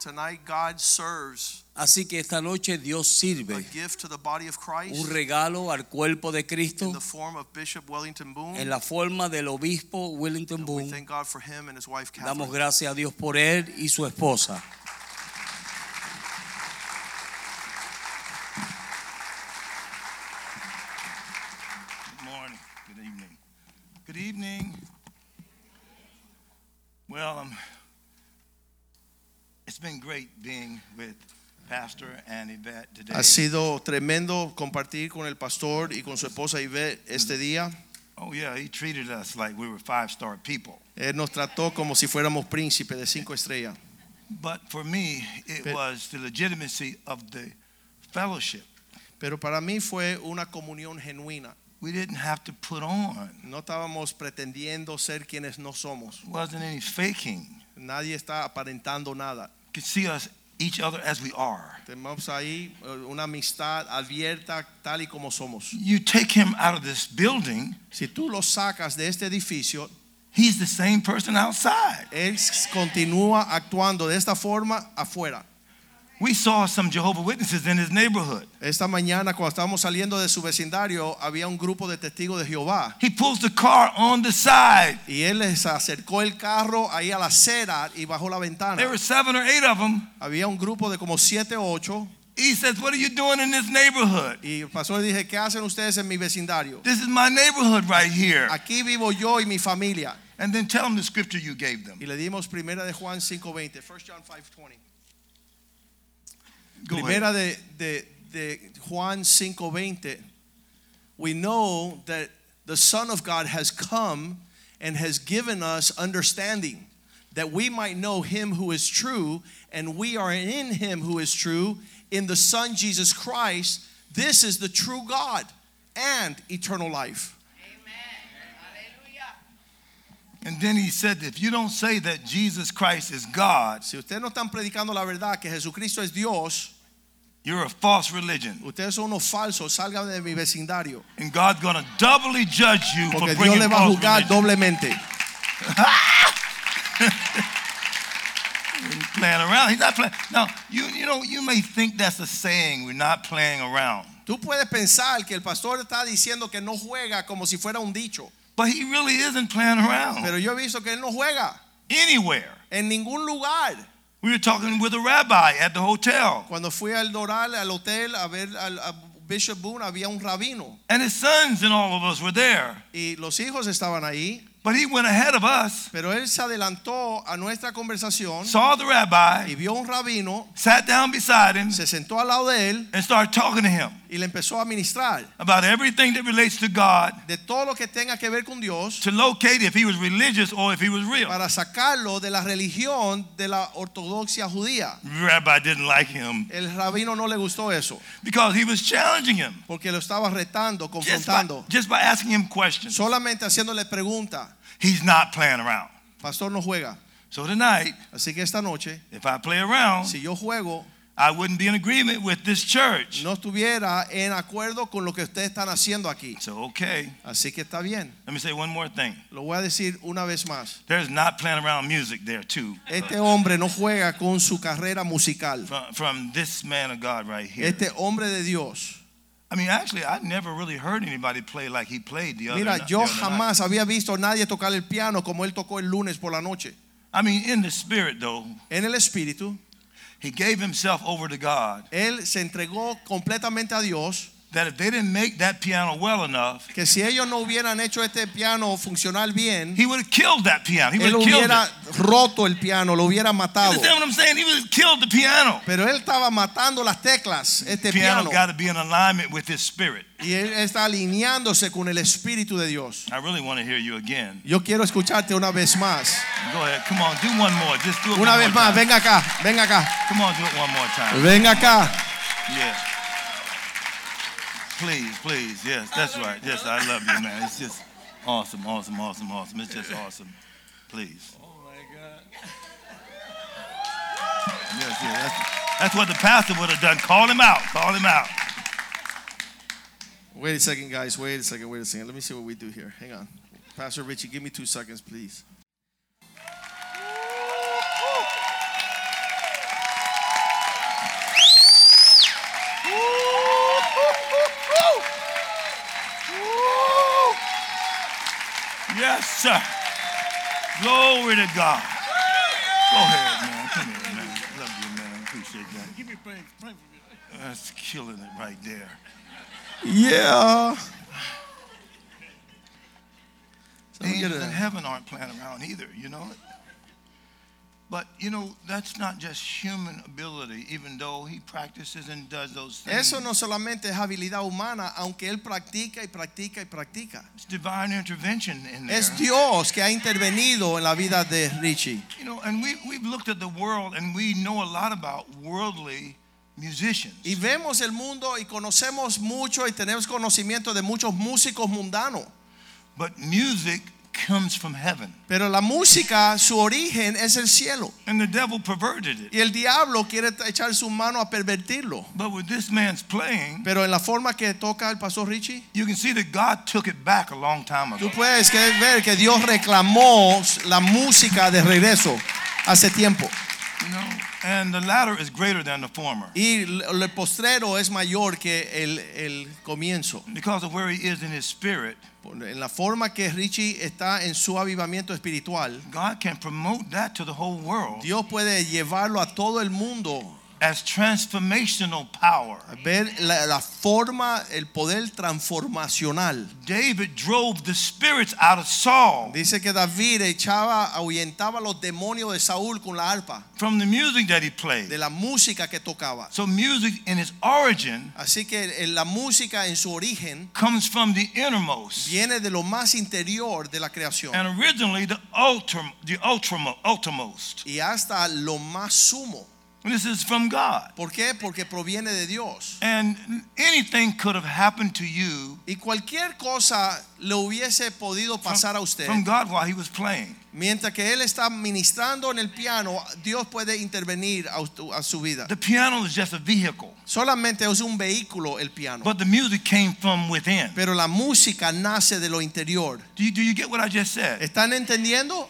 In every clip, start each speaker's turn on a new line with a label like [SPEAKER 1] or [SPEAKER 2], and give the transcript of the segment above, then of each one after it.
[SPEAKER 1] Tonight, God serves
[SPEAKER 2] Así que esta noche Dios
[SPEAKER 1] a
[SPEAKER 2] sirve
[SPEAKER 1] gift to the body of
[SPEAKER 2] un
[SPEAKER 1] Christ
[SPEAKER 2] regalo al cuerpo de Cristo
[SPEAKER 1] in the form of Bishop Wellington Boone.
[SPEAKER 2] en la forma del obispo Wellington
[SPEAKER 1] We
[SPEAKER 2] Boone.
[SPEAKER 1] thank God for him and his wife,
[SPEAKER 2] Damos
[SPEAKER 1] Catherine.
[SPEAKER 2] gracias a Dios por él y su esposa.
[SPEAKER 3] Good morning. Good evening. Good evening. Well, um, it's been great being with Pastor and Yvette today.
[SPEAKER 1] Ha sido tremendo compartir con el pastor y con su esposa Yvette este día.
[SPEAKER 3] Oh, yeah, he treated us like we were five star people.
[SPEAKER 1] Él nos trató como si fuéramos príncipes de cinco estrellas.
[SPEAKER 3] But for me, it
[SPEAKER 1] But-
[SPEAKER 3] was the legitimacy of the fellowship.
[SPEAKER 1] Pero para mí fue una comunión genuina.
[SPEAKER 3] We didn't have to put on,
[SPEAKER 1] No estábamos pretendiendo ser quienes no somos.
[SPEAKER 3] wasn't any faking.
[SPEAKER 1] Nadie está aparentando nada.
[SPEAKER 3] You could see us, each other, as we are.
[SPEAKER 1] Tenemos ahí eh, una amistad abierta tal y como somos.
[SPEAKER 3] You take him out of this building,
[SPEAKER 1] Si tú lo sacas de este edificio,
[SPEAKER 3] he's the same person outside.
[SPEAKER 1] él s- continúa actuando de esta forma afuera.
[SPEAKER 3] We saw some Jehovah Witnesses in his neighborhood.
[SPEAKER 1] Esta mañana cuando estábamos saliendo de su vecindario había un grupo de testigos de Jehová
[SPEAKER 3] He pulls the car on the side.
[SPEAKER 1] y él les acercó el carro ahí a la acera y bajó la
[SPEAKER 3] There were
[SPEAKER 1] ventana.
[SPEAKER 3] seven or eight of them.
[SPEAKER 1] Había un grupo de como siete o ocho
[SPEAKER 3] He says, "What are you doing in this neighborhood?
[SPEAKER 1] y el pastor le dije, ¿qué hacen ustedes en mi vecindario?
[SPEAKER 3] This is my neighborhood right here."
[SPEAKER 1] Aquí vivo yo y mi familia.
[SPEAKER 3] And then tell them the scripture you gave them.
[SPEAKER 1] Y le dimos primera de Juan 5.20, 1 John 5.20.
[SPEAKER 3] Go ahead.
[SPEAKER 1] Primera de, de, de Juan 5:20. We know that the Son of God has come and has given us understanding that we might know him who is true and we are in him who is true in the Son Jesus Christ. This is the true God and eternal life.
[SPEAKER 3] And then he said, "If you don't say that Jesus Christ is God,
[SPEAKER 1] Si ustedes no están predicando la verdad que Jesucristo es Dios,
[SPEAKER 3] you're a false religion,
[SPEAKER 1] ustedes son unos falsos, salgan de mi vecindario,
[SPEAKER 3] and God's going to doubly judge you for
[SPEAKER 1] porque Dios
[SPEAKER 3] bringing
[SPEAKER 1] le va a
[SPEAKER 3] false
[SPEAKER 1] juzgar
[SPEAKER 3] religion."
[SPEAKER 1] doblemente.
[SPEAKER 3] Playing around, he's not playing. Now, you you know you may think that's a saying. We're not playing around,
[SPEAKER 1] Tú puedes pensar que el pastor está diciendo que no juega como si fuera un dicho,
[SPEAKER 3] but he really isn't playing around.
[SPEAKER 1] pero yo he visto que él no juega
[SPEAKER 3] anywhere.
[SPEAKER 1] en ningún lugar.
[SPEAKER 3] We were talking with a rabbi at the hotel,
[SPEAKER 1] Cuando fui al Doral, al hotel, a ver al a Bishop Boone, había un rabino
[SPEAKER 3] and his sons and all of us were there.
[SPEAKER 1] y los hijos estaban ahí,
[SPEAKER 3] But he went ahead of us,
[SPEAKER 1] pero él se adelantó a nuestra conversación
[SPEAKER 3] saw the rabbi,
[SPEAKER 1] y vio a un rabino,
[SPEAKER 3] sat down beside him,
[SPEAKER 1] se sentó al lado de él
[SPEAKER 3] and started talking to him
[SPEAKER 1] y le empezó a ministrar
[SPEAKER 3] about everything that relates to God
[SPEAKER 1] de todo lo que tenga que ver con Dios
[SPEAKER 3] to locate if he was religious or if he was real.
[SPEAKER 1] para sacarlo de la religión de la ortodoxia judía.
[SPEAKER 3] Rabbi didn't like him
[SPEAKER 1] El rabino no le gustó eso.
[SPEAKER 3] because he was challenging him
[SPEAKER 1] porque lo estaba retando,
[SPEAKER 3] just by,
[SPEAKER 1] confrontando,
[SPEAKER 3] just by asking him questions.
[SPEAKER 1] solamente haciéndole pregunta.
[SPEAKER 3] He's not playing around.
[SPEAKER 1] Pastor no juega,
[SPEAKER 3] So tonight,
[SPEAKER 1] así que esta noche,
[SPEAKER 3] if I play around,
[SPEAKER 1] si yo juego,
[SPEAKER 3] I wouldn't be in agreement with this church.
[SPEAKER 1] no estuviera en acuerdo con lo que ustedes están haciendo aquí.
[SPEAKER 3] So okay,
[SPEAKER 1] Así que está bien.
[SPEAKER 3] let me say one more thing.
[SPEAKER 1] Lo voy a decir una vez más.
[SPEAKER 3] There's not playing around music there too.
[SPEAKER 1] Este hombre no juega con su carrera musical.
[SPEAKER 3] From, from this man of God right here.
[SPEAKER 1] Este hombre de Dios.
[SPEAKER 3] I mean, actually, I never really heard anybody play like he played the other.
[SPEAKER 1] Mira,
[SPEAKER 3] night-
[SPEAKER 1] yo
[SPEAKER 3] the other night.
[SPEAKER 1] jamás había visto a nadie tocar el piano como él tocó el lunes por la noche.
[SPEAKER 3] I mean, in the spirit though,
[SPEAKER 1] En el espíritu,
[SPEAKER 3] he gave himself over to God.
[SPEAKER 1] él se entregó completamente a Dios.
[SPEAKER 3] That if they didn't make that piano well enough,
[SPEAKER 1] Que si ellos no hubieran hecho este piano funcionar bien,
[SPEAKER 3] he would have killed that piano. He would
[SPEAKER 1] él
[SPEAKER 3] have killed
[SPEAKER 1] hubiera
[SPEAKER 3] it.
[SPEAKER 1] roto el piano, lo hubiera
[SPEAKER 3] You
[SPEAKER 1] matado.
[SPEAKER 3] understand what I'm saying? He would have killed the piano.
[SPEAKER 1] Pero él estaba matando las teclas, este piano,
[SPEAKER 3] piano got to be in alignment with his spirit.
[SPEAKER 1] y él está alineándose con el Espíritu de Dios.
[SPEAKER 3] I really want to hear you again.
[SPEAKER 1] Yo quiero escucharte una vez más.
[SPEAKER 3] Go ahead. Come on, do one more. Just do it
[SPEAKER 1] Una
[SPEAKER 3] one
[SPEAKER 1] vez
[SPEAKER 3] more
[SPEAKER 1] más,
[SPEAKER 3] time.
[SPEAKER 1] venga acá, venga acá,
[SPEAKER 3] Come on, do it one more time.
[SPEAKER 1] venga acá.
[SPEAKER 3] Yeah. please, please. Yes, that's right. Yes, I love you, man. It's just awesome, awesome, awesome, awesome. It's just awesome. Please.
[SPEAKER 1] Oh my God.
[SPEAKER 3] Yes, yes. That's, that's what the pastor would have done. Call him out. Call him out.
[SPEAKER 1] Wait a second, guys. Wait a second. Wait a second. Let me see what we do here. Hang on. Pastor Richie, give me two seconds, please.
[SPEAKER 3] Yes, sir. Glory to God. Go ahead, man. Come here, man. Love you, man. Appreciate that. Give me praise. Pray for me. That's killing it right there.
[SPEAKER 1] Yeah. So we get
[SPEAKER 3] Angels in
[SPEAKER 1] a,
[SPEAKER 3] heaven aren't playing around either, you know it? But, you know, that's not just human ability, even though he practices and does those things.
[SPEAKER 1] eso no solamente es habilidad humana, aunque él practica y practica y practica.
[SPEAKER 3] It's divine intervention in there.
[SPEAKER 1] Es Dios que ha intervenido en la vida de Richie.
[SPEAKER 3] You know, and we, we've looked at the world and we know a lot about worldly musicians.
[SPEAKER 1] Y vemos el mundo y conocemos mucho y tenemos conocimiento de muchos músicos mundanos.
[SPEAKER 3] But music comes from heaven.
[SPEAKER 1] Pero la música, su origen es el cielo.
[SPEAKER 3] And the devil perverted it.
[SPEAKER 1] Y el diablo quiere t- echar su mano a pervertirlo.
[SPEAKER 3] But with this man's playing,
[SPEAKER 1] Pero en la forma que toca el pastor Richie,
[SPEAKER 3] you can see that God took it back a long time ago.
[SPEAKER 1] tú puedes que- ver que Dios reclamó la música de regreso hace tiempo.
[SPEAKER 3] You know? And the latter is greater than the former
[SPEAKER 1] Y l- el postrero es mayor que el, el comienzo.
[SPEAKER 3] because of where he is in his spirit.
[SPEAKER 1] Por- En la forma que Richie está en su avivamiento espiritual,
[SPEAKER 3] God can promote that to the whole world
[SPEAKER 1] Dios puede llevarlo a todo el mundo
[SPEAKER 3] as transformational power.
[SPEAKER 1] a ver la, la forma, el poder transformacional.
[SPEAKER 3] David drove the spirits out of Saul
[SPEAKER 1] Dice que David echaba, ahuyentaba los demonios de Saúl con la arpa,
[SPEAKER 3] from the music that he
[SPEAKER 1] de
[SPEAKER 3] played.
[SPEAKER 1] la música que tocaba.
[SPEAKER 3] So, music in its origin
[SPEAKER 1] Así que eh, la música en su origen
[SPEAKER 3] comes from the innermost.
[SPEAKER 1] viene de lo más interior de la creación
[SPEAKER 3] and originally the ultim, the ultimo, ultimost.
[SPEAKER 1] y hasta lo más sumo.
[SPEAKER 3] This is from God.
[SPEAKER 1] ¿Por qué? Porque proviene de Dios.
[SPEAKER 3] And anything could have happened to you
[SPEAKER 1] Y cualquier cosa le hubiese podido pasar a usted.
[SPEAKER 3] from God while He was playing.
[SPEAKER 1] Mientras que él está ministrando en el piano, Dios puede intervenir a, usted- a su vida.
[SPEAKER 3] The piano is just a vehicle,
[SPEAKER 1] Solamente es un vehículo el piano.
[SPEAKER 3] but the music came from within.
[SPEAKER 1] Pero la música nace de lo interior.
[SPEAKER 3] Do you, do you get what I just said?
[SPEAKER 1] ¿Están entendiendo?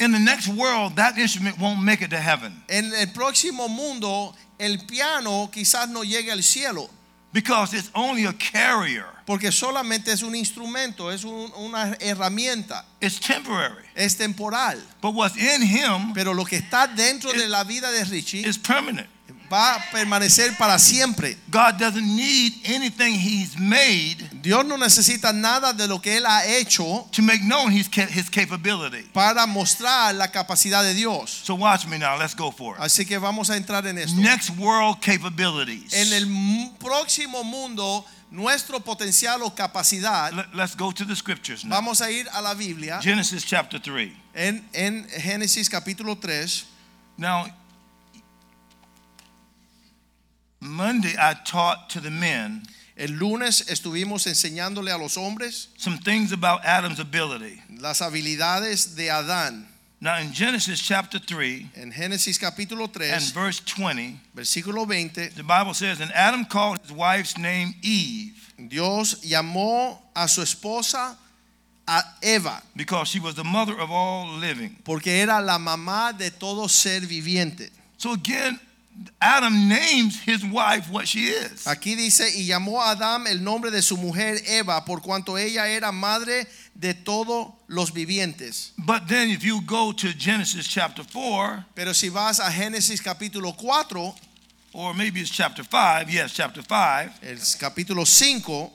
[SPEAKER 3] In the next world, that instrument won't make it to heaven
[SPEAKER 1] En el próximo mundo, el piano quizás no llegue al cielo,
[SPEAKER 3] because it's only a carrier.
[SPEAKER 1] porque solamente es un instrumento, es un- una herramienta,
[SPEAKER 3] It's temporary.
[SPEAKER 1] es temporal.
[SPEAKER 3] But what's in Him
[SPEAKER 1] Pero lo que está dentro de la vida de Richie
[SPEAKER 3] is permanent.
[SPEAKER 1] va a permanecer para siempre.
[SPEAKER 3] God doesn't need anything He's made
[SPEAKER 1] Dios no necesita nada de lo que él ha hecho
[SPEAKER 3] to make known His, ca- his capability.
[SPEAKER 1] para mostrar la capacidad de Dios.
[SPEAKER 3] So watch me now. Let's go for it.
[SPEAKER 1] Así que vamos a entrar en esto.
[SPEAKER 3] Next world capabilities.
[SPEAKER 1] En el mu- próximo mundo, nuestro potencial o capacidad,
[SPEAKER 3] Let- Let's go to the scriptures now.
[SPEAKER 1] vamos a ir a la Biblia.
[SPEAKER 3] Genesis chapter 3.
[SPEAKER 1] En, en Génesis capítulo 3,
[SPEAKER 3] Now, Monday I taught to the men
[SPEAKER 1] el lunes estuvimos enseñándole a los hombres
[SPEAKER 3] some things about Adam's ability.
[SPEAKER 1] las habilidades de Adán.
[SPEAKER 3] Now, in Genesis chapter 3
[SPEAKER 1] En Génesis capítulo
[SPEAKER 3] and
[SPEAKER 1] 3,
[SPEAKER 3] verse 20,
[SPEAKER 1] versículo 20,
[SPEAKER 3] the Bible says, And Adam called his wife's name Eve
[SPEAKER 1] Dios llamó a su esposa a Eva,
[SPEAKER 3] because she was the mother of all living.
[SPEAKER 1] porque era la mamá de todo ser viviente.
[SPEAKER 3] So again, Adam names his wife what she is.
[SPEAKER 1] Aquí dice, y llamó a Adán el nombre de su mujer Eva, por cuanto ella era madre de todos los vivientes.
[SPEAKER 3] But then, if you go to Genesis chapter 4,
[SPEAKER 1] Pero si vas a Génesis capítulo 4,
[SPEAKER 3] or maybe it's chapter 5, yes, chapter 5,
[SPEAKER 1] el capítulo 5,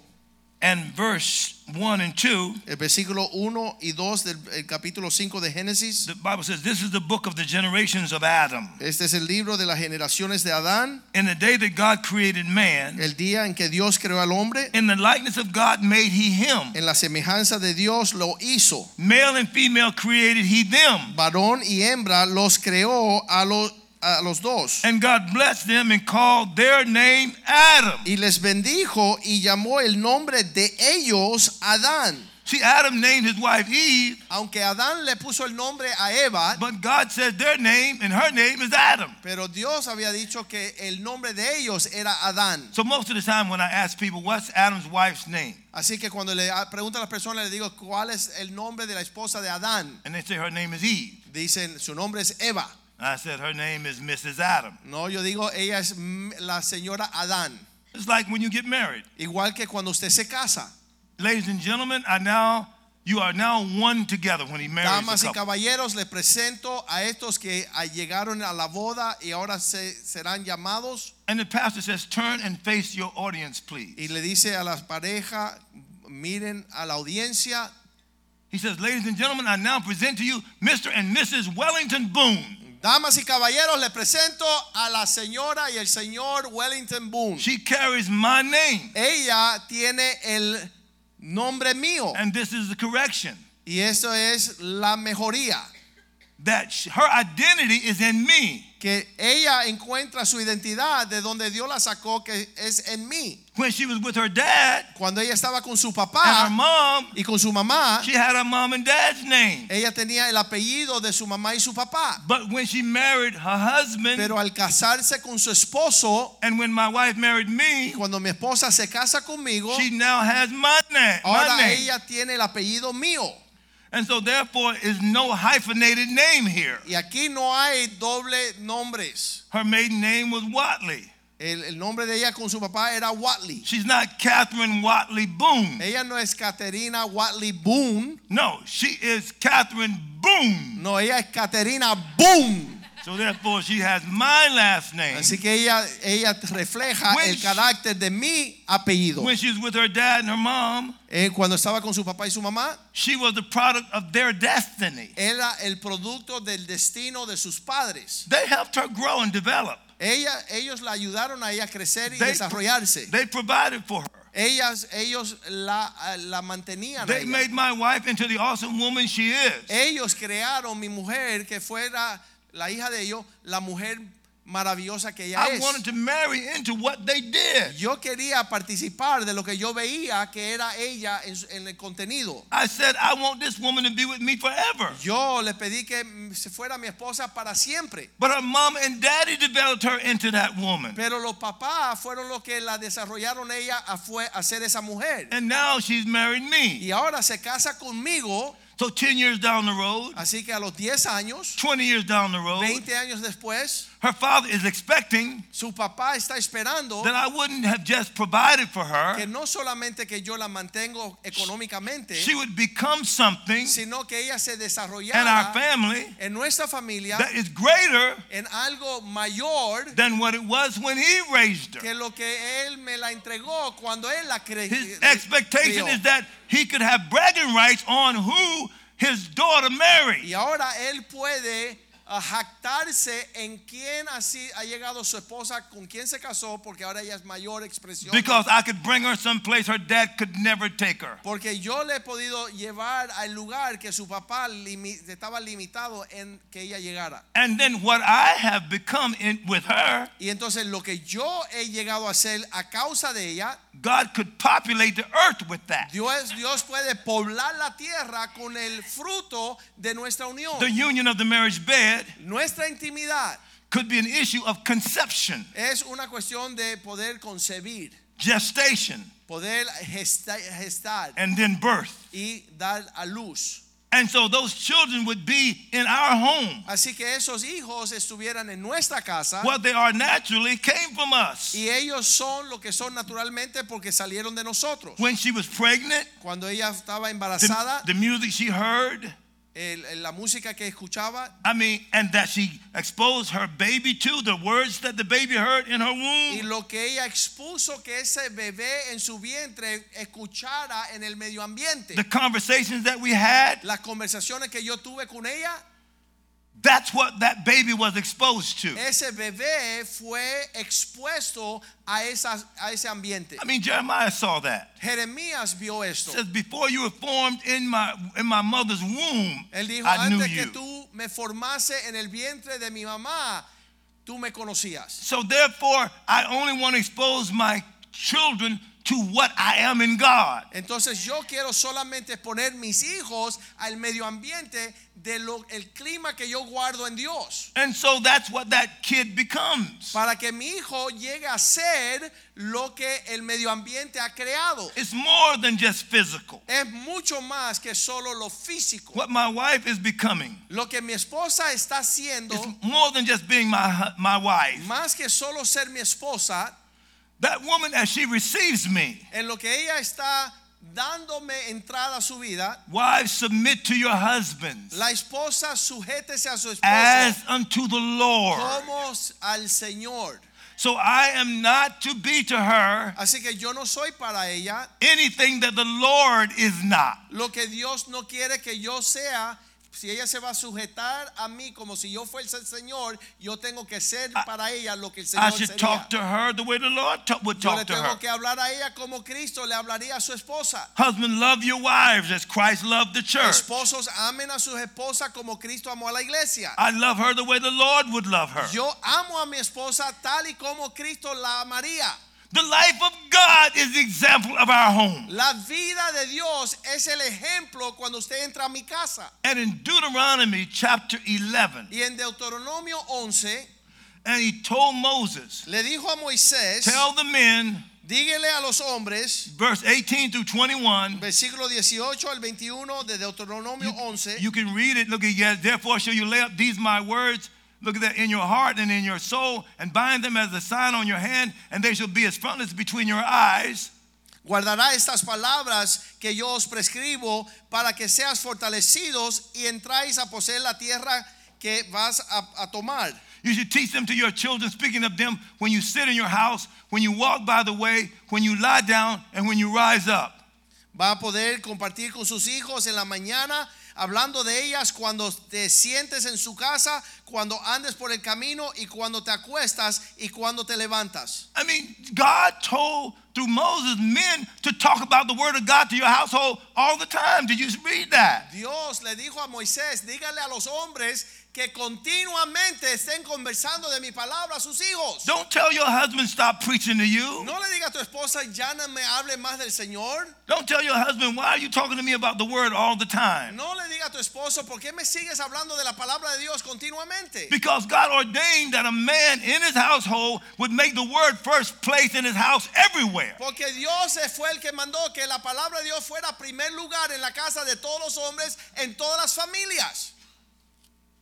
[SPEAKER 3] and verse 1 and 2,
[SPEAKER 1] el versículo 1 y 2 del el capítulo 5 de Génesis.
[SPEAKER 3] the Bible says, This is the book of the generations of Adam.
[SPEAKER 1] Este es el libro de las generaciones de Adán,
[SPEAKER 3] In the day that God created man,
[SPEAKER 1] el día en que Dios creó al hombre,
[SPEAKER 3] in the likeness of God made he him.
[SPEAKER 1] en la semejanza de Dios lo hizo.
[SPEAKER 3] Male and female created he them.
[SPEAKER 1] Varón y hembra los creó a, los a los dos.
[SPEAKER 3] And God blessed them and called their name Adam.
[SPEAKER 1] Y les bendijo y llamó el nombre de ellos Adán.
[SPEAKER 3] See, Adam named his wife Eve,
[SPEAKER 1] Aunque Adán le puso el nombre a Eva,
[SPEAKER 3] but God said their name and her name is Adam.
[SPEAKER 1] pero Dios había dicho que el nombre de ellos era Adán.
[SPEAKER 3] So most of the time when I ask people, what's Adam's wife's name?
[SPEAKER 1] Así que cuando le ah, pregunto a las personas, le digo, ¿cuál es el nombre de la esposa de Adán?
[SPEAKER 3] And they say her name is Eve.
[SPEAKER 1] Dicen, su nombre es Eva.
[SPEAKER 3] And I said her name is Mrs. Adam.
[SPEAKER 1] No, yo digo, ella es mm, la señora Adán.
[SPEAKER 3] It's like when you get married.
[SPEAKER 1] Igual que cuando usted se casa.
[SPEAKER 3] Ladies and gentlemen, I now you are now one together when he marries
[SPEAKER 1] Damas
[SPEAKER 3] the
[SPEAKER 1] y
[SPEAKER 3] couple.
[SPEAKER 1] caballeros, les presento a estos que ah, llegaron a la boda y ahora se, serán llamados.
[SPEAKER 3] And the pastor says, turn and face your audience,
[SPEAKER 1] Y
[SPEAKER 3] please.
[SPEAKER 1] le dice a la pareja, miren a la audiencia.
[SPEAKER 3] He says, ladies and gentlemen, I now present to you Mr. and Mrs. Wellington Boone.
[SPEAKER 1] Damas y caballeros, les presento a la señora y el señor Wellington Boone.
[SPEAKER 3] She carries my name.
[SPEAKER 1] Ella tiene el nombre mío.
[SPEAKER 3] And this is the correction
[SPEAKER 1] Y eso es la mejoría.
[SPEAKER 3] that sh- her identity is in me.
[SPEAKER 1] Que ella encuentra su identidad de donde Dios la sacó, que es en mí.
[SPEAKER 3] When she was with her dad
[SPEAKER 1] Cuando ella estaba con su
[SPEAKER 3] and her
[SPEAKER 1] papá
[SPEAKER 3] mom,
[SPEAKER 1] y con su mamá,
[SPEAKER 3] she had her mom and dad's name.
[SPEAKER 1] ella tenía el apellido de su mamá y su papá.
[SPEAKER 3] But when she married her husband,
[SPEAKER 1] Pero al casarse con su esposo,
[SPEAKER 3] and when my wife married me,
[SPEAKER 1] cuando mi esposa se casa conmigo,
[SPEAKER 3] she now has my name. My
[SPEAKER 1] ahora
[SPEAKER 3] name.
[SPEAKER 1] ella tiene el apellido mío.
[SPEAKER 3] And so therefore is no hyphenated name here.
[SPEAKER 1] Y aquí no hay doble nombres.
[SPEAKER 3] Her maiden name was Watley.
[SPEAKER 1] El, el nombre de ella con su papá era Watley.
[SPEAKER 3] She's not Catherine Watley Boone.
[SPEAKER 1] Ella no es Caterina Watley Boone.
[SPEAKER 3] No, she is Catherine Boone.
[SPEAKER 1] No, ella es Caterina Boom.
[SPEAKER 3] So therefore she has my last name.
[SPEAKER 1] Así que ella, ella refleja
[SPEAKER 3] When
[SPEAKER 1] el
[SPEAKER 3] she-
[SPEAKER 1] carácter de mi apellido.
[SPEAKER 3] When she was with her dad and her mom,
[SPEAKER 1] Eh, cuando estaba con su papá y su mamá,
[SPEAKER 3] she was the product of their destiny.
[SPEAKER 1] era el producto del destino de sus padres.
[SPEAKER 3] They helped her grow and develop.
[SPEAKER 1] Ella, ellos la ayudaron a ella a crecer y
[SPEAKER 3] They,
[SPEAKER 1] desarrollarse.
[SPEAKER 3] they provided for her.
[SPEAKER 1] Ellas, ellos la, ah, la mantenían. a
[SPEAKER 3] They
[SPEAKER 1] ella.
[SPEAKER 3] made my wife into the awesome woman she is.
[SPEAKER 1] Ellos crearon mi mujer que fuera la hija de ellos, la mujer maravillosa que ella
[SPEAKER 3] I
[SPEAKER 1] es.
[SPEAKER 3] wanted to marry into what they did.
[SPEAKER 1] Yo quería participar de lo que yo veía que era ella en su- en el contenido.
[SPEAKER 3] I said, I want this woman to be with me forever.
[SPEAKER 1] Yo le pedí que mm, se fuera mi esposa para siempre.
[SPEAKER 3] But her mom and daddy developed her into that woman.
[SPEAKER 1] Pero los papás fueron los que la desarrollaron ella a, fue, a ser esa mujer.
[SPEAKER 3] And now she's married me.
[SPEAKER 1] Y ahora se casa conmigo,
[SPEAKER 3] So 10 years down the road,
[SPEAKER 1] así que a los 10 años,
[SPEAKER 3] 20 years down the road,
[SPEAKER 1] 20 años después,
[SPEAKER 3] her father is expecting
[SPEAKER 1] su papá está esperando
[SPEAKER 3] that I wouldn't have just provided for
[SPEAKER 1] que
[SPEAKER 3] her.
[SPEAKER 1] no solamente que yo la mantengo económicamente,
[SPEAKER 3] She would become something
[SPEAKER 1] sino que ella se
[SPEAKER 3] in our
[SPEAKER 1] desarrollara
[SPEAKER 3] family
[SPEAKER 1] en nuestra familia
[SPEAKER 3] that is greater
[SPEAKER 1] en algo mayor
[SPEAKER 3] than what it was when he raised her.
[SPEAKER 1] que lo que él me la entregó cuando él la cre- eh,
[SPEAKER 3] His
[SPEAKER 1] crió.
[SPEAKER 3] expectation is that he could have bragging rights on who his daughter married.
[SPEAKER 1] Y ahora él puede ah, jactarse en quién así ha llegado su esposa, con quién se casó, porque ahora ella es mayor expresión.
[SPEAKER 3] Because I could bring her someplace her dad could never take her.
[SPEAKER 1] porque yo le he podido llevar al lugar que su papá limi- estaba limitado en que ella llegara.
[SPEAKER 3] And then what I have become in, with her,
[SPEAKER 1] Y entonces lo que yo he llegado a hacer a causa de ella,
[SPEAKER 3] God could populate the earth with that.
[SPEAKER 1] Dios, Dios puede poblar la tierra con el fruto de nuestra unión.
[SPEAKER 3] The union of the marriage bed
[SPEAKER 1] nuestra intimidad
[SPEAKER 3] could be an issue of conception,
[SPEAKER 1] es una cuestión de poder concebir,
[SPEAKER 3] gestation,
[SPEAKER 1] poder gesta- gestar.
[SPEAKER 3] and then birth.
[SPEAKER 1] y dar a luz.
[SPEAKER 3] And so those children would be in our home.
[SPEAKER 1] Así que esos hijos estuvieran en nuestra casa
[SPEAKER 3] What they are naturally came from us.
[SPEAKER 1] y ellos son lo que son naturalmente porque salieron de nosotros.
[SPEAKER 3] When she was pregnant,
[SPEAKER 1] Cuando ella estaba
[SPEAKER 3] the,
[SPEAKER 1] embarazada,
[SPEAKER 3] the music she heard,
[SPEAKER 1] el- el- la música que escuchaba
[SPEAKER 3] I mean, and that she exposed her baby to, the words that the baby heard in her
[SPEAKER 1] y
[SPEAKER 3] womb,
[SPEAKER 1] lo que ella expuso que ese bebé en su vientre escuchara en el medio ambiente,
[SPEAKER 3] the conversations that we had,
[SPEAKER 1] las conversaciones que yo tuve con ella,
[SPEAKER 3] That's what that baby was exposed to.
[SPEAKER 1] ese bebé fue expuesto a, esas- a ese ambiente.
[SPEAKER 3] I mean, Jeremiah saw that.
[SPEAKER 1] Jeremías vio
[SPEAKER 3] It
[SPEAKER 1] esto.
[SPEAKER 3] says, "Before you were formed in my in my mother's womb,
[SPEAKER 1] Él dijo,
[SPEAKER 3] I knew
[SPEAKER 1] antes que
[SPEAKER 3] you."
[SPEAKER 1] tú me formase en el vientre de mi mamá, Tú me conocías.
[SPEAKER 3] So therefore, I only want to expose my children to what I am in God.
[SPEAKER 1] Entonces yo quiero solamente exponer mis hijos al medio ambiente de lo el clima que yo guardo en Dios
[SPEAKER 3] And so that's what that kid becomes.
[SPEAKER 1] para que mi hijo llegue a ser lo que el medio ambiente ha creado.
[SPEAKER 3] It's more than just physical.
[SPEAKER 1] Es mucho más que solo lo físico.
[SPEAKER 3] What my wife is becoming
[SPEAKER 1] Lo que mi esposa está haciendo,
[SPEAKER 3] is more than just being my hu- my wife.
[SPEAKER 1] más que solo ser mi esposa,
[SPEAKER 3] That woman as she receives me,
[SPEAKER 1] en lo que ella está dándome entrada a su vida,
[SPEAKER 3] wives submit to your husbands
[SPEAKER 1] la esposa sujétese a su esposa
[SPEAKER 3] as unto the Lord.
[SPEAKER 1] como al Señor.
[SPEAKER 3] So I am not to be to her
[SPEAKER 1] Así que yo no soy para ella
[SPEAKER 3] anything that the Lord is not.
[SPEAKER 1] lo que Dios no quiere que yo sea. Si ella se va a sujetar a mí como si yo fuese el Señor, yo tengo que ser para ella lo que el
[SPEAKER 3] Ah, I
[SPEAKER 1] Señor
[SPEAKER 3] should
[SPEAKER 1] sería.
[SPEAKER 3] talk to her the way the Lord ta- would
[SPEAKER 1] Yo le
[SPEAKER 3] talk to her.
[SPEAKER 1] tengo que hablar a ella como Cristo le hablaría a su esposa.
[SPEAKER 3] Husband, love your wives as Christ loved the church.
[SPEAKER 1] Esposos amen a sus esposas como Cristo amó a la iglesia.
[SPEAKER 3] I love her the way the Lord would love her.
[SPEAKER 1] Yo amo a mi esposa tal y como Cristo la amaría.
[SPEAKER 3] The life of God is the example of our home.
[SPEAKER 1] La vida de Dios es el ejemplo cuando usted entra a mi casa.
[SPEAKER 3] And in Deuteronomy chapter 11,
[SPEAKER 1] Y en Deuteronomio 11
[SPEAKER 3] and he told Moses,
[SPEAKER 1] le dijo a Moisés,
[SPEAKER 3] Tell the men,
[SPEAKER 1] dígale a los hombres,
[SPEAKER 3] verse 18 through 21,
[SPEAKER 1] versículo 18 al 21 de Deuteronomio 11,
[SPEAKER 3] you can read it. Look at yeah, therefore shall you lay up these my words. Look at that in your heart and in your soul, and bind them as a sign on your hand, and they shall be as frontlets between your eyes.
[SPEAKER 1] guardará estas palabras que yo os prescribo para que seas fortalecidos y entráis a poseer la tierra que vas a- a tomar.
[SPEAKER 3] You should teach them to your children, speaking of them when you sit in your house, when you walk by the way, when you lie down, and when you rise up.
[SPEAKER 1] Va a poder compartir con sus hijos en la mañana, hablando de ellas cuando te sientes en su casa, cuando andes por el camino y cuando te acuestas y cuando te levantas.
[SPEAKER 3] I mean, God told through Moses men to talk about the word of God to your household all the time. Did you read that?
[SPEAKER 1] Dios le dijo a Moisés, dígale a los hombres que continuamente estén conversando de mi palabra a sus hijos.
[SPEAKER 3] Don't tell your husband stop preaching to you.
[SPEAKER 1] No le diga a tu esposa, ya no me hable más del Señor.
[SPEAKER 3] Don't tell your husband why are you talking to me about the word all the time?
[SPEAKER 1] No le diga a tu esposo, ¿por qué me sigues hablando de la palabra de Dios continuamente?
[SPEAKER 3] Because God ordained that a man in his household would make the word first place in his house everywhere.
[SPEAKER 1] Porque Dios fue el que mandó que la palabra de Dios fuera primer lugar en la casa de todos los hombres, en todas las familias.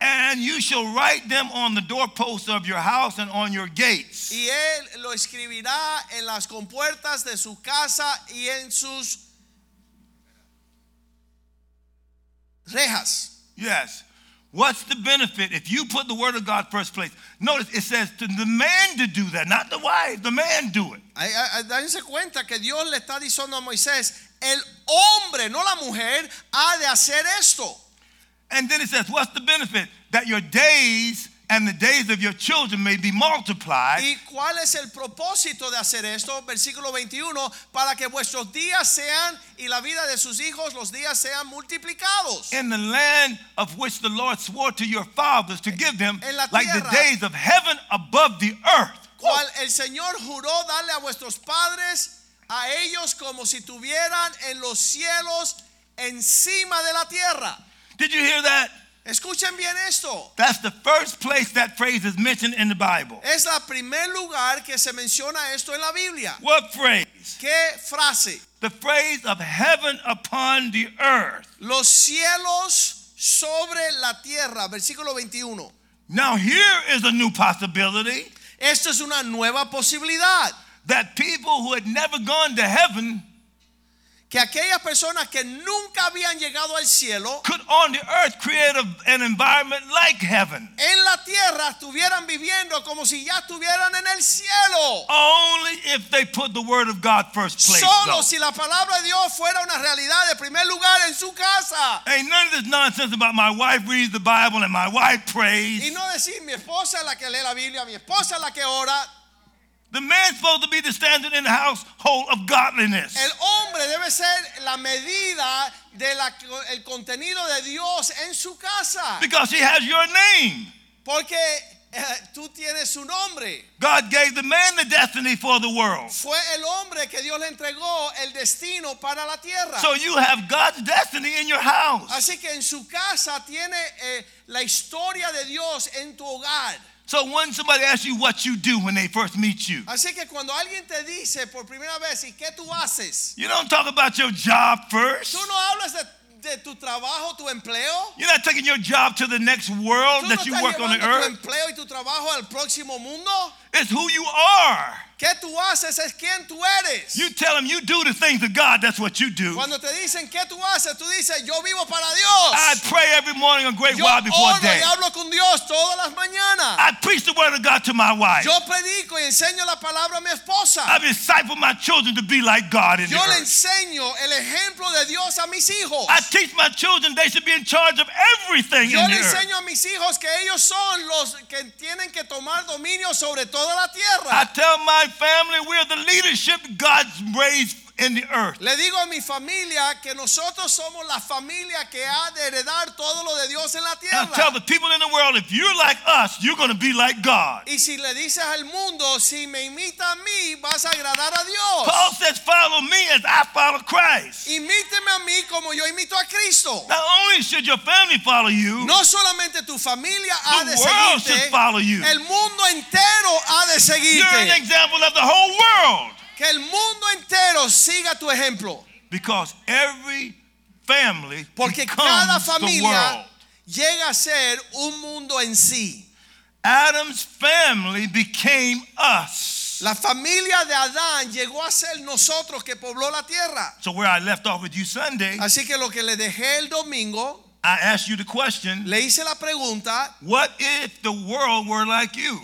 [SPEAKER 3] And you shall write them on the doorposts of your house and on your gates.
[SPEAKER 1] Y Él lo escribirá en las compuertas de su casa y en sus rejas.
[SPEAKER 3] Yes. What's the benefit if you put the word of God first place? Notice it says to the man to do that, not the wife. The man do it.
[SPEAKER 1] Ay, ay, ay, Dense cuenta que Dios le está diciendo a Moisés, el hombre, no la mujer, ha de hacer esto.
[SPEAKER 3] And then it says, what's the benefit that your days and the days of your children may be multiplied?
[SPEAKER 1] ¿Y cuál es el propósito de hacer esto? Versículo 21, para que vuestros días sean y la vida de sus hijos, los días sean multiplicados.
[SPEAKER 3] in the land of which the Lord swore to your fathers to give them,
[SPEAKER 1] En la
[SPEAKER 3] like the
[SPEAKER 1] tierra.
[SPEAKER 3] days of heaven above the earth.
[SPEAKER 1] Cual el Señor juró darle a vuestros padres, a ellos como si tuvieran en los cielos encima de la tierra.
[SPEAKER 3] Did you hear that?
[SPEAKER 1] Escuchen bien esto.
[SPEAKER 3] That's the first place that phrase is mentioned in the Bible.
[SPEAKER 1] Es la primer lugar que se menciona esto en la Biblia.
[SPEAKER 3] What phrase?
[SPEAKER 1] ¿Qué frase?
[SPEAKER 3] The phrase of heaven upon the earth.
[SPEAKER 1] Los cielos sobre la tierra. Versículo 21.
[SPEAKER 3] Now, here is a new possibility
[SPEAKER 1] Esto es una nueva posibilidad.
[SPEAKER 3] that people who had never gone to heaven
[SPEAKER 1] Que aquellas personas que nunca habían llegado al cielo,
[SPEAKER 3] could on the earth create a- an environment like heaven.
[SPEAKER 1] en la tierra estuvieran viviendo como si ya estuvieran en el cielo.
[SPEAKER 3] Only if they put the word of God first place.
[SPEAKER 1] Solo
[SPEAKER 3] though.
[SPEAKER 1] si la palabra de Dios fuera una realidad de primer lugar en su casa.
[SPEAKER 3] Ain't none of this nonsense about my wife reads the Bible and my wife
[SPEAKER 1] Y
[SPEAKER 3] prays.
[SPEAKER 1] no decir mi esposa es la que lee la Biblia, mi esposa es la que ora.
[SPEAKER 3] The man's supposed to be the standard in the household of godliness.
[SPEAKER 1] El hombre debe ser la medida del contenido de Dios en su casa.
[SPEAKER 3] Because she has your name.
[SPEAKER 1] Porque Eh, Tú tienes un hombre.
[SPEAKER 3] God gave the man the destiny for the world.
[SPEAKER 1] Fue el hombre que Dios le entregó el destino para la tierra.
[SPEAKER 3] So you have God's destiny in your house.
[SPEAKER 1] Así que en su casa tiene eh, la historia de Dios en tu hogar.
[SPEAKER 3] So when somebody asks you what you do when they first meet you,
[SPEAKER 1] Así que cuando alguien te dice por primera vez, ¿y qué tú haces?
[SPEAKER 3] you don't talk about your job first.
[SPEAKER 1] Tú no hablas de, de tu trabajo, tu empleo.
[SPEAKER 3] You're not taking your job to the next
[SPEAKER 1] Tú
[SPEAKER 3] world
[SPEAKER 1] no
[SPEAKER 3] that you
[SPEAKER 1] estás
[SPEAKER 3] work on the
[SPEAKER 1] llevando tu
[SPEAKER 3] earth.
[SPEAKER 1] empleo y tu trabajo al próximo mundo.
[SPEAKER 3] It's who you are.
[SPEAKER 1] ¿Qué tú haces? Es quién tú eres.
[SPEAKER 3] You tell them you do the things of God, that's what you do.
[SPEAKER 1] Cuando te dicen qué tú haces, tú dices, yo vivo para Dios.
[SPEAKER 3] I pray every morning a great
[SPEAKER 1] yo
[SPEAKER 3] while before
[SPEAKER 1] oro
[SPEAKER 3] day.
[SPEAKER 1] y hablo con Dios todas las mañanas.
[SPEAKER 3] I preach the word of God to my wife.
[SPEAKER 1] yo predico y enseño la palabra a mi esposa.
[SPEAKER 3] I disciple my children to be like God in the
[SPEAKER 1] Yo le
[SPEAKER 3] earth.
[SPEAKER 1] enseño el ejemplo de Dios a mis hijos.
[SPEAKER 3] I teach my children they should be in charge of everything
[SPEAKER 1] Yo
[SPEAKER 3] in
[SPEAKER 1] le
[SPEAKER 3] the earth.
[SPEAKER 1] enseño a mis hijos que ellos son los que tienen que tomar dominio sobre toda la
[SPEAKER 3] I
[SPEAKER 1] tierra.
[SPEAKER 3] tell my family we're the leadership God's raised in the earth.
[SPEAKER 1] Le digo a mi familia que nosotros somos la familia que ha de heredar todo lo de Dios en la
[SPEAKER 3] And I tell
[SPEAKER 1] tierra.
[SPEAKER 3] the people in the world if you're like us, you're going to be like God.
[SPEAKER 1] Y si le dices al mundo, si me imita a mí, vas a agradar a Dios.
[SPEAKER 3] Paul says, Follow me as I follow Christ.
[SPEAKER 1] Imíteme a mí como yo imito a Cristo.
[SPEAKER 3] Not only should your family follow you,
[SPEAKER 1] No solamente tu familia ha
[SPEAKER 3] The
[SPEAKER 1] de
[SPEAKER 3] world should follow you.
[SPEAKER 1] seguirte, el mundo entero ha de
[SPEAKER 3] you're an
[SPEAKER 1] seguirte.
[SPEAKER 3] example of the whole world.
[SPEAKER 1] Que el mundo entero siga tu ejemplo.
[SPEAKER 3] Because every family
[SPEAKER 1] Porque
[SPEAKER 3] becomes
[SPEAKER 1] cada
[SPEAKER 3] the world.
[SPEAKER 1] familia llega a ser un mundo en sí.
[SPEAKER 3] Adam's family became us.
[SPEAKER 1] La familia de Adán llegó a ser nosotros que pobló la tierra.
[SPEAKER 3] So where I left off with you Sunday,
[SPEAKER 1] Así que lo que le dejé el domingo,
[SPEAKER 3] I asked you the question,
[SPEAKER 1] le hice la pregunta,
[SPEAKER 3] what if the world were like you?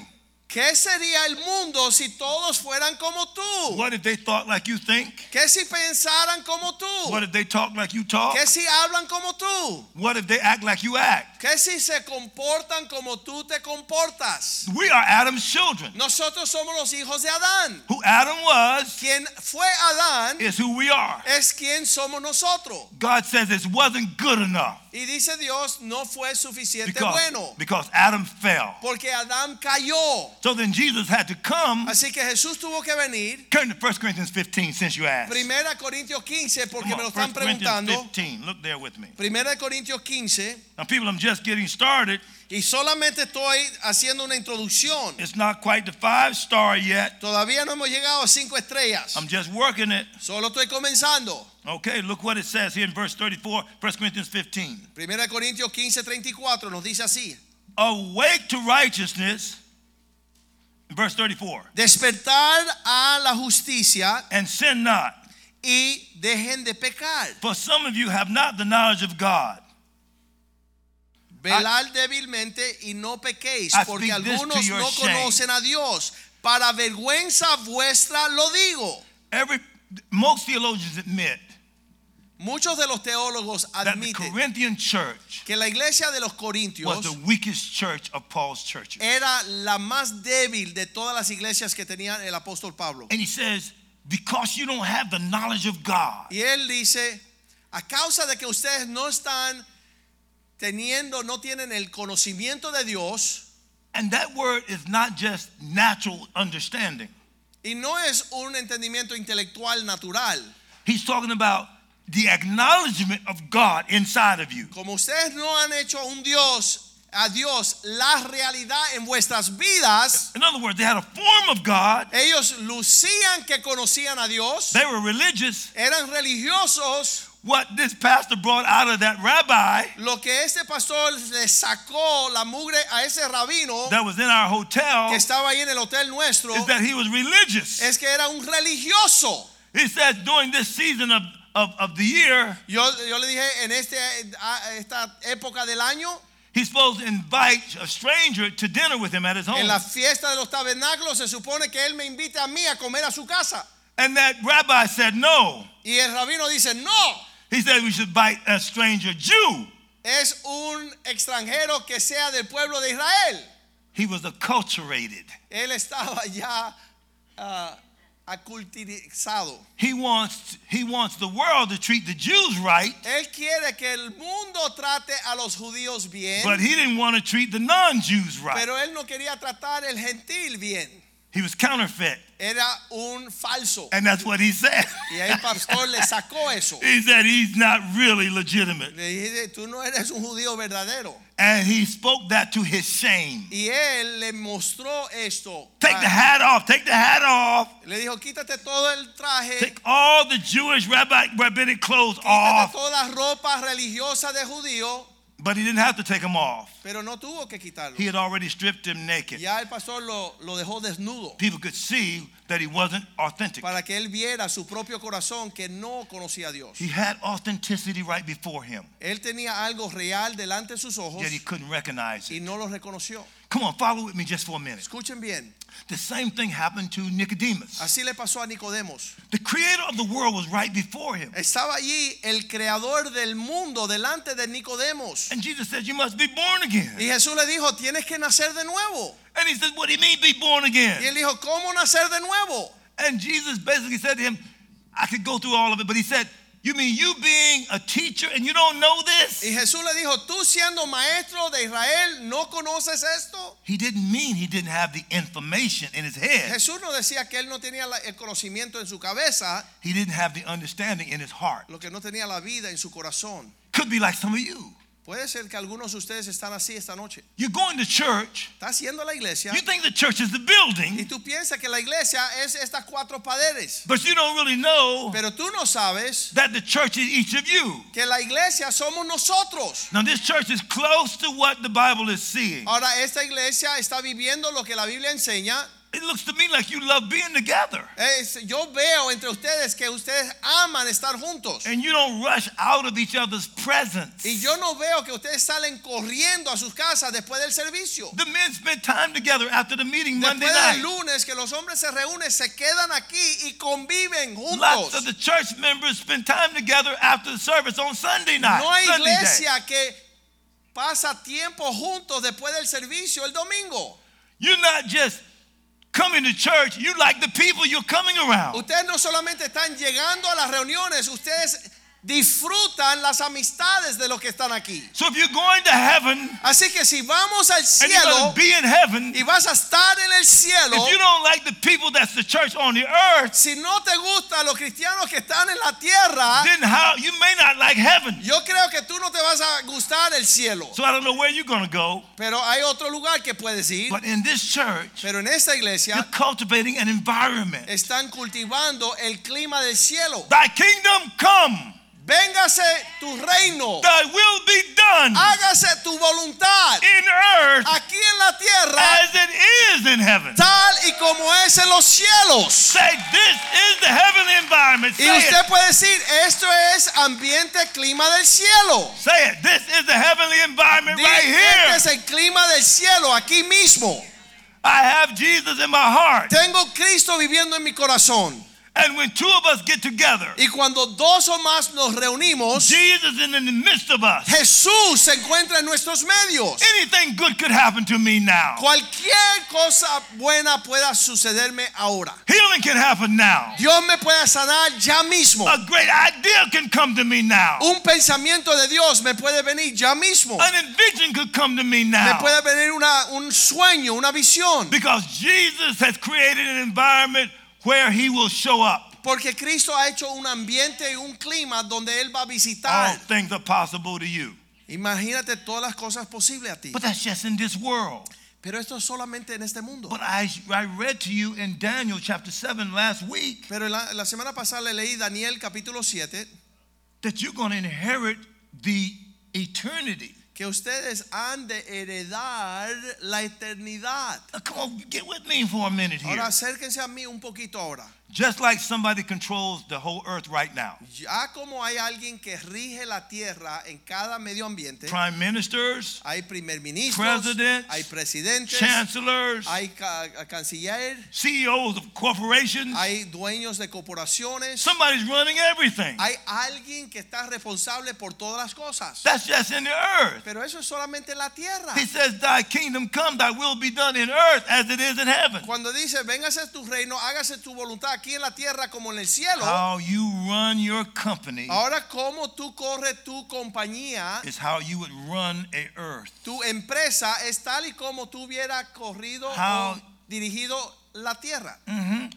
[SPEAKER 1] ¿qué sería el mundo si todos fueran como tú?
[SPEAKER 3] What if they thought like you think?
[SPEAKER 1] ¿Qué si pensaran como tú?
[SPEAKER 3] What if they talk like you talk?
[SPEAKER 1] ¿Qué si hablan como tú?
[SPEAKER 3] What if they act like you act?
[SPEAKER 1] ¿Qué si se comportan como tú te comportas?
[SPEAKER 3] We are Adam's children.
[SPEAKER 1] Nosotros somos los hijos de Adán.
[SPEAKER 3] Who Adam was
[SPEAKER 1] Quien fue Adán
[SPEAKER 3] is who we are.
[SPEAKER 1] es quien somos nosotros.
[SPEAKER 3] God says it wasn't good enough
[SPEAKER 1] Y dice Dios, no fue suficiente
[SPEAKER 3] because,
[SPEAKER 1] bueno,
[SPEAKER 3] because Adam fell.
[SPEAKER 1] porque Adán cayó.
[SPEAKER 3] So then Jesus had to come.
[SPEAKER 1] Así que Jesús tuvo que venir.
[SPEAKER 3] Turn to 1 Corinthians 15 since you asked.
[SPEAKER 1] Primera Corintios 15, porque
[SPEAKER 3] Come
[SPEAKER 1] me lo
[SPEAKER 3] on,
[SPEAKER 1] están
[SPEAKER 3] 1 Corinthians
[SPEAKER 1] preguntando.
[SPEAKER 3] 15. Look there with me.
[SPEAKER 1] Primera de Corintios 15,
[SPEAKER 3] Now, people, I'm just getting started.
[SPEAKER 1] y solamente estoy haciendo una introducción.
[SPEAKER 3] It's not quite the five star yet.
[SPEAKER 1] Todavía no hemos llegado a cinco estrellas.
[SPEAKER 3] I'm just working it.
[SPEAKER 1] Solo estoy comenzando.
[SPEAKER 3] Okay, look what it says here in verse 34, 1 Corinthians 15.
[SPEAKER 1] Primera de Corintios 15, 34 nos dice así.
[SPEAKER 3] Awake to righteousness, verse 34,
[SPEAKER 1] Despertar a la justicia
[SPEAKER 3] and sin not.
[SPEAKER 1] y dejen de pecar.
[SPEAKER 3] For some of you have not the knowledge of God.
[SPEAKER 1] Velad débilmente y no pequéis,
[SPEAKER 3] I
[SPEAKER 1] porque
[SPEAKER 3] speak this to
[SPEAKER 1] algunos
[SPEAKER 3] your
[SPEAKER 1] no
[SPEAKER 3] shame.
[SPEAKER 1] conocen a Dios. Para vergüenza vuestra lo digo.
[SPEAKER 3] Every most theologians admit
[SPEAKER 1] Muchos de los teólogos
[SPEAKER 3] that the
[SPEAKER 1] admiten
[SPEAKER 3] Corinthian church
[SPEAKER 1] que la iglesia de los corintios
[SPEAKER 3] was the weakest church of Paul's churches.
[SPEAKER 1] era la más débil de todas las iglesias que tenía el apóstol Pablo.
[SPEAKER 3] And he says, because you don't have the knowledge of God.
[SPEAKER 1] Y él dice, a causa de que ustedes no están teniendo, no tienen el conocimiento de Dios,
[SPEAKER 3] And that word is not just natural understanding.
[SPEAKER 1] y no es un entendimiento intelectual natural.
[SPEAKER 3] He's talking about the acknowledgement of God inside of you.
[SPEAKER 1] Como ustedes no han hecho a un Dios, a Dios, la realidad en vuestras vidas,
[SPEAKER 3] In other words, they had a form of God.
[SPEAKER 1] ellos lucían que conocían a Dios,
[SPEAKER 3] They were religious.
[SPEAKER 1] eran religiosos.
[SPEAKER 3] What this pastor brought out of that rabbi
[SPEAKER 1] Lo que este pastor le sacó la mugre a ese rabino
[SPEAKER 3] that was in our hotel
[SPEAKER 1] que estaba ahí en el hotel nuestro
[SPEAKER 3] is that he was religious.
[SPEAKER 1] es que era un religioso.
[SPEAKER 3] He says during this season of, of, of the year,
[SPEAKER 1] Yo, yo le dije en este, a esta época del año,
[SPEAKER 3] he's supposed to invite a stranger to dinner with him at his
[SPEAKER 1] en
[SPEAKER 3] home.
[SPEAKER 1] la fiesta de los tabernáculos, se supone que él me invita a mí a comer a su casa.
[SPEAKER 3] And that rabbi said no.
[SPEAKER 1] Y el rabino dice, no.
[SPEAKER 3] He said we should bite a stranger Jew.
[SPEAKER 1] es un extranjero que sea del pueblo de Israel.
[SPEAKER 3] He was acculturated.
[SPEAKER 1] Él estaba ya ah, aculturizado.
[SPEAKER 3] He wants, he wants the world to treat the Jews right,
[SPEAKER 1] Él quiere que el mundo trate a los judíos bien,
[SPEAKER 3] but he didn't want to treat the non Jews right.
[SPEAKER 1] pero él no quería tratar el gentil bien.
[SPEAKER 3] He was counterfeit.
[SPEAKER 1] Era un falso.
[SPEAKER 3] And that's what he said.
[SPEAKER 1] Y el pastor le sacó eso.
[SPEAKER 3] he said he's not really legitimate.
[SPEAKER 1] Le dije, tú no eres un judío verdadero.
[SPEAKER 3] And he spoke that to his shame.
[SPEAKER 1] Y él le mostró esto. Ah,
[SPEAKER 3] Take the hat off. Take the hat off.
[SPEAKER 1] Le dijo, quítate todo el traje,
[SPEAKER 3] Take all the Jewish rabbi, rabbinic clothes
[SPEAKER 1] quítate
[SPEAKER 3] off.
[SPEAKER 1] toda la ropa religiosa de judío,
[SPEAKER 3] But he didn't have to take them off.
[SPEAKER 1] pero no tuvo que quitarlo.
[SPEAKER 3] He had already stripped him naked.
[SPEAKER 1] Ya el pastor lo, lo dejó desnudo
[SPEAKER 3] People could see that he wasn't authentic.
[SPEAKER 1] para que él viera su propio corazón que no conocía a Dios.
[SPEAKER 3] He had authenticity right before him,
[SPEAKER 1] Él tenía algo real delante de sus ojos
[SPEAKER 3] yet he couldn't recognize
[SPEAKER 1] y
[SPEAKER 3] it.
[SPEAKER 1] no lo reconoció.
[SPEAKER 3] Come on, follow with me just for a minute.
[SPEAKER 1] Escuchen bien,
[SPEAKER 3] The same thing happened to Nicodemus.
[SPEAKER 1] así le pasó a Nicodemos.
[SPEAKER 3] The creator of the world was right before him.
[SPEAKER 1] Estaba allí el creador del mundo delante de Nicodemos.
[SPEAKER 3] And Jesus said, You must be born again.
[SPEAKER 1] Y Jesús le dijo, tienes que nacer de nuevo.
[SPEAKER 3] And he said, What do you mean, be born
[SPEAKER 1] Y
[SPEAKER 3] again?
[SPEAKER 1] él dijo, ¿cómo nacer de nuevo?
[SPEAKER 3] And Jesus basically said to him, I could go through all of it, but he said, You mean you being a teacher and you don't know
[SPEAKER 1] Y
[SPEAKER 3] this?
[SPEAKER 1] Jesús le dijo, tú siendo maestro de Israel, ¿no conoces esto?
[SPEAKER 3] He didn't mean he didn't have the information in his head,
[SPEAKER 1] Jesús no decía que él no tenía la- el conocimiento en su cabeza,
[SPEAKER 3] he didn't have the understanding in his heart.
[SPEAKER 1] lo que no tenía la vida en su corazón.
[SPEAKER 3] Could be like some of you.
[SPEAKER 1] Puede ser que algunos de ustedes están así esta noche.
[SPEAKER 3] You're going to church.
[SPEAKER 1] Está haciendo la iglesia
[SPEAKER 3] You think the church is the
[SPEAKER 1] y
[SPEAKER 3] building,
[SPEAKER 1] tú piensas que la iglesia es estas cuatro paredes,
[SPEAKER 3] but you don't really know
[SPEAKER 1] pero tú no sabes
[SPEAKER 3] that the church is each of you.
[SPEAKER 1] que la iglesia somos nosotros.
[SPEAKER 3] Now, this church is close to what the Bible is seeing.
[SPEAKER 1] Ahora esta iglesia está viviendo lo que la Biblia enseña.
[SPEAKER 3] It looks to me like you love being together.
[SPEAKER 1] Es- yo veo entre ustedes que ustedes aman estar juntos.
[SPEAKER 3] And you don't rush out of each other's presence.
[SPEAKER 1] Y yo no veo que ustedes salen corriendo a sus casas después del servicio.
[SPEAKER 3] The men spent time together after the meeting Monday
[SPEAKER 1] Después del
[SPEAKER 3] night.
[SPEAKER 1] lunes que los hombres se reúnen, se quedan aquí y conviven
[SPEAKER 3] Lots
[SPEAKER 1] juntos.
[SPEAKER 3] of the church members spend time together after the service on Sunday night.
[SPEAKER 1] No hay
[SPEAKER 3] Sunday day.
[SPEAKER 1] iglesia que pasa tiempo juntos después del servicio el domingo.
[SPEAKER 3] You're not just coming to church, you like the people you're coming around.
[SPEAKER 1] Ustedes no solamente están llegando a las reuniones, ustedes disfrutan las amistades de los que están aquí.
[SPEAKER 3] So if you're going to heaven
[SPEAKER 1] Así que si vamos al
[SPEAKER 3] and you're
[SPEAKER 1] cielo
[SPEAKER 3] going to be in heaven,
[SPEAKER 1] y vas a estar en el cielo,
[SPEAKER 3] if you don't like the people that's the church on the earth,
[SPEAKER 1] si no te gustan los cristianos que están en la tierra,
[SPEAKER 3] then how you may not like heaven.
[SPEAKER 1] Yo creo que tú no te vas a gustar el cielo,
[SPEAKER 3] So I don't know where you're going to go,
[SPEAKER 1] pero hay otro lugar que puedes ir.
[SPEAKER 3] but in this church,
[SPEAKER 1] Pero en esta
[SPEAKER 3] you're
[SPEAKER 1] iglesia
[SPEAKER 3] cultivating an environment.
[SPEAKER 1] están cultivando el clima del cielo.
[SPEAKER 3] Thy kingdom come,
[SPEAKER 1] Véngase tu reino,
[SPEAKER 3] thy will be done
[SPEAKER 1] Ah. hágase tu voluntad
[SPEAKER 3] in earth
[SPEAKER 1] aquí en la tierra,
[SPEAKER 3] as it is in heaven.
[SPEAKER 1] tal y como es en los cielos.
[SPEAKER 3] Say, this is the heavenly environment.
[SPEAKER 1] Y
[SPEAKER 3] Say
[SPEAKER 1] usted
[SPEAKER 3] it.
[SPEAKER 1] puede decir, esto es ambiente clima del cielo.
[SPEAKER 3] Say it. This is the heavenly environment
[SPEAKER 1] Di,
[SPEAKER 3] right
[SPEAKER 1] Este es
[SPEAKER 3] here.
[SPEAKER 1] el clima del cielo, aquí mismo.
[SPEAKER 3] I have Jesus in my heart.
[SPEAKER 1] Tengo Cristo viviendo en mi corazón.
[SPEAKER 3] And when two of us get together,
[SPEAKER 1] Y cuando dos o más nos reunimos,
[SPEAKER 3] Jesus is in the midst of us.
[SPEAKER 1] Jesús se encuentra en nuestros medios.
[SPEAKER 3] Anything good could happen to me now.
[SPEAKER 1] Cualquier cosa buena pueda sucederme ahora.
[SPEAKER 3] Healing can happen now.
[SPEAKER 1] Dios me puede sanar ya mismo.
[SPEAKER 3] A great idea can come to me now.
[SPEAKER 1] Un pensamiento de Dios me puede venir ya mismo.
[SPEAKER 3] An invention could come to me
[SPEAKER 1] Me
[SPEAKER 3] now.
[SPEAKER 1] puede venir una- un sueño, una visión.
[SPEAKER 3] Because Jesus has created an environment where he will show up.
[SPEAKER 1] Porque Cristo ha hecho un ambiente y un clima donde Él va a
[SPEAKER 3] All
[SPEAKER 1] visitar.
[SPEAKER 3] things are possible to you.
[SPEAKER 1] Imagínate todas las cosas posibles a ti.
[SPEAKER 3] But that's just in this world.
[SPEAKER 1] Pero esto es solamente en este mundo.
[SPEAKER 3] But I, I read to you in Daniel chapter 7 last week
[SPEAKER 1] Pero la, la semana pasada le leí Daniel capítulo 7
[SPEAKER 3] that you're going to inherit the eternity.
[SPEAKER 1] que ustedes han de heredar la eternidad.
[SPEAKER 3] Now, Uh, come on, get with me for a minute here.
[SPEAKER 1] Ahora acérquense a mí un poquito ahora.
[SPEAKER 3] Just like somebody controls the whole earth right now.
[SPEAKER 1] Ya como hay alguien que rige la tierra en cada medio ambiente,
[SPEAKER 3] Prime ministers,
[SPEAKER 1] hay primer ministro,
[SPEAKER 3] Presidents,
[SPEAKER 1] hay presidentes,
[SPEAKER 3] chancellors,
[SPEAKER 1] hay ca- canciller,
[SPEAKER 3] CEOs of corporations.
[SPEAKER 1] hay dueños de corporaciones,
[SPEAKER 3] Somebody's running everything.
[SPEAKER 1] hay alguien que está responsable por todas las cosas.
[SPEAKER 3] That's just in the earth.
[SPEAKER 1] Pero eso es solamente la tierra.
[SPEAKER 3] He says, Thy kingdom come, thy will be done in earth as it is in heaven.
[SPEAKER 1] Cuando dice, véngase tu reino, hágase tu voluntad aquí en la tierra como en el cielo.
[SPEAKER 3] How you run your company
[SPEAKER 1] Ahora, cómo tú corres tu compañía,
[SPEAKER 3] is how you would run a earth.
[SPEAKER 1] tu empresa es tal y como tú hubieras corrido
[SPEAKER 3] How-
[SPEAKER 1] o dirigido la tierra.
[SPEAKER 3] Mm.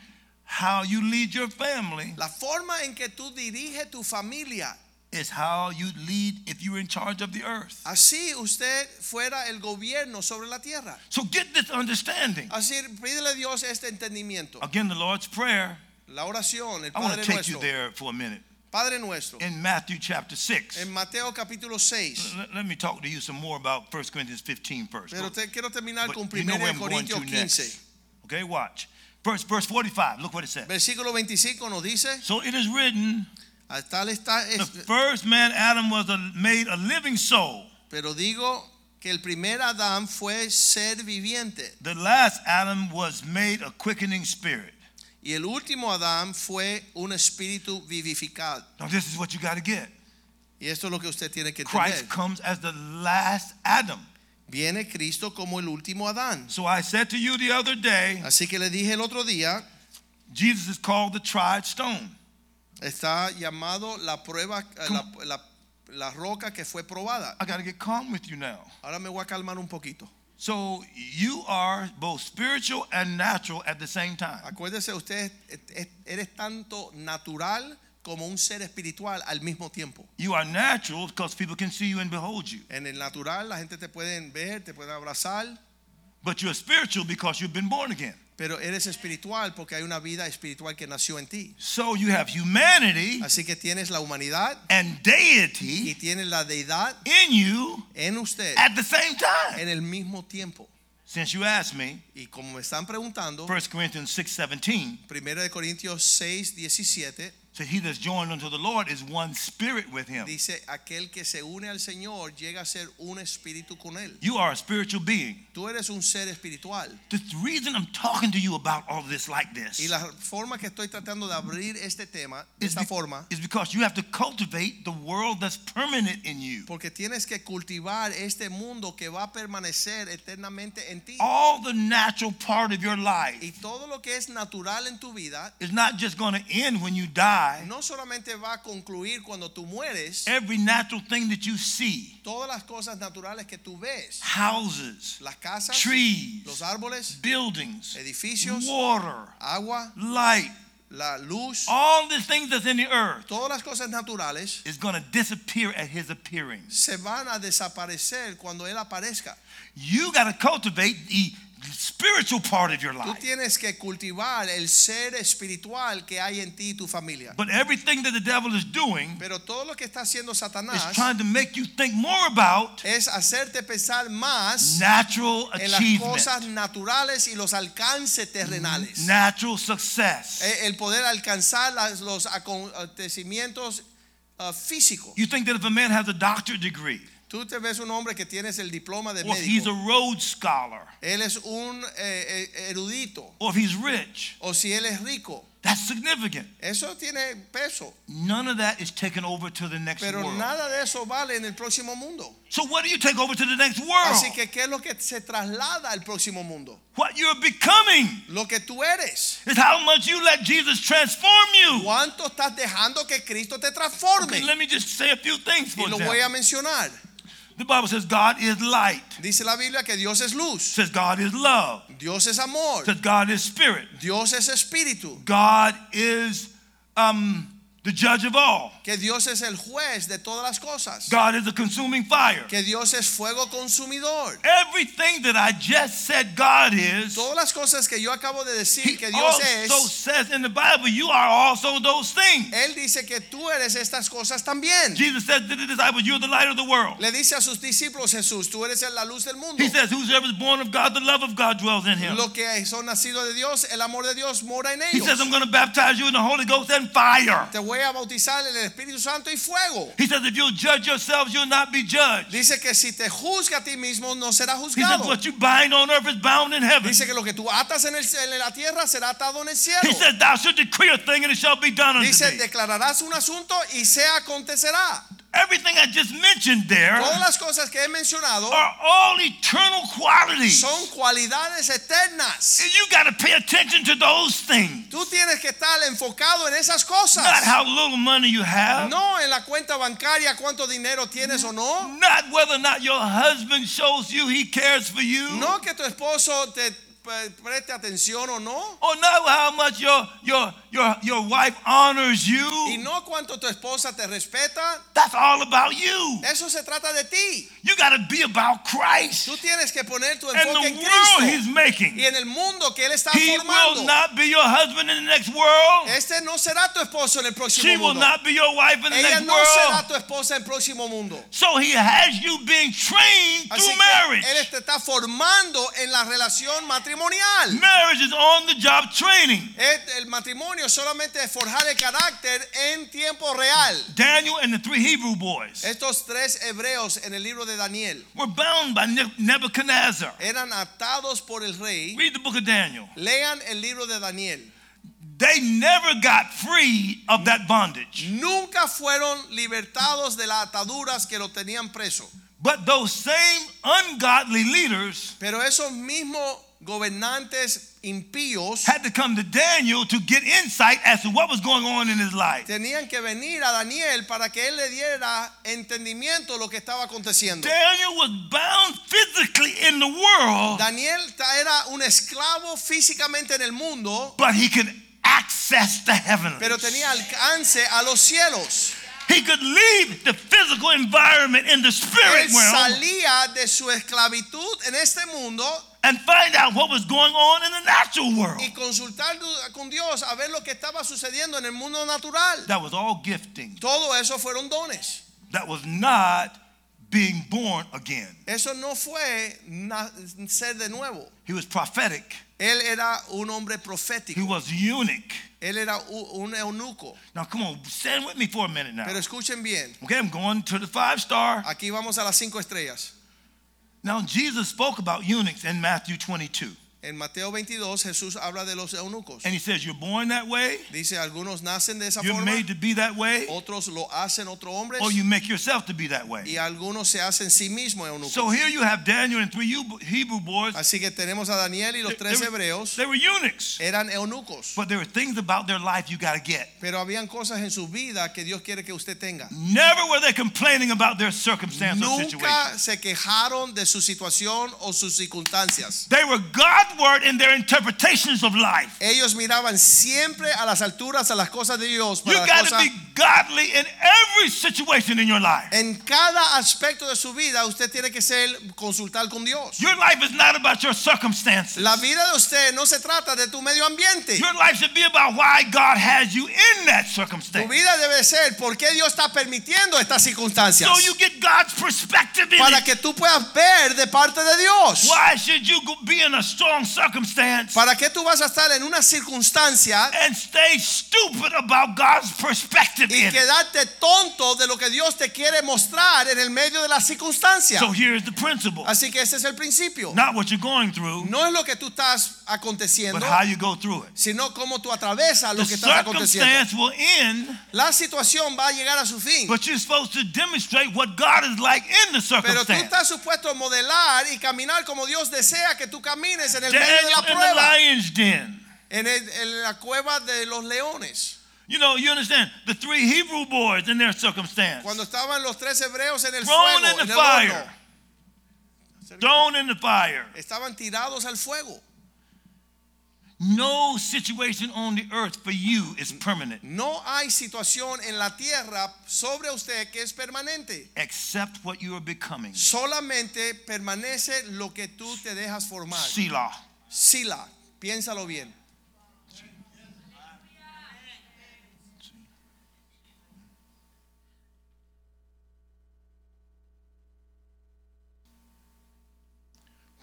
[SPEAKER 3] How you lead your family
[SPEAKER 1] La forma en que tú diriges tu familia.
[SPEAKER 3] is how you lead if you're in charge of the earth.
[SPEAKER 1] Así usted fuera el gobierno sobre la tierra.
[SPEAKER 3] So get this understanding.
[SPEAKER 1] Así pídele a Dios este entendimiento.
[SPEAKER 3] Again, the Lord's Prayer.
[SPEAKER 1] La oración, el
[SPEAKER 3] I want
[SPEAKER 1] Padre
[SPEAKER 3] to take you
[SPEAKER 1] nuestro.
[SPEAKER 3] there for a minute.
[SPEAKER 1] Padre nuestro.
[SPEAKER 3] In Matthew chapter 6.
[SPEAKER 1] En Mateo capítulo 6.
[SPEAKER 3] L- Let, me talk to you some more about 1 Corinthians 15 first.
[SPEAKER 1] Pero te, quiero terminar
[SPEAKER 3] But
[SPEAKER 1] con
[SPEAKER 3] you know
[SPEAKER 1] 1
[SPEAKER 3] where I'm going
[SPEAKER 1] Corintios
[SPEAKER 3] to
[SPEAKER 1] 15.
[SPEAKER 3] next. Okay, watch. First, verse 45. Look what it says.
[SPEAKER 1] Versículo 25 nos dice,
[SPEAKER 3] So it is written,
[SPEAKER 1] a tal está, es-
[SPEAKER 3] the first man Adam was a, made a living soul.
[SPEAKER 1] pero digo que el primer Adán fue ser viviente
[SPEAKER 3] The last Adam was made a quickening spirit.
[SPEAKER 1] y el último Adán fue un espíritu vivificado.
[SPEAKER 3] Now this is what you got to get.
[SPEAKER 1] Y esto es lo que usted tiene que
[SPEAKER 3] Christ
[SPEAKER 1] entender.
[SPEAKER 3] comes as the last Adam.
[SPEAKER 1] Viene Cristo como el último Adán.
[SPEAKER 3] So I said to you the other day,
[SPEAKER 1] Así que le dije el otro día,
[SPEAKER 3] Jesus is called the tried stone.
[SPEAKER 1] está llamado la prueba, eh, la, la- la roca que fue probada.
[SPEAKER 3] I got to get calm with you now.
[SPEAKER 1] Ahora me voy a calmar un poquito.
[SPEAKER 3] So you are both spiritual and natural at the same time.
[SPEAKER 1] Acuérdese, usted es- es- eres tanto natural como un ser espiritual al mismo tiempo.
[SPEAKER 3] You are natural because people can see you and behold you.
[SPEAKER 1] En el natural la gente te puede ver, te puede abrazar,
[SPEAKER 3] But you're spiritual because you've been born again.
[SPEAKER 1] pero eres espiritual porque hay una vida espiritual que nació en ti.
[SPEAKER 3] So you have humanity
[SPEAKER 1] Así que tienes la humanidad
[SPEAKER 3] and
[SPEAKER 1] y
[SPEAKER 3] deity
[SPEAKER 1] tienes la deidad
[SPEAKER 3] in you
[SPEAKER 1] en usted
[SPEAKER 3] at the same time.
[SPEAKER 1] en el mismo tiempo.
[SPEAKER 3] Since you asked me,
[SPEAKER 1] Y como me están preguntando,
[SPEAKER 3] 1 Corinthians 6:17
[SPEAKER 1] 1 de Corintios 6, 17
[SPEAKER 3] says he that's joined unto the Lord is one spirit with him.
[SPEAKER 1] dice, aquel que se une al Señor llega a ser un espíritu con él.
[SPEAKER 3] You are a spiritual being.
[SPEAKER 1] Tú eres un ser espiritual.
[SPEAKER 3] The reason I'm talking to you about all this like
[SPEAKER 1] Y
[SPEAKER 3] this
[SPEAKER 1] la forma que estoy tratando de abrir este tema, de
[SPEAKER 3] is,
[SPEAKER 1] esta
[SPEAKER 3] be-
[SPEAKER 1] forma,
[SPEAKER 3] is because you have to cultivate the world that's permanent in you.
[SPEAKER 1] porque tienes que cultivar este mundo que va a permanecer eternamente en ti.
[SPEAKER 3] All the natural part of your life
[SPEAKER 1] Y todo lo que es natural en tu vida
[SPEAKER 3] is not just going to end when you die.
[SPEAKER 1] no solamente va a concluir cuando tú mueres,
[SPEAKER 3] Every natural thing that you see,
[SPEAKER 1] todas las cosas naturales que tú ves,
[SPEAKER 3] houses,
[SPEAKER 1] las casas, los
[SPEAKER 3] trees,
[SPEAKER 1] árboles,
[SPEAKER 3] buildings,
[SPEAKER 1] edificios,
[SPEAKER 3] water,
[SPEAKER 1] agua,
[SPEAKER 3] light,
[SPEAKER 1] la luz,
[SPEAKER 3] all the things that's in the earth
[SPEAKER 1] todas las cosas naturales
[SPEAKER 3] is going to disappear at his appearing.
[SPEAKER 1] se van a desaparecer cuando él aparezca.
[SPEAKER 3] You got to cultivate the spiritual part of your
[SPEAKER 1] Tú
[SPEAKER 3] life.
[SPEAKER 1] tienes que cultivar el ser espiritual que hay en ti y tu familia.
[SPEAKER 3] But everything that the devil is doing
[SPEAKER 1] Pero todo lo que está haciendo
[SPEAKER 3] is
[SPEAKER 1] Satanás
[SPEAKER 3] trying to make you think more about
[SPEAKER 1] es hacerte pensar más
[SPEAKER 3] natural
[SPEAKER 1] en las
[SPEAKER 3] achievement,
[SPEAKER 1] cosas naturales y los alcances terrenales.
[SPEAKER 3] natural success.
[SPEAKER 1] Eh, El poder alcanzar las- los acontecimientos ah, físicos.
[SPEAKER 3] You think that if a man has a doctorate degree,
[SPEAKER 1] Tú te ves un hombre que tienes el diploma de
[SPEAKER 3] or if he's a
[SPEAKER 1] médico.
[SPEAKER 3] Rhodes scholar,
[SPEAKER 1] Él es un eh, eh, erudito.
[SPEAKER 3] or if he's rich,
[SPEAKER 1] O si él es rico.
[SPEAKER 3] that's significant.
[SPEAKER 1] Eso tiene peso.
[SPEAKER 3] None of that is taken over to the next
[SPEAKER 1] Pero
[SPEAKER 3] world.
[SPEAKER 1] nada de eso vale en el próximo mundo.
[SPEAKER 3] so what do you take over to the next world?
[SPEAKER 1] Así que, ¿qué es lo que se traslada al próximo mundo?
[SPEAKER 3] what you're becoming
[SPEAKER 1] Lo que tú eres.
[SPEAKER 3] is how much you let Jesus transform you.
[SPEAKER 1] ¿Cuánto estás dejando que Cristo te
[SPEAKER 3] Okay,
[SPEAKER 1] transforme?
[SPEAKER 3] let me just say a few things for
[SPEAKER 1] Y lo
[SPEAKER 3] example.
[SPEAKER 1] voy a mencionar.
[SPEAKER 3] The Bible says God is light.
[SPEAKER 1] Dice la Biblia que Dios es luz,
[SPEAKER 3] says God is love.
[SPEAKER 1] Dios es amor,
[SPEAKER 3] says God is spirit.
[SPEAKER 1] Dios es espíritu,
[SPEAKER 3] God is um, the judge of all.
[SPEAKER 1] que Dios es el juez de todas las cosas,
[SPEAKER 3] God is a consuming fire.
[SPEAKER 1] que Dios es fuego consumidor.
[SPEAKER 3] Everything that I just said God is,
[SPEAKER 1] Todas las cosas que yo acabo de decir
[SPEAKER 3] He
[SPEAKER 1] que Dios es,
[SPEAKER 3] also says in the Bible, you are also those things.
[SPEAKER 1] Él dice que tú eres estas cosas también.
[SPEAKER 3] Jesus said to the disciples, You're the light of the world.
[SPEAKER 1] Le dice a sus discípulos Jesús, tú eres la luz del mundo.
[SPEAKER 3] He says, Whosoever is born of God, the love of God dwells in him.
[SPEAKER 1] Lo que son nacidos de Dios, el amor de Dios mora en
[SPEAKER 3] He
[SPEAKER 1] ellos.
[SPEAKER 3] says, I'm going to baptize you in the Holy Ghost and fire.
[SPEAKER 1] Te voy a bautizar en el Espíritu Santo y fuego.
[SPEAKER 3] He says, If you'll judge yourselves, you'll not be judged.
[SPEAKER 1] Dice que si te juzga a ti mismo, no serás
[SPEAKER 3] He says,
[SPEAKER 1] juzgado.
[SPEAKER 3] What you bind on earth is bound in heaven.
[SPEAKER 1] Dice que lo que tú atas en, el, en la tierra será atado en el cielo.
[SPEAKER 3] He says, Thou shalt decree a thing and it shall be done unto
[SPEAKER 1] Dice,
[SPEAKER 3] thee.
[SPEAKER 1] declararás un asunto y se acontecerá.
[SPEAKER 3] Everything I just mentioned there
[SPEAKER 1] Todas las cosas que he mencionado
[SPEAKER 3] are all eternal qualities.
[SPEAKER 1] son cualidades eternas.
[SPEAKER 3] And you got to pay attention to those things.
[SPEAKER 1] Tú tienes que estar enfocado en esas
[SPEAKER 3] Not
[SPEAKER 1] cosas.
[SPEAKER 3] how little money you have.
[SPEAKER 1] No en la cuenta bancaria cuánto dinero tienes o no.
[SPEAKER 3] Not whether or not your husband shows you he cares for you.
[SPEAKER 1] No que tu esposo te pre- preste atención o no.
[SPEAKER 3] Or not how much your your your your wife honors
[SPEAKER 1] Y
[SPEAKER 3] you.
[SPEAKER 1] no cuánto tu esposa te respeta.
[SPEAKER 3] That's all about you.
[SPEAKER 1] Eso se trata de ti.
[SPEAKER 3] You got to be about Christ
[SPEAKER 1] Tú tienes que poner tu
[SPEAKER 3] and
[SPEAKER 1] enfoque
[SPEAKER 3] the
[SPEAKER 1] en
[SPEAKER 3] world
[SPEAKER 1] Cristo
[SPEAKER 3] he's making.
[SPEAKER 1] y en el mundo que Él está
[SPEAKER 3] He will
[SPEAKER 1] formando.
[SPEAKER 3] not be your husband in the next world.
[SPEAKER 1] Este no será tu esposo en el
[SPEAKER 3] She
[SPEAKER 1] próximo
[SPEAKER 3] will
[SPEAKER 1] mundo.
[SPEAKER 3] not be your wife in the
[SPEAKER 1] Ella
[SPEAKER 3] next
[SPEAKER 1] no será
[SPEAKER 3] world.
[SPEAKER 1] tu esposa en el próximo mundo.
[SPEAKER 3] So he has you being trained
[SPEAKER 1] Así
[SPEAKER 3] through
[SPEAKER 1] que
[SPEAKER 3] marriage.
[SPEAKER 1] él te está formando en la relación matrimonial.
[SPEAKER 3] Marriage is on the job training.
[SPEAKER 1] El, el matrimonio solamente es forjar el carácter en tiempo real.
[SPEAKER 3] Daniel and the three Hebrew boys
[SPEAKER 1] Estos tres hebreos en el libro de Daniel
[SPEAKER 3] were bound by Ne- Nebuchadnezzar.
[SPEAKER 1] eran atados por el rey.
[SPEAKER 3] Read the book of Daniel.
[SPEAKER 1] Lean el libro de Daniel.
[SPEAKER 3] They never got free of that bondage.
[SPEAKER 1] Nunca fueron libertados de las ataduras que lo tenían preso.
[SPEAKER 3] But those same ungodly leaders
[SPEAKER 1] Pero esos mismos gobernantes impíos
[SPEAKER 3] had to come to Daniel to get insight as to what was going on in his life.
[SPEAKER 1] tenían que venir a Daniel para que él le diera entendimiento de lo que estaba aconteciendo.
[SPEAKER 3] Daniel was bound physically in the world,
[SPEAKER 1] Daniel ta- era un esclavo físicamente en el mundo,
[SPEAKER 3] but he could access the
[SPEAKER 1] pero
[SPEAKER 3] heavens.
[SPEAKER 1] tenía alcance a los cielos.
[SPEAKER 3] He could leave the physical environment in the
[SPEAKER 1] Él
[SPEAKER 3] spirit realm
[SPEAKER 1] salía de su esclavitud en este mundo
[SPEAKER 3] and find out what was going on in the natural world.
[SPEAKER 1] y consultar du- con Dios a ver lo que estaba sucediendo en el mundo natural.
[SPEAKER 3] That was all gifting.
[SPEAKER 1] Todo eso fueron dones.
[SPEAKER 3] That was not being born again.
[SPEAKER 1] Eso no fue na- ser de nuevo.
[SPEAKER 3] He was prophetic.
[SPEAKER 1] Él era un hombre
[SPEAKER 3] He
[SPEAKER 1] profético.
[SPEAKER 3] was eunuch.
[SPEAKER 1] Él era u- un eunuco.
[SPEAKER 3] Now, come on, stand with me for a minute now.
[SPEAKER 1] Pero escuchen bien.
[SPEAKER 3] Okay, I'm going to the five star.
[SPEAKER 1] Aquí vamos a las cinco estrellas.
[SPEAKER 3] Now, Jesus spoke about eunuchs in Matthew 22.
[SPEAKER 1] En Mateo 22 Jesús habla de los eunucos.
[SPEAKER 3] And he says, You're born that way,
[SPEAKER 1] Dice, algunos nacen de esa
[SPEAKER 3] you're
[SPEAKER 1] forma,
[SPEAKER 3] made to be that way,
[SPEAKER 1] otros lo hacen otros hombres
[SPEAKER 3] or you make yourself to be that
[SPEAKER 1] y
[SPEAKER 3] way.
[SPEAKER 1] algunos se hacen sí mismos eunucos.
[SPEAKER 3] So here you have Daniel and three Hebrew- Hebrew boys.
[SPEAKER 1] Así que tenemos a Daniel y los tres hebreos Eh.
[SPEAKER 3] they were eunuchs.
[SPEAKER 1] eran eunucos,
[SPEAKER 3] But there were things about their life you got to get.
[SPEAKER 1] pero habían cosas en su vida que Dios quiere que usted tenga.
[SPEAKER 3] Never were they complaining about their circumstance or situation.
[SPEAKER 1] Nunca se quejaron de su situación o sus circunstancias.
[SPEAKER 3] They were Godward in their interpretations of life.
[SPEAKER 1] Ellos miraban siempre a las alturas, a las cosas de Dios.
[SPEAKER 3] You
[SPEAKER 1] Para las
[SPEAKER 3] got to
[SPEAKER 1] cosas-
[SPEAKER 3] be godly in every situation in your life.
[SPEAKER 1] en cada aspecto de su vida usted tiene que ser consultar con Dios.
[SPEAKER 3] Your life is not about your circumstances.
[SPEAKER 1] La vida de usted no se trata de tu medio ambiente.
[SPEAKER 3] Your life should be about why God has you in that
[SPEAKER 1] Tu
[SPEAKER 3] circumstance.
[SPEAKER 1] vida debe ser por qué Dios está permitiendo estas circunstancias.
[SPEAKER 3] So you get God's perspective in
[SPEAKER 1] Para
[SPEAKER 3] it.
[SPEAKER 1] que tú puedas ver de parte de Dios.
[SPEAKER 3] Why should you go- be in a strong circumstance
[SPEAKER 1] Para que tú vas a estar en una circunstancia
[SPEAKER 3] and stay stupid about God's perspective
[SPEAKER 1] y
[SPEAKER 3] in it?
[SPEAKER 1] quedarte tonto de lo que Dios te quiere mostrar en el medio de la circunstancia.
[SPEAKER 3] So here's the principle.
[SPEAKER 1] Así que ese es el principio.
[SPEAKER 3] Not what you're going through,
[SPEAKER 1] No es lo que tú estás aconteciendo,
[SPEAKER 3] but how you go through it.
[SPEAKER 1] sino cómo tú atravesas
[SPEAKER 3] The
[SPEAKER 1] lo que está aconteciendo.
[SPEAKER 3] circumstance will end
[SPEAKER 1] La situación va a llegar a su fin.
[SPEAKER 3] But you're supposed to demonstrate what God is like in the
[SPEAKER 1] Pero tú
[SPEAKER 3] circumstance.
[SPEAKER 1] estás supuesto a modelar y caminar como Dios desea que tú camines en el medio de
[SPEAKER 3] Daniel
[SPEAKER 1] la
[SPEAKER 3] in the
[SPEAKER 1] prueba,
[SPEAKER 3] lion's den.
[SPEAKER 1] en, el- en la cueva de los leones.
[SPEAKER 3] You know, you understand the three Hebrew boys in their circumstance,
[SPEAKER 1] Cuando estaban los tres hebreos en el
[SPEAKER 3] Thrown
[SPEAKER 1] fuego,
[SPEAKER 3] in the
[SPEAKER 1] en el
[SPEAKER 3] fire.
[SPEAKER 1] horno,
[SPEAKER 3] thrown in the fire.
[SPEAKER 1] estaban tirados al fuego.
[SPEAKER 3] No situation on the earth for you is permanent
[SPEAKER 1] No hay situación en la tierra sobre usted que es permanente.
[SPEAKER 3] except what you are becoming.
[SPEAKER 1] Solamente permanece lo que tú te dejas formar.
[SPEAKER 3] Selah.
[SPEAKER 1] Sila, piénsalo bien.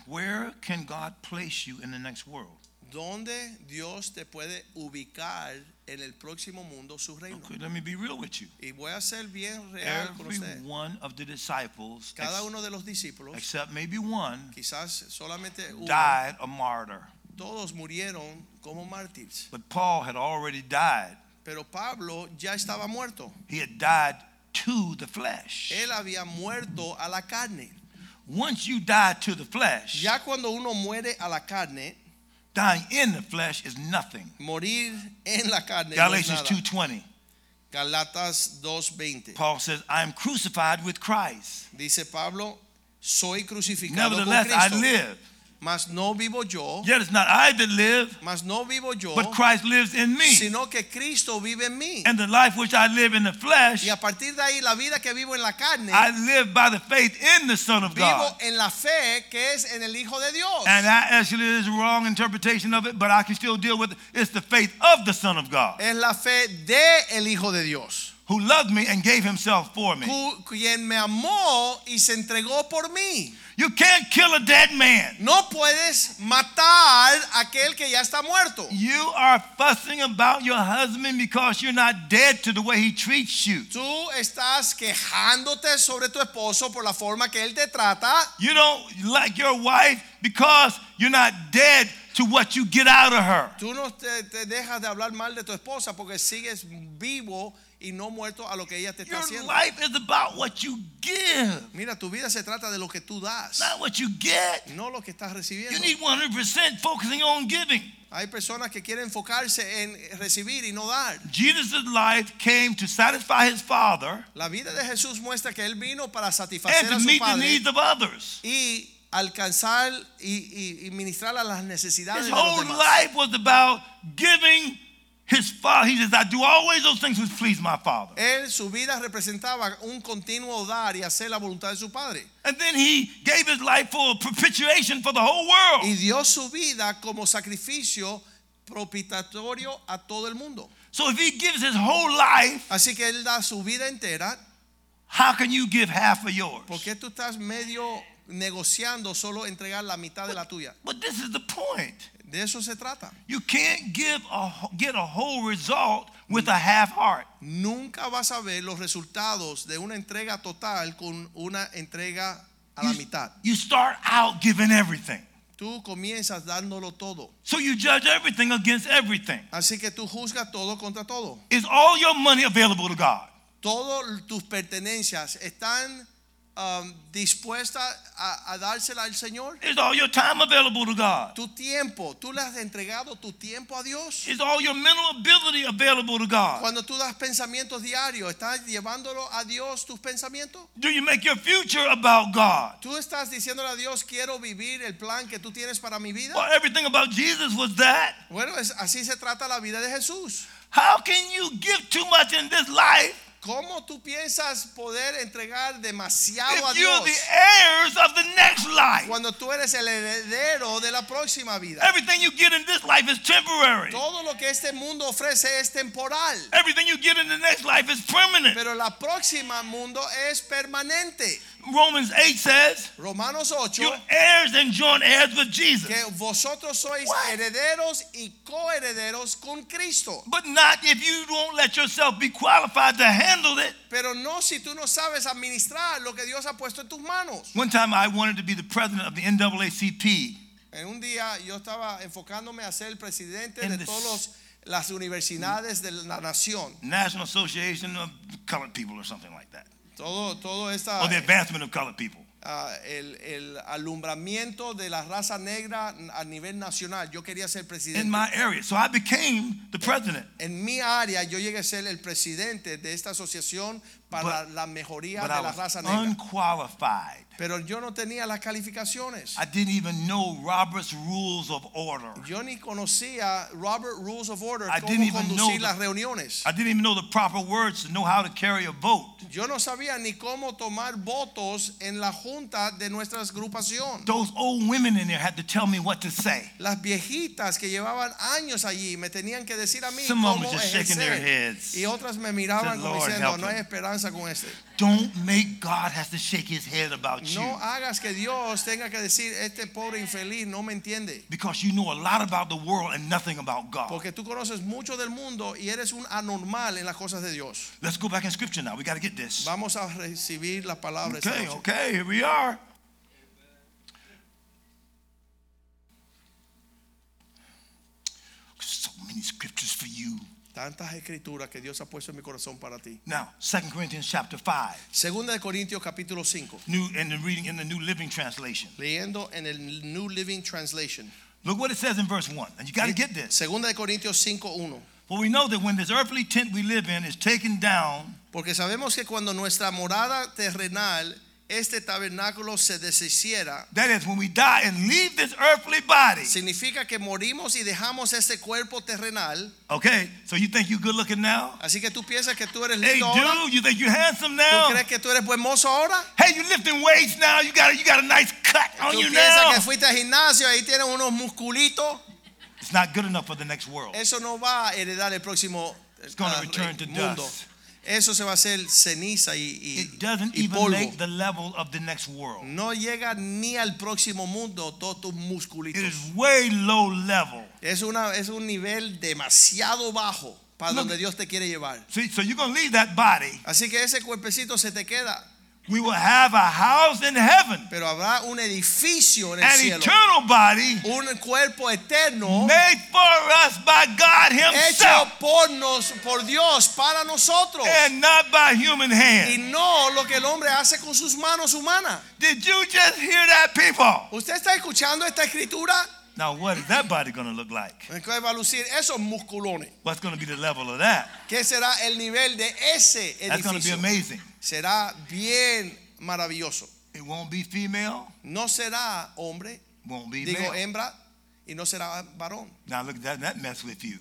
[SPEAKER 3] Where can God place you in the next world?
[SPEAKER 1] ¿Dónde Dios te puede ubicar en el próximo mundo su reino?
[SPEAKER 3] Okay, let me be real with you.
[SPEAKER 1] Y voy a ser bien real con
[SPEAKER 3] Every
[SPEAKER 1] usted.
[SPEAKER 3] one of the disciples,
[SPEAKER 1] Cada
[SPEAKER 3] ex-
[SPEAKER 1] uno de los discípulos,
[SPEAKER 3] except maybe one,
[SPEAKER 1] quizás solamente uno,
[SPEAKER 3] died a martyr.
[SPEAKER 1] todos murieron como mártires.
[SPEAKER 3] But Paul had already died.
[SPEAKER 1] Pero Pablo ya estaba muerto.
[SPEAKER 3] He had died to the flesh.
[SPEAKER 1] Él había muerto a la carne.
[SPEAKER 3] Once you die to the flesh,
[SPEAKER 1] Ya cuando uno muere a la carne,
[SPEAKER 3] dying in the flesh is nothing.
[SPEAKER 1] morir en la carne no es
[SPEAKER 3] Galatians
[SPEAKER 1] nada.
[SPEAKER 3] 2:20.
[SPEAKER 1] Galatas 2:20.
[SPEAKER 3] Paul says, "I am crucified with Christ.
[SPEAKER 1] Dice Pablo, soy crucificado con
[SPEAKER 3] Nevertheless, I
[SPEAKER 1] Cristo,
[SPEAKER 3] live.
[SPEAKER 1] mas no vivo yo,
[SPEAKER 3] Yet it's not I that live,
[SPEAKER 1] mas no vivo yo,
[SPEAKER 3] but Christ lives in me.
[SPEAKER 1] sino que Cristo vive en mí.
[SPEAKER 3] And the life which I live in the flesh,
[SPEAKER 1] Y a partir de ahí la vida que vivo en la carne,
[SPEAKER 3] I live by the faith in the Son of God."
[SPEAKER 1] vivo en la fe que es en el Hijo de Dios.
[SPEAKER 3] And that actually is a wrong interpretation of it, but I can still deal with it. It's the faith of the Son of God
[SPEAKER 1] Es la fe de el Hijo de Dios,
[SPEAKER 3] who loved me and gave himself for me.
[SPEAKER 1] cu- quien me amó y se entregó por mí.
[SPEAKER 3] You can't kill a dead man.
[SPEAKER 1] No puedes matar a aquel que ya está muerto.
[SPEAKER 3] You are fussing about your husband because you're not dead to the way he treats you.
[SPEAKER 1] Tú estás quejándote sobre tu esposo por la forma que él te trata.
[SPEAKER 3] You don't like your wife because you're not dead to what you get out of her.
[SPEAKER 1] Tú no te, te dejas de hablar mal de tu esposa porque sigues vivo y no muerto a lo que ella te está
[SPEAKER 3] Your
[SPEAKER 1] haciendo.
[SPEAKER 3] life is about what you give,
[SPEAKER 1] Mira, tu vida se trata de lo que tú das,
[SPEAKER 3] not what you get.
[SPEAKER 1] no lo que estás recibiendo.
[SPEAKER 3] You need 100% focusing on giving.
[SPEAKER 1] Hay personas que quieren enfocarse en recibir y no dar.
[SPEAKER 3] Jesus' life came to satisfy his Father
[SPEAKER 1] La vida de Jesús muestra que él vino para
[SPEAKER 3] and
[SPEAKER 1] satisfacer a
[SPEAKER 3] to
[SPEAKER 1] su
[SPEAKER 3] meet the
[SPEAKER 1] padre
[SPEAKER 3] needs of others.
[SPEAKER 1] y alcanzar y, y- y ministrar a las necesidades
[SPEAKER 3] His
[SPEAKER 1] de los
[SPEAKER 3] whole
[SPEAKER 1] demás.
[SPEAKER 3] life was about giving his Father. He says, I do always those things which please my Father.
[SPEAKER 1] Él, su vida representaba un continuo dar y hacer la voluntad de su padre.
[SPEAKER 3] And then he gave his life for propitiation for the whole world.
[SPEAKER 1] Y dio su vida como sacrificio propitatorio a todo el mundo.
[SPEAKER 3] So if he gives his whole life,
[SPEAKER 1] Así que él da su vida entera.
[SPEAKER 3] how can you give half of yours?
[SPEAKER 1] ¿Por qué tú estás medio negociando solo entregar la mitad de la tuya?
[SPEAKER 3] But this is the point.
[SPEAKER 1] De eso se trata.
[SPEAKER 3] You can't give a, wh- get a whole result with a half heart.
[SPEAKER 1] Nunca vas a ver los resultados de una entrega total con una entrega a la
[SPEAKER 3] You,
[SPEAKER 1] mitad.
[SPEAKER 3] you start out giving everything.
[SPEAKER 1] Tú comienzas dándolo todo.
[SPEAKER 3] So you judge everything against everything.
[SPEAKER 1] Así que tú juzgas todo contra todo.
[SPEAKER 3] Is all your money available to God?
[SPEAKER 1] Todas tus pertenencias están um, dispuestas a, a dársela al Señor.
[SPEAKER 3] Is all your time available to God?
[SPEAKER 1] Tu tiempo, tú le has entregado tu tiempo a Dios.
[SPEAKER 3] Is all your mental ability available to God?
[SPEAKER 1] Cuando tú das pensamientos diarios, ¿estás llevándolo a Dios tus pensamientos?
[SPEAKER 3] Do you make your future about God?
[SPEAKER 1] ¿Tú estás diciéndole a Dios, quiero vivir el plan que tú tienes para mi vida?
[SPEAKER 3] Well, everything about Jesus was that.
[SPEAKER 1] Bueno, es- así se trata la vida de Jesús.
[SPEAKER 3] How can you give too much in this life
[SPEAKER 1] ¿Cómo tú piensas poder entregar demasiado a
[SPEAKER 3] if you're
[SPEAKER 1] Dios
[SPEAKER 3] the heirs of the next life?
[SPEAKER 1] cuando tú eres el heredero de la próxima vida?
[SPEAKER 3] Everything you get in this life is temporary.
[SPEAKER 1] Todo lo que este mundo ofrece es temporal,
[SPEAKER 3] Everything you get in the next life is permanent.
[SPEAKER 1] pero la próxima mundo es permanente.
[SPEAKER 3] Romans 8 says,
[SPEAKER 1] Romanos 8,
[SPEAKER 3] You're heirs and joint heirs with Jesus.
[SPEAKER 1] que vosotros sois
[SPEAKER 3] What?
[SPEAKER 1] herederos y coherederos con Cristo.
[SPEAKER 3] But not if you don't let yourself be qualified to handle it.
[SPEAKER 1] Pero no si tú no sabes administrar lo que Dios ha puesto en tus manos.
[SPEAKER 3] One time I wanted to be the president of the NAACP.
[SPEAKER 1] En un día yo estaba enfocándome a ser el presidente
[SPEAKER 3] And
[SPEAKER 1] de
[SPEAKER 3] the-
[SPEAKER 1] todas las universidades de la nación.
[SPEAKER 3] National Association of Colored People or something like that.
[SPEAKER 1] Todo, todo esta,
[SPEAKER 3] Or the advancement of colored people.
[SPEAKER 1] ah, el, el alumbramiento de la raza negra a nivel nacional. Yo quería ser presidente.
[SPEAKER 3] In my area. So I became the president.
[SPEAKER 1] en mi área yo llegué a ser el presidente de esta asociación para la mejoría
[SPEAKER 3] But
[SPEAKER 1] de
[SPEAKER 3] I
[SPEAKER 1] la
[SPEAKER 3] was
[SPEAKER 1] raza negra.
[SPEAKER 3] unqualified.
[SPEAKER 1] Pero yo no tenía las calificaciones.
[SPEAKER 3] I didn't even know Robert's Rules of Order.
[SPEAKER 1] Yo ni conocía Robert Rules of Order,
[SPEAKER 3] I didn't
[SPEAKER 1] cómo
[SPEAKER 3] even know
[SPEAKER 1] conducir
[SPEAKER 3] the-
[SPEAKER 1] las reuniones.
[SPEAKER 3] I didn't even know the proper words to know how to carry a vote.
[SPEAKER 1] Yo no sabía ni cómo tomar votos en la junta de nuestra agrupación.
[SPEAKER 3] Those old women in there had to tell me what to say.
[SPEAKER 1] Las viejitas que llevaban años allí me tenían que decir a mí
[SPEAKER 3] Some of them
[SPEAKER 1] cómo
[SPEAKER 3] were just shaking their
[SPEAKER 1] ejercer.
[SPEAKER 3] heads.
[SPEAKER 1] Y otras me miraban
[SPEAKER 3] Said,
[SPEAKER 1] como
[SPEAKER 3] "Lord,
[SPEAKER 1] diciendo,
[SPEAKER 3] help
[SPEAKER 1] no hay
[SPEAKER 3] him."
[SPEAKER 1] esperanza con este.
[SPEAKER 3] Don't make God has to shake his head about you.
[SPEAKER 1] No hagas que Dios tenga que decir, este pobre infeliz no me entiende.
[SPEAKER 3] Because you know a lot about the world and nothing about God.
[SPEAKER 1] Porque tú conoces mucho del mundo y eres un anormal en las cosas de Dios.
[SPEAKER 3] Let's go back in scripture now. We got to get this.
[SPEAKER 1] Vamos a recibir la palabra. esta
[SPEAKER 3] Okay,
[SPEAKER 1] noche.
[SPEAKER 3] okay, here we are. So many scriptures for you.
[SPEAKER 1] tantas escrituras que Dios ha puesto en mi corazón para ti.
[SPEAKER 3] Now, 2 Corinthians chapter 5,
[SPEAKER 1] Segunda de Corintios capítulo 5,
[SPEAKER 3] new and the reading in the New Living Translation.
[SPEAKER 1] leyendo en el New Living Translation.
[SPEAKER 3] Look what it says in verse 1. And you got to get this.
[SPEAKER 1] Segunda de Corintios 5:1.
[SPEAKER 3] For we know that when this earthly tent we live in is taken down,
[SPEAKER 1] Porque sabemos que cuando nuestra morada terrenal, este tabernáculo se deshiciera,
[SPEAKER 3] that is, when we die and leave this earthly body.
[SPEAKER 1] significa que morimos y dejamos este cuerpo terrenal.
[SPEAKER 3] Okay, so you think you good looking now?
[SPEAKER 1] Así que tú piensas que tú eres
[SPEAKER 3] Hey,
[SPEAKER 1] lindo ahora.
[SPEAKER 3] dude, you think you
[SPEAKER 1] ¿Tú
[SPEAKER 3] handsome now?
[SPEAKER 1] crees que tú eres buen mozo ahora?
[SPEAKER 3] Hey, you lifting weights now? You got a, you got a nice cut on
[SPEAKER 1] Tú
[SPEAKER 3] you
[SPEAKER 1] piensas
[SPEAKER 3] now?
[SPEAKER 1] que fuiste al gimnasio, ahí tienes unos musculitos.
[SPEAKER 3] It's not good enough for the next world.
[SPEAKER 1] Eso no va a heredar el próximo eh,
[SPEAKER 3] gonna
[SPEAKER 1] ah,
[SPEAKER 3] return to
[SPEAKER 1] mundo.
[SPEAKER 3] dust.
[SPEAKER 1] Eso se va a hacer ceniza y, y-
[SPEAKER 3] It doesn't
[SPEAKER 1] y
[SPEAKER 3] even
[SPEAKER 1] polvo. Mm,
[SPEAKER 3] make the level of the next world.
[SPEAKER 1] No llega ni al próximo mundo todos tus musculitos.
[SPEAKER 3] It is way low level.
[SPEAKER 1] Es, una, es un nivel demasiado bajo para
[SPEAKER 3] Look.
[SPEAKER 1] donde Dios te quiere llevar.
[SPEAKER 3] See, so you're gonna leave that body.
[SPEAKER 1] Así que ese cuerpecito se te queda,
[SPEAKER 3] We will have a house in heaven,
[SPEAKER 1] pero habrá un edificio en el
[SPEAKER 3] an
[SPEAKER 1] cielo,
[SPEAKER 3] eternal body
[SPEAKER 1] un cuerpo eterno
[SPEAKER 3] made for us by God
[SPEAKER 1] hecho
[SPEAKER 3] Himself,
[SPEAKER 1] por, nos, por Dios para nosotros
[SPEAKER 3] and not by human
[SPEAKER 1] y
[SPEAKER 3] hand.
[SPEAKER 1] no lo que el hombre hace con sus manos humanas.
[SPEAKER 3] Did you just hear that, people?
[SPEAKER 1] ¿Usted está escuchando esta escritura?
[SPEAKER 3] Now, what is that body gonna look like?
[SPEAKER 1] ¿Qué va a lucir esos musculones?
[SPEAKER 3] What's gonna be the level of that?
[SPEAKER 1] ¿Qué será el nivel de ese
[SPEAKER 3] That's gonna be
[SPEAKER 1] edificio?
[SPEAKER 3] amazing.
[SPEAKER 1] Será bien maravilloso.
[SPEAKER 3] It won't be female.
[SPEAKER 1] No será hombre,
[SPEAKER 3] Won't be
[SPEAKER 1] digo
[SPEAKER 3] male.
[SPEAKER 1] hembra y no será varón.
[SPEAKER 3] Now look, that that mess with you.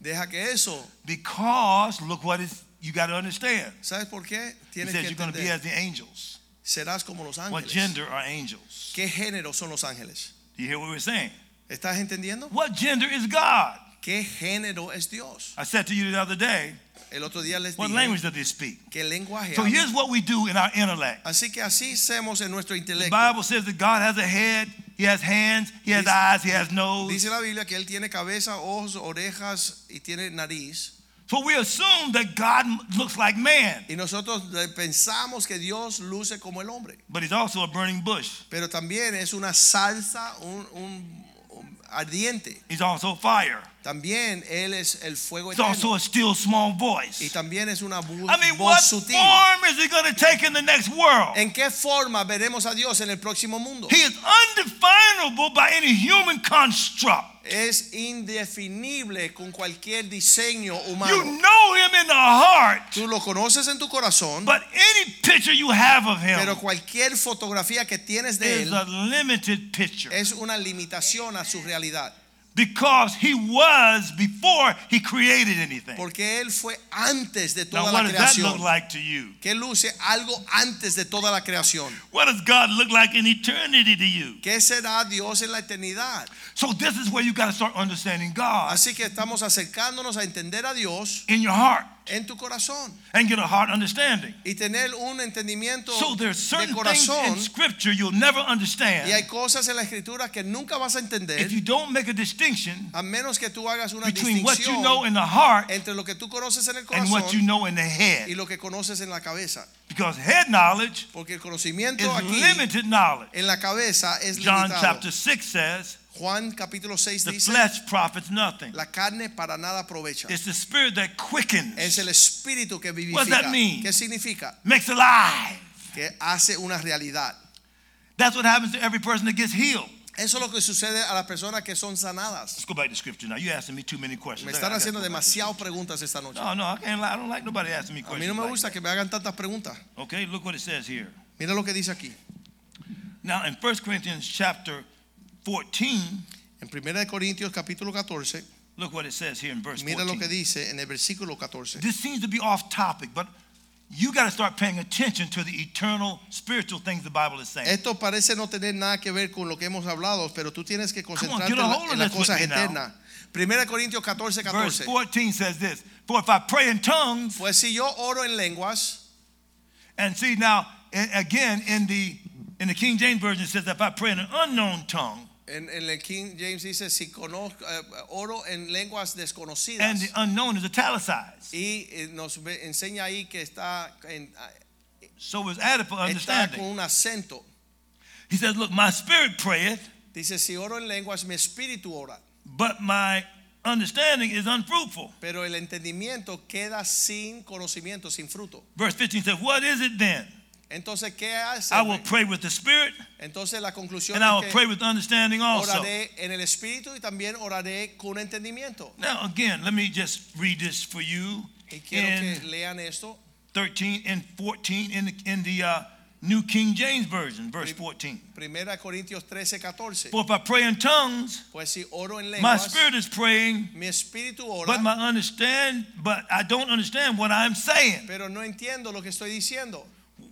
[SPEAKER 1] Deja que eso,
[SPEAKER 3] Because look what is you got to understand.
[SPEAKER 1] ¿sabes por qué?
[SPEAKER 3] He
[SPEAKER 1] Tienes que
[SPEAKER 3] says you're going to be
[SPEAKER 1] entender,
[SPEAKER 3] as the angels.
[SPEAKER 1] serás como los
[SPEAKER 3] What
[SPEAKER 1] ángeles.
[SPEAKER 3] gender are angels?
[SPEAKER 1] ¿Qué género son los ángeles?
[SPEAKER 3] Do you hear what we're saying?
[SPEAKER 1] ¿Estás entendiendo?
[SPEAKER 3] What gender is God?
[SPEAKER 1] ¿Qué género es Dios?
[SPEAKER 3] I said to you the other day,
[SPEAKER 1] El otro día les
[SPEAKER 3] what
[SPEAKER 1] dije
[SPEAKER 3] language does he speak?
[SPEAKER 1] qué lenguaje
[SPEAKER 3] So
[SPEAKER 1] habla.
[SPEAKER 3] here's what we do in our intellect.
[SPEAKER 1] Así que así hacemos en nuestro
[SPEAKER 3] The
[SPEAKER 1] intelecto.
[SPEAKER 3] Bible says that God has a head, he has hands, he has
[SPEAKER 1] Dice-
[SPEAKER 3] eyes, he has nose.
[SPEAKER 1] Dice la Biblia que él tiene cabeza, ojos, orejas y tiene nariz.
[SPEAKER 3] So we assume that God looks like man,
[SPEAKER 1] Y nosotros eh, pensamos que Dios luce como el hombre.
[SPEAKER 3] but he's also a burning bush.
[SPEAKER 1] Pero también es una salsa, un, un- un ardiente.
[SPEAKER 3] He's also fire.
[SPEAKER 1] También él es el fuego
[SPEAKER 3] He's
[SPEAKER 1] eterno.
[SPEAKER 3] also a still small
[SPEAKER 1] Y
[SPEAKER 3] voice.
[SPEAKER 1] también es una bu-
[SPEAKER 3] I mean,
[SPEAKER 1] voz
[SPEAKER 3] what
[SPEAKER 1] sutil.
[SPEAKER 3] form is he going to take in the next world?
[SPEAKER 1] ¿En qué forma veremos a Dios en el próximo mundo?
[SPEAKER 3] He is undefinable by any human construct.
[SPEAKER 1] Es indefinible con cualquier diseño
[SPEAKER 3] You
[SPEAKER 1] humano.
[SPEAKER 3] know him in the heart,
[SPEAKER 1] Tú lo conoces en tu corazón,
[SPEAKER 3] but any picture you have of
[SPEAKER 1] pero
[SPEAKER 3] him
[SPEAKER 1] cualquier fotografía que tienes de
[SPEAKER 3] is
[SPEAKER 1] él Eh
[SPEAKER 3] a limited picture
[SPEAKER 1] es una limitación a su realidad.
[SPEAKER 3] because he was before he created anything.
[SPEAKER 1] Porque él fue antes de toda
[SPEAKER 3] Now,
[SPEAKER 1] la
[SPEAKER 3] what does that look
[SPEAKER 1] creación.
[SPEAKER 3] like to you?
[SPEAKER 1] Que luce algo antes de toda la creación.
[SPEAKER 3] What does God look like in eternity to you?
[SPEAKER 1] ¿Qué será Dios en la eternidad?
[SPEAKER 3] So, this is where you got to start understanding God
[SPEAKER 1] Así que estamos acercándonos a entender a Dios
[SPEAKER 3] in your heart
[SPEAKER 1] en tu corazón
[SPEAKER 3] and get a heart understanding.
[SPEAKER 1] y tener un entendimiento
[SPEAKER 3] So, there's
[SPEAKER 1] de
[SPEAKER 3] certain things in
[SPEAKER 1] corazón.
[SPEAKER 3] scripture you'll never
[SPEAKER 1] Y hay
[SPEAKER 3] understand
[SPEAKER 1] cosas en la escritura que nunca vas a entender
[SPEAKER 3] if you don't make a distinction
[SPEAKER 1] a menos que tú hagas una
[SPEAKER 3] between what you
[SPEAKER 1] distinción
[SPEAKER 3] know in the heart
[SPEAKER 1] entre lo que tú conoces en el
[SPEAKER 3] and what you
[SPEAKER 1] corazón
[SPEAKER 3] know in the
[SPEAKER 1] y
[SPEAKER 3] head.
[SPEAKER 1] lo que conoces en la cabeza.
[SPEAKER 3] Because head knowledge
[SPEAKER 1] Porque el
[SPEAKER 3] is
[SPEAKER 1] conocimiento aquí
[SPEAKER 3] limited knowledge.
[SPEAKER 1] en la cabeza es
[SPEAKER 3] John
[SPEAKER 1] limitado.
[SPEAKER 3] chapter 6 says,
[SPEAKER 1] Juan capítulo 6
[SPEAKER 3] the
[SPEAKER 1] dice,
[SPEAKER 3] flesh profits nothing.
[SPEAKER 1] la carne para nada aprovecha.
[SPEAKER 3] It's the spirit that
[SPEAKER 1] Es
[SPEAKER 3] quickens,
[SPEAKER 1] el espíritu que
[SPEAKER 3] What
[SPEAKER 1] vivifica.
[SPEAKER 3] does that mean?
[SPEAKER 1] ¿Qué significa?
[SPEAKER 3] makes alive.
[SPEAKER 1] Que hace una realidad.
[SPEAKER 3] That's what happens to every person that gets healed.
[SPEAKER 1] Eso es lo que sucede a las personas que son sanadas.
[SPEAKER 3] Let's go back to scripture now. You're asking me too many questions.
[SPEAKER 1] Me
[SPEAKER 3] I- I
[SPEAKER 1] están
[SPEAKER 3] gotta
[SPEAKER 1] haciendo
[SPEAKER 3] go back to
[SPEAKER 1] demasiado preguntas esta noche.
[SPEAKER 3] scripture. No, no, I can't lie. I don't like nobody asking me
[SPEAKER 1] A
[SPEAKER 3] questions.
[SPEAKER 1] mí no me
[SPEAKER 3] like
[SPEAKER 1] gusta que me hagan tantas preguntas.
[SPEAKER 3] that. Okay, look what it says here.
[SPEAKER 1] Mira lo que dice aquí.
[SPEAKER 3] Now, in 1 Corinthians chapter 14,
[SPEAKER 1] En 1 Corintios capítulo 14,
[SPEAKER 3] look what it says here in verse
[SPEAKER 1] mira lo que
[SPEAKER 3] 14.
[SPEAKER 1] dice en el versículo 14.
[SPEAKER 3] This seems to be off topic, but you got to start paying attention to the eternal spiritual things the Bible is saying.
[SPEAKER 1] Esto parece no tener nada que ver con lo que hemos hablado, pero tú tienes que concentrarte
[SPEAKER 3] get a
[SPEAKER 1] en la-
[SPEAKER 3] hold of
[SPEAKER 1] en las
[SPEAKER 3] this with
[SPEAKER 1] cosas
[SPEAKER 3] me now.
[SPEAKER 1] eternas. 1 Corintios 14,
[SPEAKER 3] Verse
[SPEAKER 1] 14.
[SPEAKER 3] 14 says this For if I pray in tongues,
[SPEAKER 1] Pues si yo oro en lenguas,
[SPEAKER 3] and see now, a- again, in the, in the King James Version, it says, If I pray in an unknown tongue,
[SPEAKER 1] En, en el King James dice si conozco eh, oro en lenguas
[SPEAKER 3] and
[SPEAKER 1] desconocidas
[SPEAKER 3] the unknown is italicized.
[SPEAKER 1] y eh, nos ve- enseña ahí que está en-
[SPEAKER 3] So it's added for
[SPEAKER 1] está con
[SPEAKER 3] understanding.
[SPEAKER 1] un acento.
[SPEAKER 3] He says, Look, my spirit prayeth,
[SPEAKER 1] Dice si oro en lenguas mi espíritu ora,
[SPEAKER 3] but my understanding is unfruitful.
[SPEAKER 1] Pero el entendimiento queda sin conocimiento, sin fruto.
[SPEAKER 3] Verse 15 says, What is it then?
[SPEAKER 1] Entonces, ¿qué hace?
[SPEAKER 3] I will pray with the Spirit
[SPEAKER 1] Entonces, la conclusión
[SPEAKER 3] and I will
[SPEAKER 1] es
[SPEAKER 3] pray
[SPEAKER 1] que
[SPEAKER 3] with understanding also.
[SPEAKER 1] oraré en el espíritu y también oraré con entendimiento.
[SPEAKER 3] Now, again, let me just read this for you
[SPEAKER 1] Y quiero
[SPEAKER 3] in
[SPEAKER 1] que lean esto.
[SPEAKER 3] 13 and 14 in the, in the uh, New King James Version, verse
[SPEAKER 1] Prim-
[SPEAKER 3] 14.
[SPEAKER 1] Primera Corintios 13, 14.
[SPEAKER 3] For if I pray in tongues,
[SPEAKER 1] Pues si oro en
[SPEAKER 3] my
[SPEAKER 1] lenguas,
[SPEAKER 3] spirit is praying,
[SPEAKER 1] mi espíritu ora,
[SPEAKER 3] but my understand, but I don't understand what I'm saying.
[SPEAKER 1] pero no entiendo lo que estoy diciendo.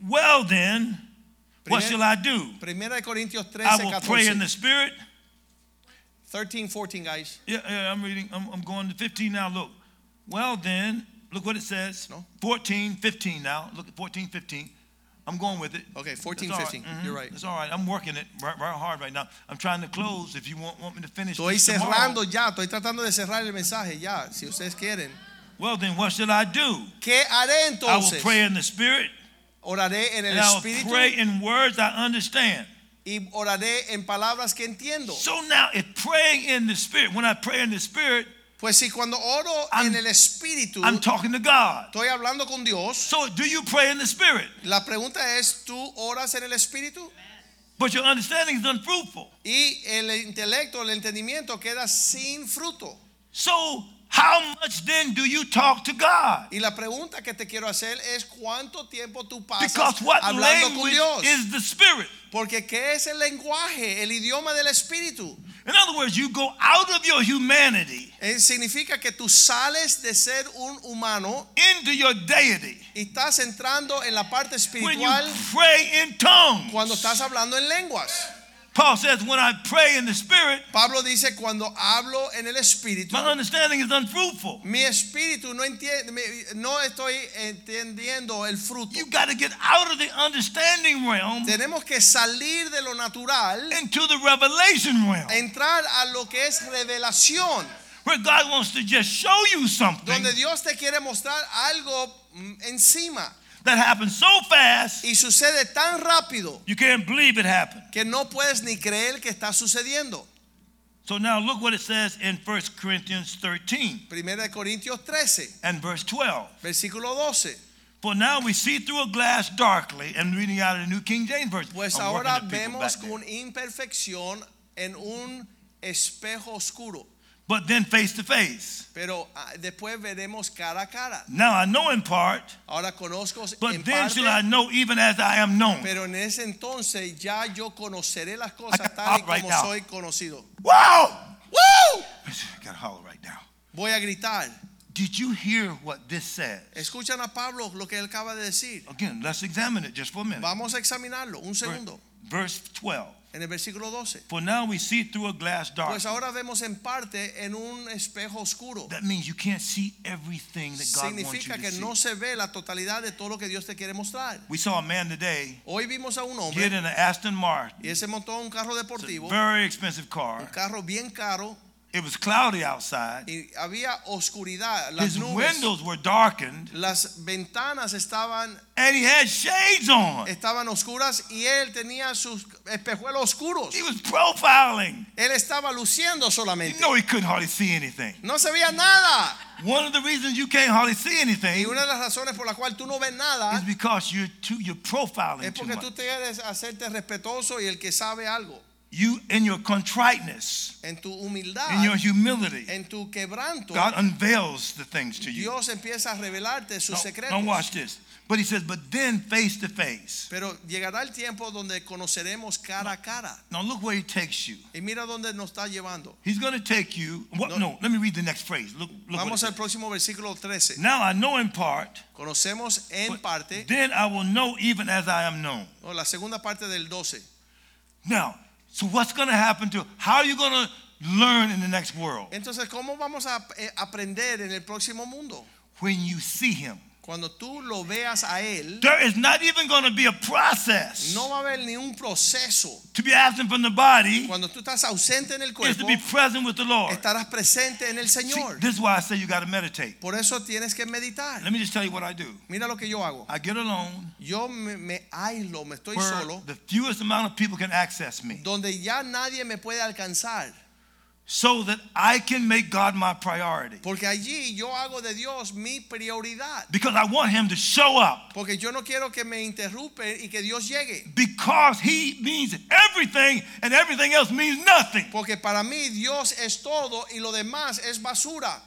[SPEAKER 3] Well, then, what
[SPEAKER 1] Primer-
[SPEAKER 3] shall I do?
[SPEAKER 1] Primera de Corintios 13,
[SPEAKER 3] I will pray
[SPEAKER 1] 14.
[SPEAKER 3] in the spirit.
[SPEAKER 1] 13, 14, guys.
[SPEAKER 3] Yeah, yeah, I'm reading. I'm, I'm going to 15 now. Look. Well, then, look what it says.
[SPEAKER 1] No.
[SPEAKER 3] 14, 15 now. Look at 14, 15. I'm going with it.
[SPEAKER 1] Okay, 14,
[SPEAKER 3] That's all Mm-hmm.
[SPEAKER 1] 15. Oh, You're right.
[SPEAKER 3] It's all right. I'm working it right, right hard right now. I'm trying to close. If you want, want me to finish
[SPEAKER 1] Estoy
[SPEAKER 3] this tomorrow,
[SPEAKER 1] cerrando ya, estoy tratando de cerrar el mensaje ya, si ustedes quieren.
[SPEAKER 3] well, then what should I do?
[SPEAKER 1] ¿Qué haré
[SPEAKER 3] I will
[SPEAKER 1] entonces?
[SPEAKER 3] pray in the spirit,
[SPEAKER 1] Oraré en el
[SPEAKER 3] and I will
[SPEAKER 1] espíritu
[SPEAKER 3] pray in words I understand.
[SPEAKER 1] y oraré en palabras que entiendo.
[SPEAKER 3] So now, if praying in the spirit, when I pray in the spirit,
[SPEAKER 1] Pues si cuando oro
[SPEAKER 3] I'm-
[SPEAKER 1] en el espíritu,
[SPEAKER 3] I'm talking to God.
[SPEAKER 1] estoy hablando con Dios.
[SPEAKER 3] So do you pray in the spirit?
[SPEAKER 1] La pregunta es, ¿tú oras en el espíritu?
[SPEAKER 3] But your understanding is unfruitful.
[SPEAKER 1] Y el intelecto, el entendimiento queda sin fruto.
[SPEAKER 3] So, how much then do you talk to God?
[SPEAKER 1] Y la pregunta que te quiero hacer es cuánto tiempo tú pasas
[SPEAKER 3] Because what
[SPEAKER 1] hablando con
[SPEAKER 3] language
[SPEAKER 1] Dios.
[SPEAKER 3] is the Spirit?
[SPEAKER 1] Porque ¿qué es el lenguaje, el idioma del espíritu?
[SPEAKER 3] In other words, you go out of your humanity
[SPEAKER 1] Eh, significa que tú sales de ser un humano
[SPEAKER 3] into your deity
[SPEAKER 1] y estás entrando en la parte
[SPEAKER 3] when you
[SPEAKER 1] espiritual
[SPEAKER 3] pray in tongues.
[SPEAKER 1] cuando estás hablando en lenguas.
[SPEAKER 3] Paul says, When I pray in the Spirit,
[SPEAKER 1] Pablo dice, cuando hablo en el espíritu,
[SPEAKER 3] my understanding is unfruitful.
[SPEAKER 1] mi espíritu no entiende, mi- no estoy entendiendo el fruto.
[SPEAKER 3] You got to get out of the understanding realm
[SPEAKER 1] Tenemos que salir de lo natural,
[SPEAKER 3] into the revelation realm
[SPEAKER 1] entrar a lo que es revelación.
[SPEAKER 3] where God wants to just show you something
[SPEAKER 1] donde Dios te quiere mostrar algo mm, encima
[SPEAKER 3] that happens so fast
[SPEAKER 1] y sucede tan rápido
[SPEAKER 3] you can't believe it happened.
[SPEAKER 1] que no puedes ni creer que está sucediendo.
[SPEAKER 3] So now look what it says in 1 Corinthians 13
[SPEAKER 1] Primera de Corintios 13,
[SPEAKER 3] and verse 12.
[SPEAKER 1] versículo 12.
[SPEAKER 3] For now we see through a glass darkly, and reading out of the New King James Version.
[SPEAKER 1] Pues
[SPEAKER 3] I'm working
[SPEAKER 1] ahora
[SPEAKER 3] the people
[SPEAKER 1] vemos
[SPEAKER 3] back there.
[SPEAKER 1] con imperfección en un espejo oscuro,
[SPEAKER 3] But then face to face.
[SPEAKER 1] pero ah, después veremos cara a cara.
[SPEAKER 3] Now I know in part,
[SPEAKER 1] Ahora conozco
[SPEAKER 3] but
[SPEAKER 1] en
[SPEAKER 3] then shall I
[SPEAKER 1] parte,
[SPEAKER 3] know even as I am known.
[SPEAKER 1] pero en ese entonces ya yo conoceré las cosas
[SPEAKER 3] gotta
[SPEAKER 1] tal y
[SPEAKER 3] holler right
[SPEAKER 1] como
[SPEAKER 3] now.
[SPEAKER 1] soy conocido.
[SPEAKER 3] wow!
[SPEAKER 1] ¡Woo!
[SPEAKER 3] Gotta holler right now.
[SPEAKER 1] Voy a gritar.
[SPEAKER 3] Did you hear what this says?
[SPEAKER 1] Escuchan a Pablo lo que él acaba de decir.
[SPEAKER 3] Again, let's examine it just for a minute.
[SPEAKER 1] Vamos a examinarlo un segundo
[SPEAKER 3] Verse 12.
[SPEAKER 1] en el versículo 12.
[SPEAKER 3] For now we see through a glass darkly.
[SPEAKER 1] Pues ahora vemos en parte en un espejo oscuro.
[SPEAKER 3] That means you can't see everything that God wants you
[SPEAKER 1] Significa
[SPEAKER 3] to
[SPEAKER 1] que
[SPEAKER 3] see.
[SPEAKER 1] no se ve la totalidad de todo lo que Dios te quiere mostrar.
[SPEAKER 3] We saw a man today
[SPEAKER 1] Hoy vimos a un
[SPEAKER 3] get in
[SPEAKER 1] hombre
[SPEAKER 3] an Aston Martin.
[SPEAKER 1] y él se montó un carro
[SPEAKER 3] It's a
[SPEAKER 1] deportivo, un
[SPEAKER 3] very expensive car.
[SPEAKER 1] carro bien caro
[SPEAKER 3] It was cloudy outside.
[SPEAKER 1] y había oscuridad, las
[SPEAKER 3] His
[SPEAKER 1] nubes,
[SPEAKER 3] windows were darkened,
[SPEAKER 1] las ventanas estaban
[SPEAKER 3] and he had shades on.
[SPEAKER 1] estaban oscuras y él tenía sus espejuelos oscuros.
[SPEAKER 3] He was profiling.
[SPEAKER 1] Él estaba luciendo
[SPEAKER 3] You
[SPEAKER 1] solamente.
[SPEAKER 3] know he couldn't hardly see anything.
[SPEAKER 1] No se veía nada.
[SPEAKER 3] One of the reasons you can't hardly see
[SPEAKER 1] Y
[SPEAKER 3] anything
[SPEAKER 1] una de las razones por la cual tú no ves
[SPEAKER 3] is
[SPEAKER 1] nada
[SPEAKER 3] because you're too you're
[SPEAKER 1] es
[SPEAKER 3] profiling too
[SPEAKER 1] porque tú
[SPEAKER 3] much.
[SPEAKER 1] te quieres hacerte respetuoso y el que sabe algo.
[SPEAKER 3] You in your contriteness,
[SPEAKER 1] En tu
[SPEAKER 3] in your
[SPEAKER 1] humildad,
[SPEAKER 3] humility,
[SPEAKER 1] Ah, en tu quebranto,
[SPEAKER 3] God unveils the things to you.
[SPEAKER 1] Dios empieza a revelarte sus
[SPEAKER 3] Now,
[SPEAKER 1] secretos.
[SPEAKER 3] now watch this. But he says, but then face to face.
[SPEAKER 1] Pero llegará el tiempo donde conoceremos cara a cara.
[SPEAKER 3] Now look where he takes you.
[SPEAKER 1] Y mira dónde nos está llevando.
[SPEAKER 3] He's going to take you. What,
[SPEAKER 1] No.
[SPEAKER 3] no. let me read the next phrase. Look, look what it
[SPEAKER 1] Vamos al
[SPEAKER 3] says.
[SPEAKER 1] próximo versículo 13.
[SPEAKER 3] Now I know in part,
[SPEAKER 1] Conocemos en
[SPEAKER 3] but
[SPEAKER 1] parte,
[SPEAKER 3] then I will know even as I am known.
[SPEAKER 1] o la segunda parte del 12.
[SPEAKER 3] Now, so what's going to happen to? How are you going to learn in the next world
[SPEAKER 1] Entonces, ¿cómo vamos a eh, aprender en el próximo mundo?
[SPEAKER 3] when you see Him?
[SPEAKER 1] Cuando tú lo veas a Él,
[SPEAKER 3] There is not even going to be a process
[SPEAKER 1] no va a haber ningún proceso.
[SPEAKER 3] to be absent from the body
[SPEAKER 1] Cuando tú estás ausente en el
[SPEAKER 3] is to
[SPEAKER 1] cuerpo,
[SPEAKER 3] be present with the Lord.
[SPEAKER 1] estarás presente en el
[SPEAKER 3] See,
[SPEAKER 1] Señor.
[SPEAKER 3] this is why I say you got to meditate.
[SPEAKER 1] Por eso tienes que meditar.
[SPEAKER 3] Let me just tell you what I do.
[SPEAKER 1] Mira lo que yo hago.
[SPEAKER 3] I get alone
[SPEAKER 1] Yo me, me aíslo, me estoy
[SPEAKER 3] where
[SPEAKER 1] solo,
[SPEAKER 3] the fewest amount of people can access me.
[SPEAKER 1] donde ya nadie me puede alcanzar.
[SPEAKER 3] so that I can make God my priority.
[SPEAKER 1] Porque allí yo hago de Dios mi prioridad.
[SPEAKER 3] Because I want Him to show up.
[SPEAKER 1] Porque yo no quiero que me interrumpe y que Dios llegue.
[SPEAKER 3] Because He means everything and everything else means nothing.
[SPEAKER 1] Porque para mí Dios es todo y lo demás es basura.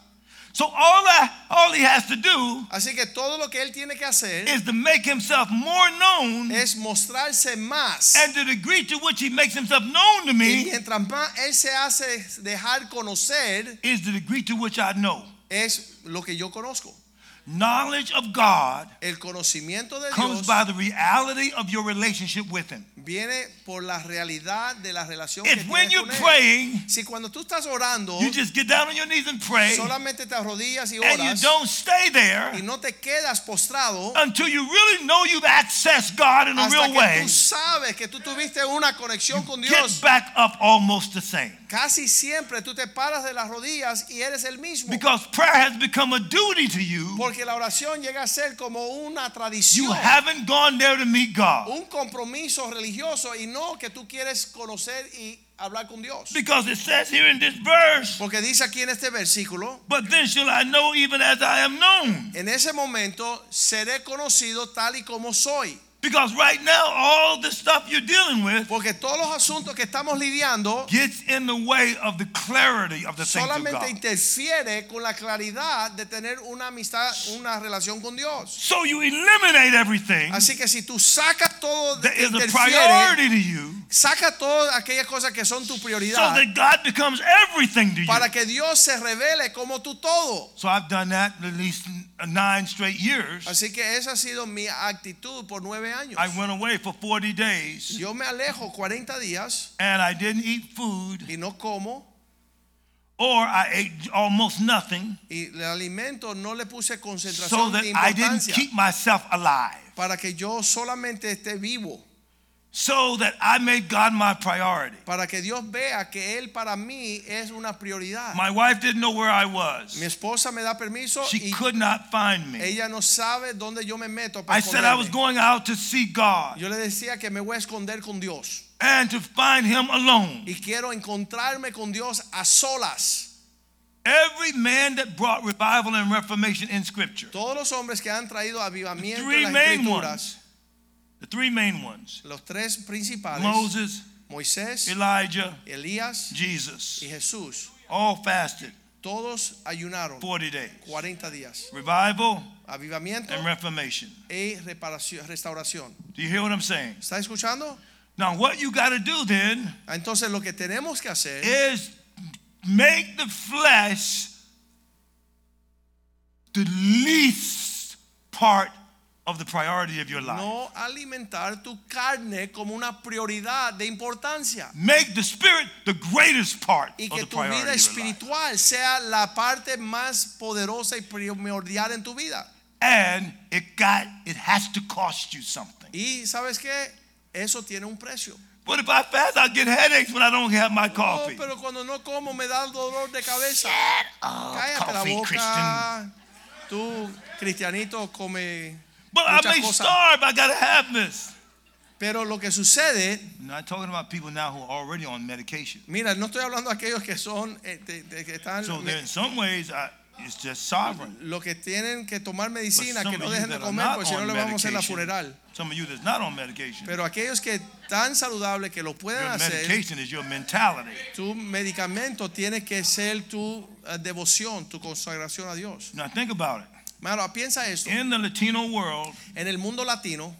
[SPEAKER 3] So all, I, all He has to do
[SPEAKER 1] Así que todo lo que Él tiene que hacer
[SPEAKER 3] is to make Himself more known.
[SPEAKER 1] es mostrarse más.
[SPEAKER 3] And the degree to which He makes Himself known to
[SPEAKER 1] Y
[SPEAKER 3] me
[SPEAKER 1] mientras más Él se hace dejar conocer,
[SPEAKER 3] is the degree to which I know.
[SPEAKER 1] es lo que yo conozco.
[SPEAKER 3] Knowledge of God
[SPEAKER 1] El conocimiento de
[SPEAKER 3] comes
[SPEAKER 1] Dios
[SPEAKER 3] by the reality of your relationship with Him.
[SPEAKER 1] viene por la realidad de la relación que
[SPEAKER 3] It's when
[SPEAKER 1] tienes
[SPEAKER 3] you're
[SPEAKER 1] con Él.
[SPEAKER 3] praying,
[SPEAKER 1] Si cuando tú estás orando,
[SPEAKER 3] you just get down on your knees and pray,
[SPEAKER 1] solamente te arrodillas y
[SPEAKER 3] and you
[SPEAKER 1] oras
[SPEAKER 3] don't
[SPEAKER 1] y
[SPEAKER 3] stay there
[SPEAKER 1] no te quedas postrado
[SPEAKER 3] until you really know you've accessed God in a
[SPEAKER 1] hasta
[SPEAKER 3] real
[SPEAKER 1] que
[SPEAKER 3] way.
[SPEAKER 1] tú sabes que tú tuviste una conexión con
[SPEAKER 3] Get
[SPEAKER 1] Dios. Oh.
[SPEAKER 3] back up almost the same.
[SPEAKER 1] Casi siempre tú te paras de las rodillas y eres el mismo.
[SPEAKER 3] Because prayer has become a duty to you.
[SPEAKER 1] Porque la oración llega a ser como una
[SPEAKER 3] You
[SPEAKER 1] tradición,
[SPEAKER 3] haven't gone there to meet God.
[SPEAKER 1] un compromiso religioso y no que tú quieres conocer y hablar con Dios.
[SPEAKER 3] Because it says here in this verse,
[SPEAKER 1] Porque dice aquí en este versículo,
[SPEAKER 3] but then shall I know even as I am known.
[SPEAKER 1] en ese momento seré conocido tal y como soy.
[SPEAKER 3] Because right now, all the stuff you're dealing with
[SPEAKER 1] Porque todos los asuntos que estamos lidiando
[SPEAKER 3] gets in the way of the clarity of the things of
[SPEAKER 1] solamente
[SPEAKER 3] God.
[SPEAKER 1] interfiere con la claridad de tener una amistad, una relación con Dios.
[SPEAKER 3] So you eliminate everything
[SPEAKER 1] Así que si tú sacas todo de
[SPEAKER 3] that
[SPEAKER 1] que
[SPEAKER 3] is a
[SPEAKER 1] interfiere,
[SPEAKER 3] priority to you
[SPEAKER 1] saca todas aquellas cosas que son tu
[SPEAKER 3] so
[SPEAKER 1] prioridad
[SPEAKER 3] that God becomes everything to you.
[SPEAKER 1] para que Dios se revele como tu todo.
[SPEAKER 3] So I've done that at least nine straight years.
[SPEAKER 1] Así que esa ha sido mi actitud por nueve años.
[SPEAKER 3] I went away for 40 days
[SPEAKER 1] Yo me alejo 40 días
[SPEAKER 3] and I didn't eat food
[SPEAKER 1] y no como
[SPEAKER 3] or I ate almost nothing
[SPEAKER 1] y el alimento no le puse
[SPEAKER 3] so
[SPEAKER 1] concentración
[SPEAKER 3] that
[SPEAKER 1] ni
[SPEAKER 3] I didn't
[SPEAKER 1] importancia
[SPEAKER 3] keep myself alive.
[SPEAKER 1] para que yo solamente esté vivo,
[SPEAKER 3] So that I made God my priority.
[SPEAKER 1] para que Dios vea que Él para mí es una prioridad.
[SPEAKER 3] My wife didn't know where I
[SPEAKER 1] Mi
[SPEAKER 3] was.
[SPEAKER 1] esposa me da permiso
[SPEAKER 3] She
[SPEAKER 1] y
[SPEAKER 3] could not find me.
[SPEAKER 1] ella no sabe dónde yo me meto para
[SPEAKER 3] I said I was
[SPEAKER 1] esconderme.
[SPEAKER 3] going out to see God
[SPEAKER 1] Yo le decía que me voy a esconder con Dios
[SPEAKER 3] and to find Him alone.
[SPEAKER 1] y quiero encontrarme con Dios a solas.
[SPEAKER 3] Every man that brought revival and reformation in Scripture,
[SPEAKER 1] Todos los hombres que han traído avivamiento en
[SPEAKER 3] Three
[SPEAKER 1] las
[SPEAKER 3] main
[SPEAKER 1] escrituras,
[SPEAKER 3] the three main ones
[SPEAKER 1] los tres principales,
[SPEAKER 3] Moses,
[SPEAKER 1] Moisés,
[SPEAKER 3] Elijah,
[SPEAKER 1] Elías
[SPEAKER 3] Jesus,
[SPEAKER 1] y Jesús,
[SPEAKER 3] all fasted
[SPEAKER 1] todos ayunaron
[SPEAKER 3] 40 days.
[SPEAKER 1] 40 días.
[SPEAKER 3] Revival
[SPEAKER 1] Avivamiento
[SPEAKER 3] and reformation.
[SPEAKER 1] y reparación, restauración.
[SPEAKER 3] Do you hear what I'm saying?
[SPEAKER 1] ¿Está escuchando?
[SPEAKER 3] Now, what you got to do then
[SPEAKER 1] Entonces lo que tenemos que hacer
[SPEAKER 3] is make the flesh the least part of the priority of your life.
[SPEAKER 1] no alimentar tu carne como una prioridad de importancia
[SPEAKER 3] Make the spirit the greatest part
[SPEAKER 1] y
[SPEAKER 3] of
[SPEAKER 1] que
[SPEAKER 3] the
[SPEAKER 1] tu vida
[SPEAKER 3] priority of your life.
[SPEAKER 1] espiritual sea la parte más poderosa y primordial en tu vida.
[SPEAKER 3] And it got it has to cost you something.
[SPEAKER 1] Y sabes qué, eso tiene un precio.
[SPEAKER 3] But if I fast, I get headaches when I don't have my
[SPEAKER 1] Oh,
[SPEAKER 3] coffee.
[SPEAKER 1] pero cuando no como me da dolor de cabeza.
[SPEAKER 3] Oh,
[SPEAKER 1] Cállate la
[SPEAKER 3] coffee, Christian.
[SPEAKER 1] boca. Tú, cristianito, come
[SPEAKER 3] But I
[SPEAKER 1] muchas
[SPEAKER 3] may
[SPEAKER 1] cosas.
[SPEAKER 3] starve. I gotta have this.
[SPEAKER 1] Pero lo que sucede,
[SPEAKER 3] I'm not talking about people now who are already on medication.
[SPEAKER 1] mira, no estoy hablando de aquellos que son, eh, de- de- que están,
[SPEAKER 3] So there, in some ways, I, it's just sovereign.
[SPEAKER 1] lo que tienen que tomar
[SPEAKER 3] But
[SPEAKER 1] medicina,
[SPEAKER 3] some
[SPEAKER 1] que no
[SPEAKER 3] of you
[SPEAKER 1] dejen de
[SPEAKER 3] that are
[SPEAKER 1] comer,
[SPEAKER 3] not
[SPEAKER 1] porque si no
[SPEAKER 3] on
[SPEAKER 1] le vamos a hacer la
[SPEAKER 3] medication,
[SPEAKER 1] funeral.
[SPEAKER 3] Some of you that's not on medication.
[SPEAKER 1] Pero aquellos que tan saludables que lo pueden
[SPEAKER 3] your
[SPEAKER 1] hacer,
[SPEAKER 3] medication is your mentality.
[SPEAKER 1] tu medicamento tiene que ser tu eh, devoción, tu consagración a Dios.
[SPEAKER 3] Now think about it.
[SPEAKER 1] Mano, piensa esto.
[SPEAKER 3] In the Latino world,
[SPEAKER 1] En el mundo latino,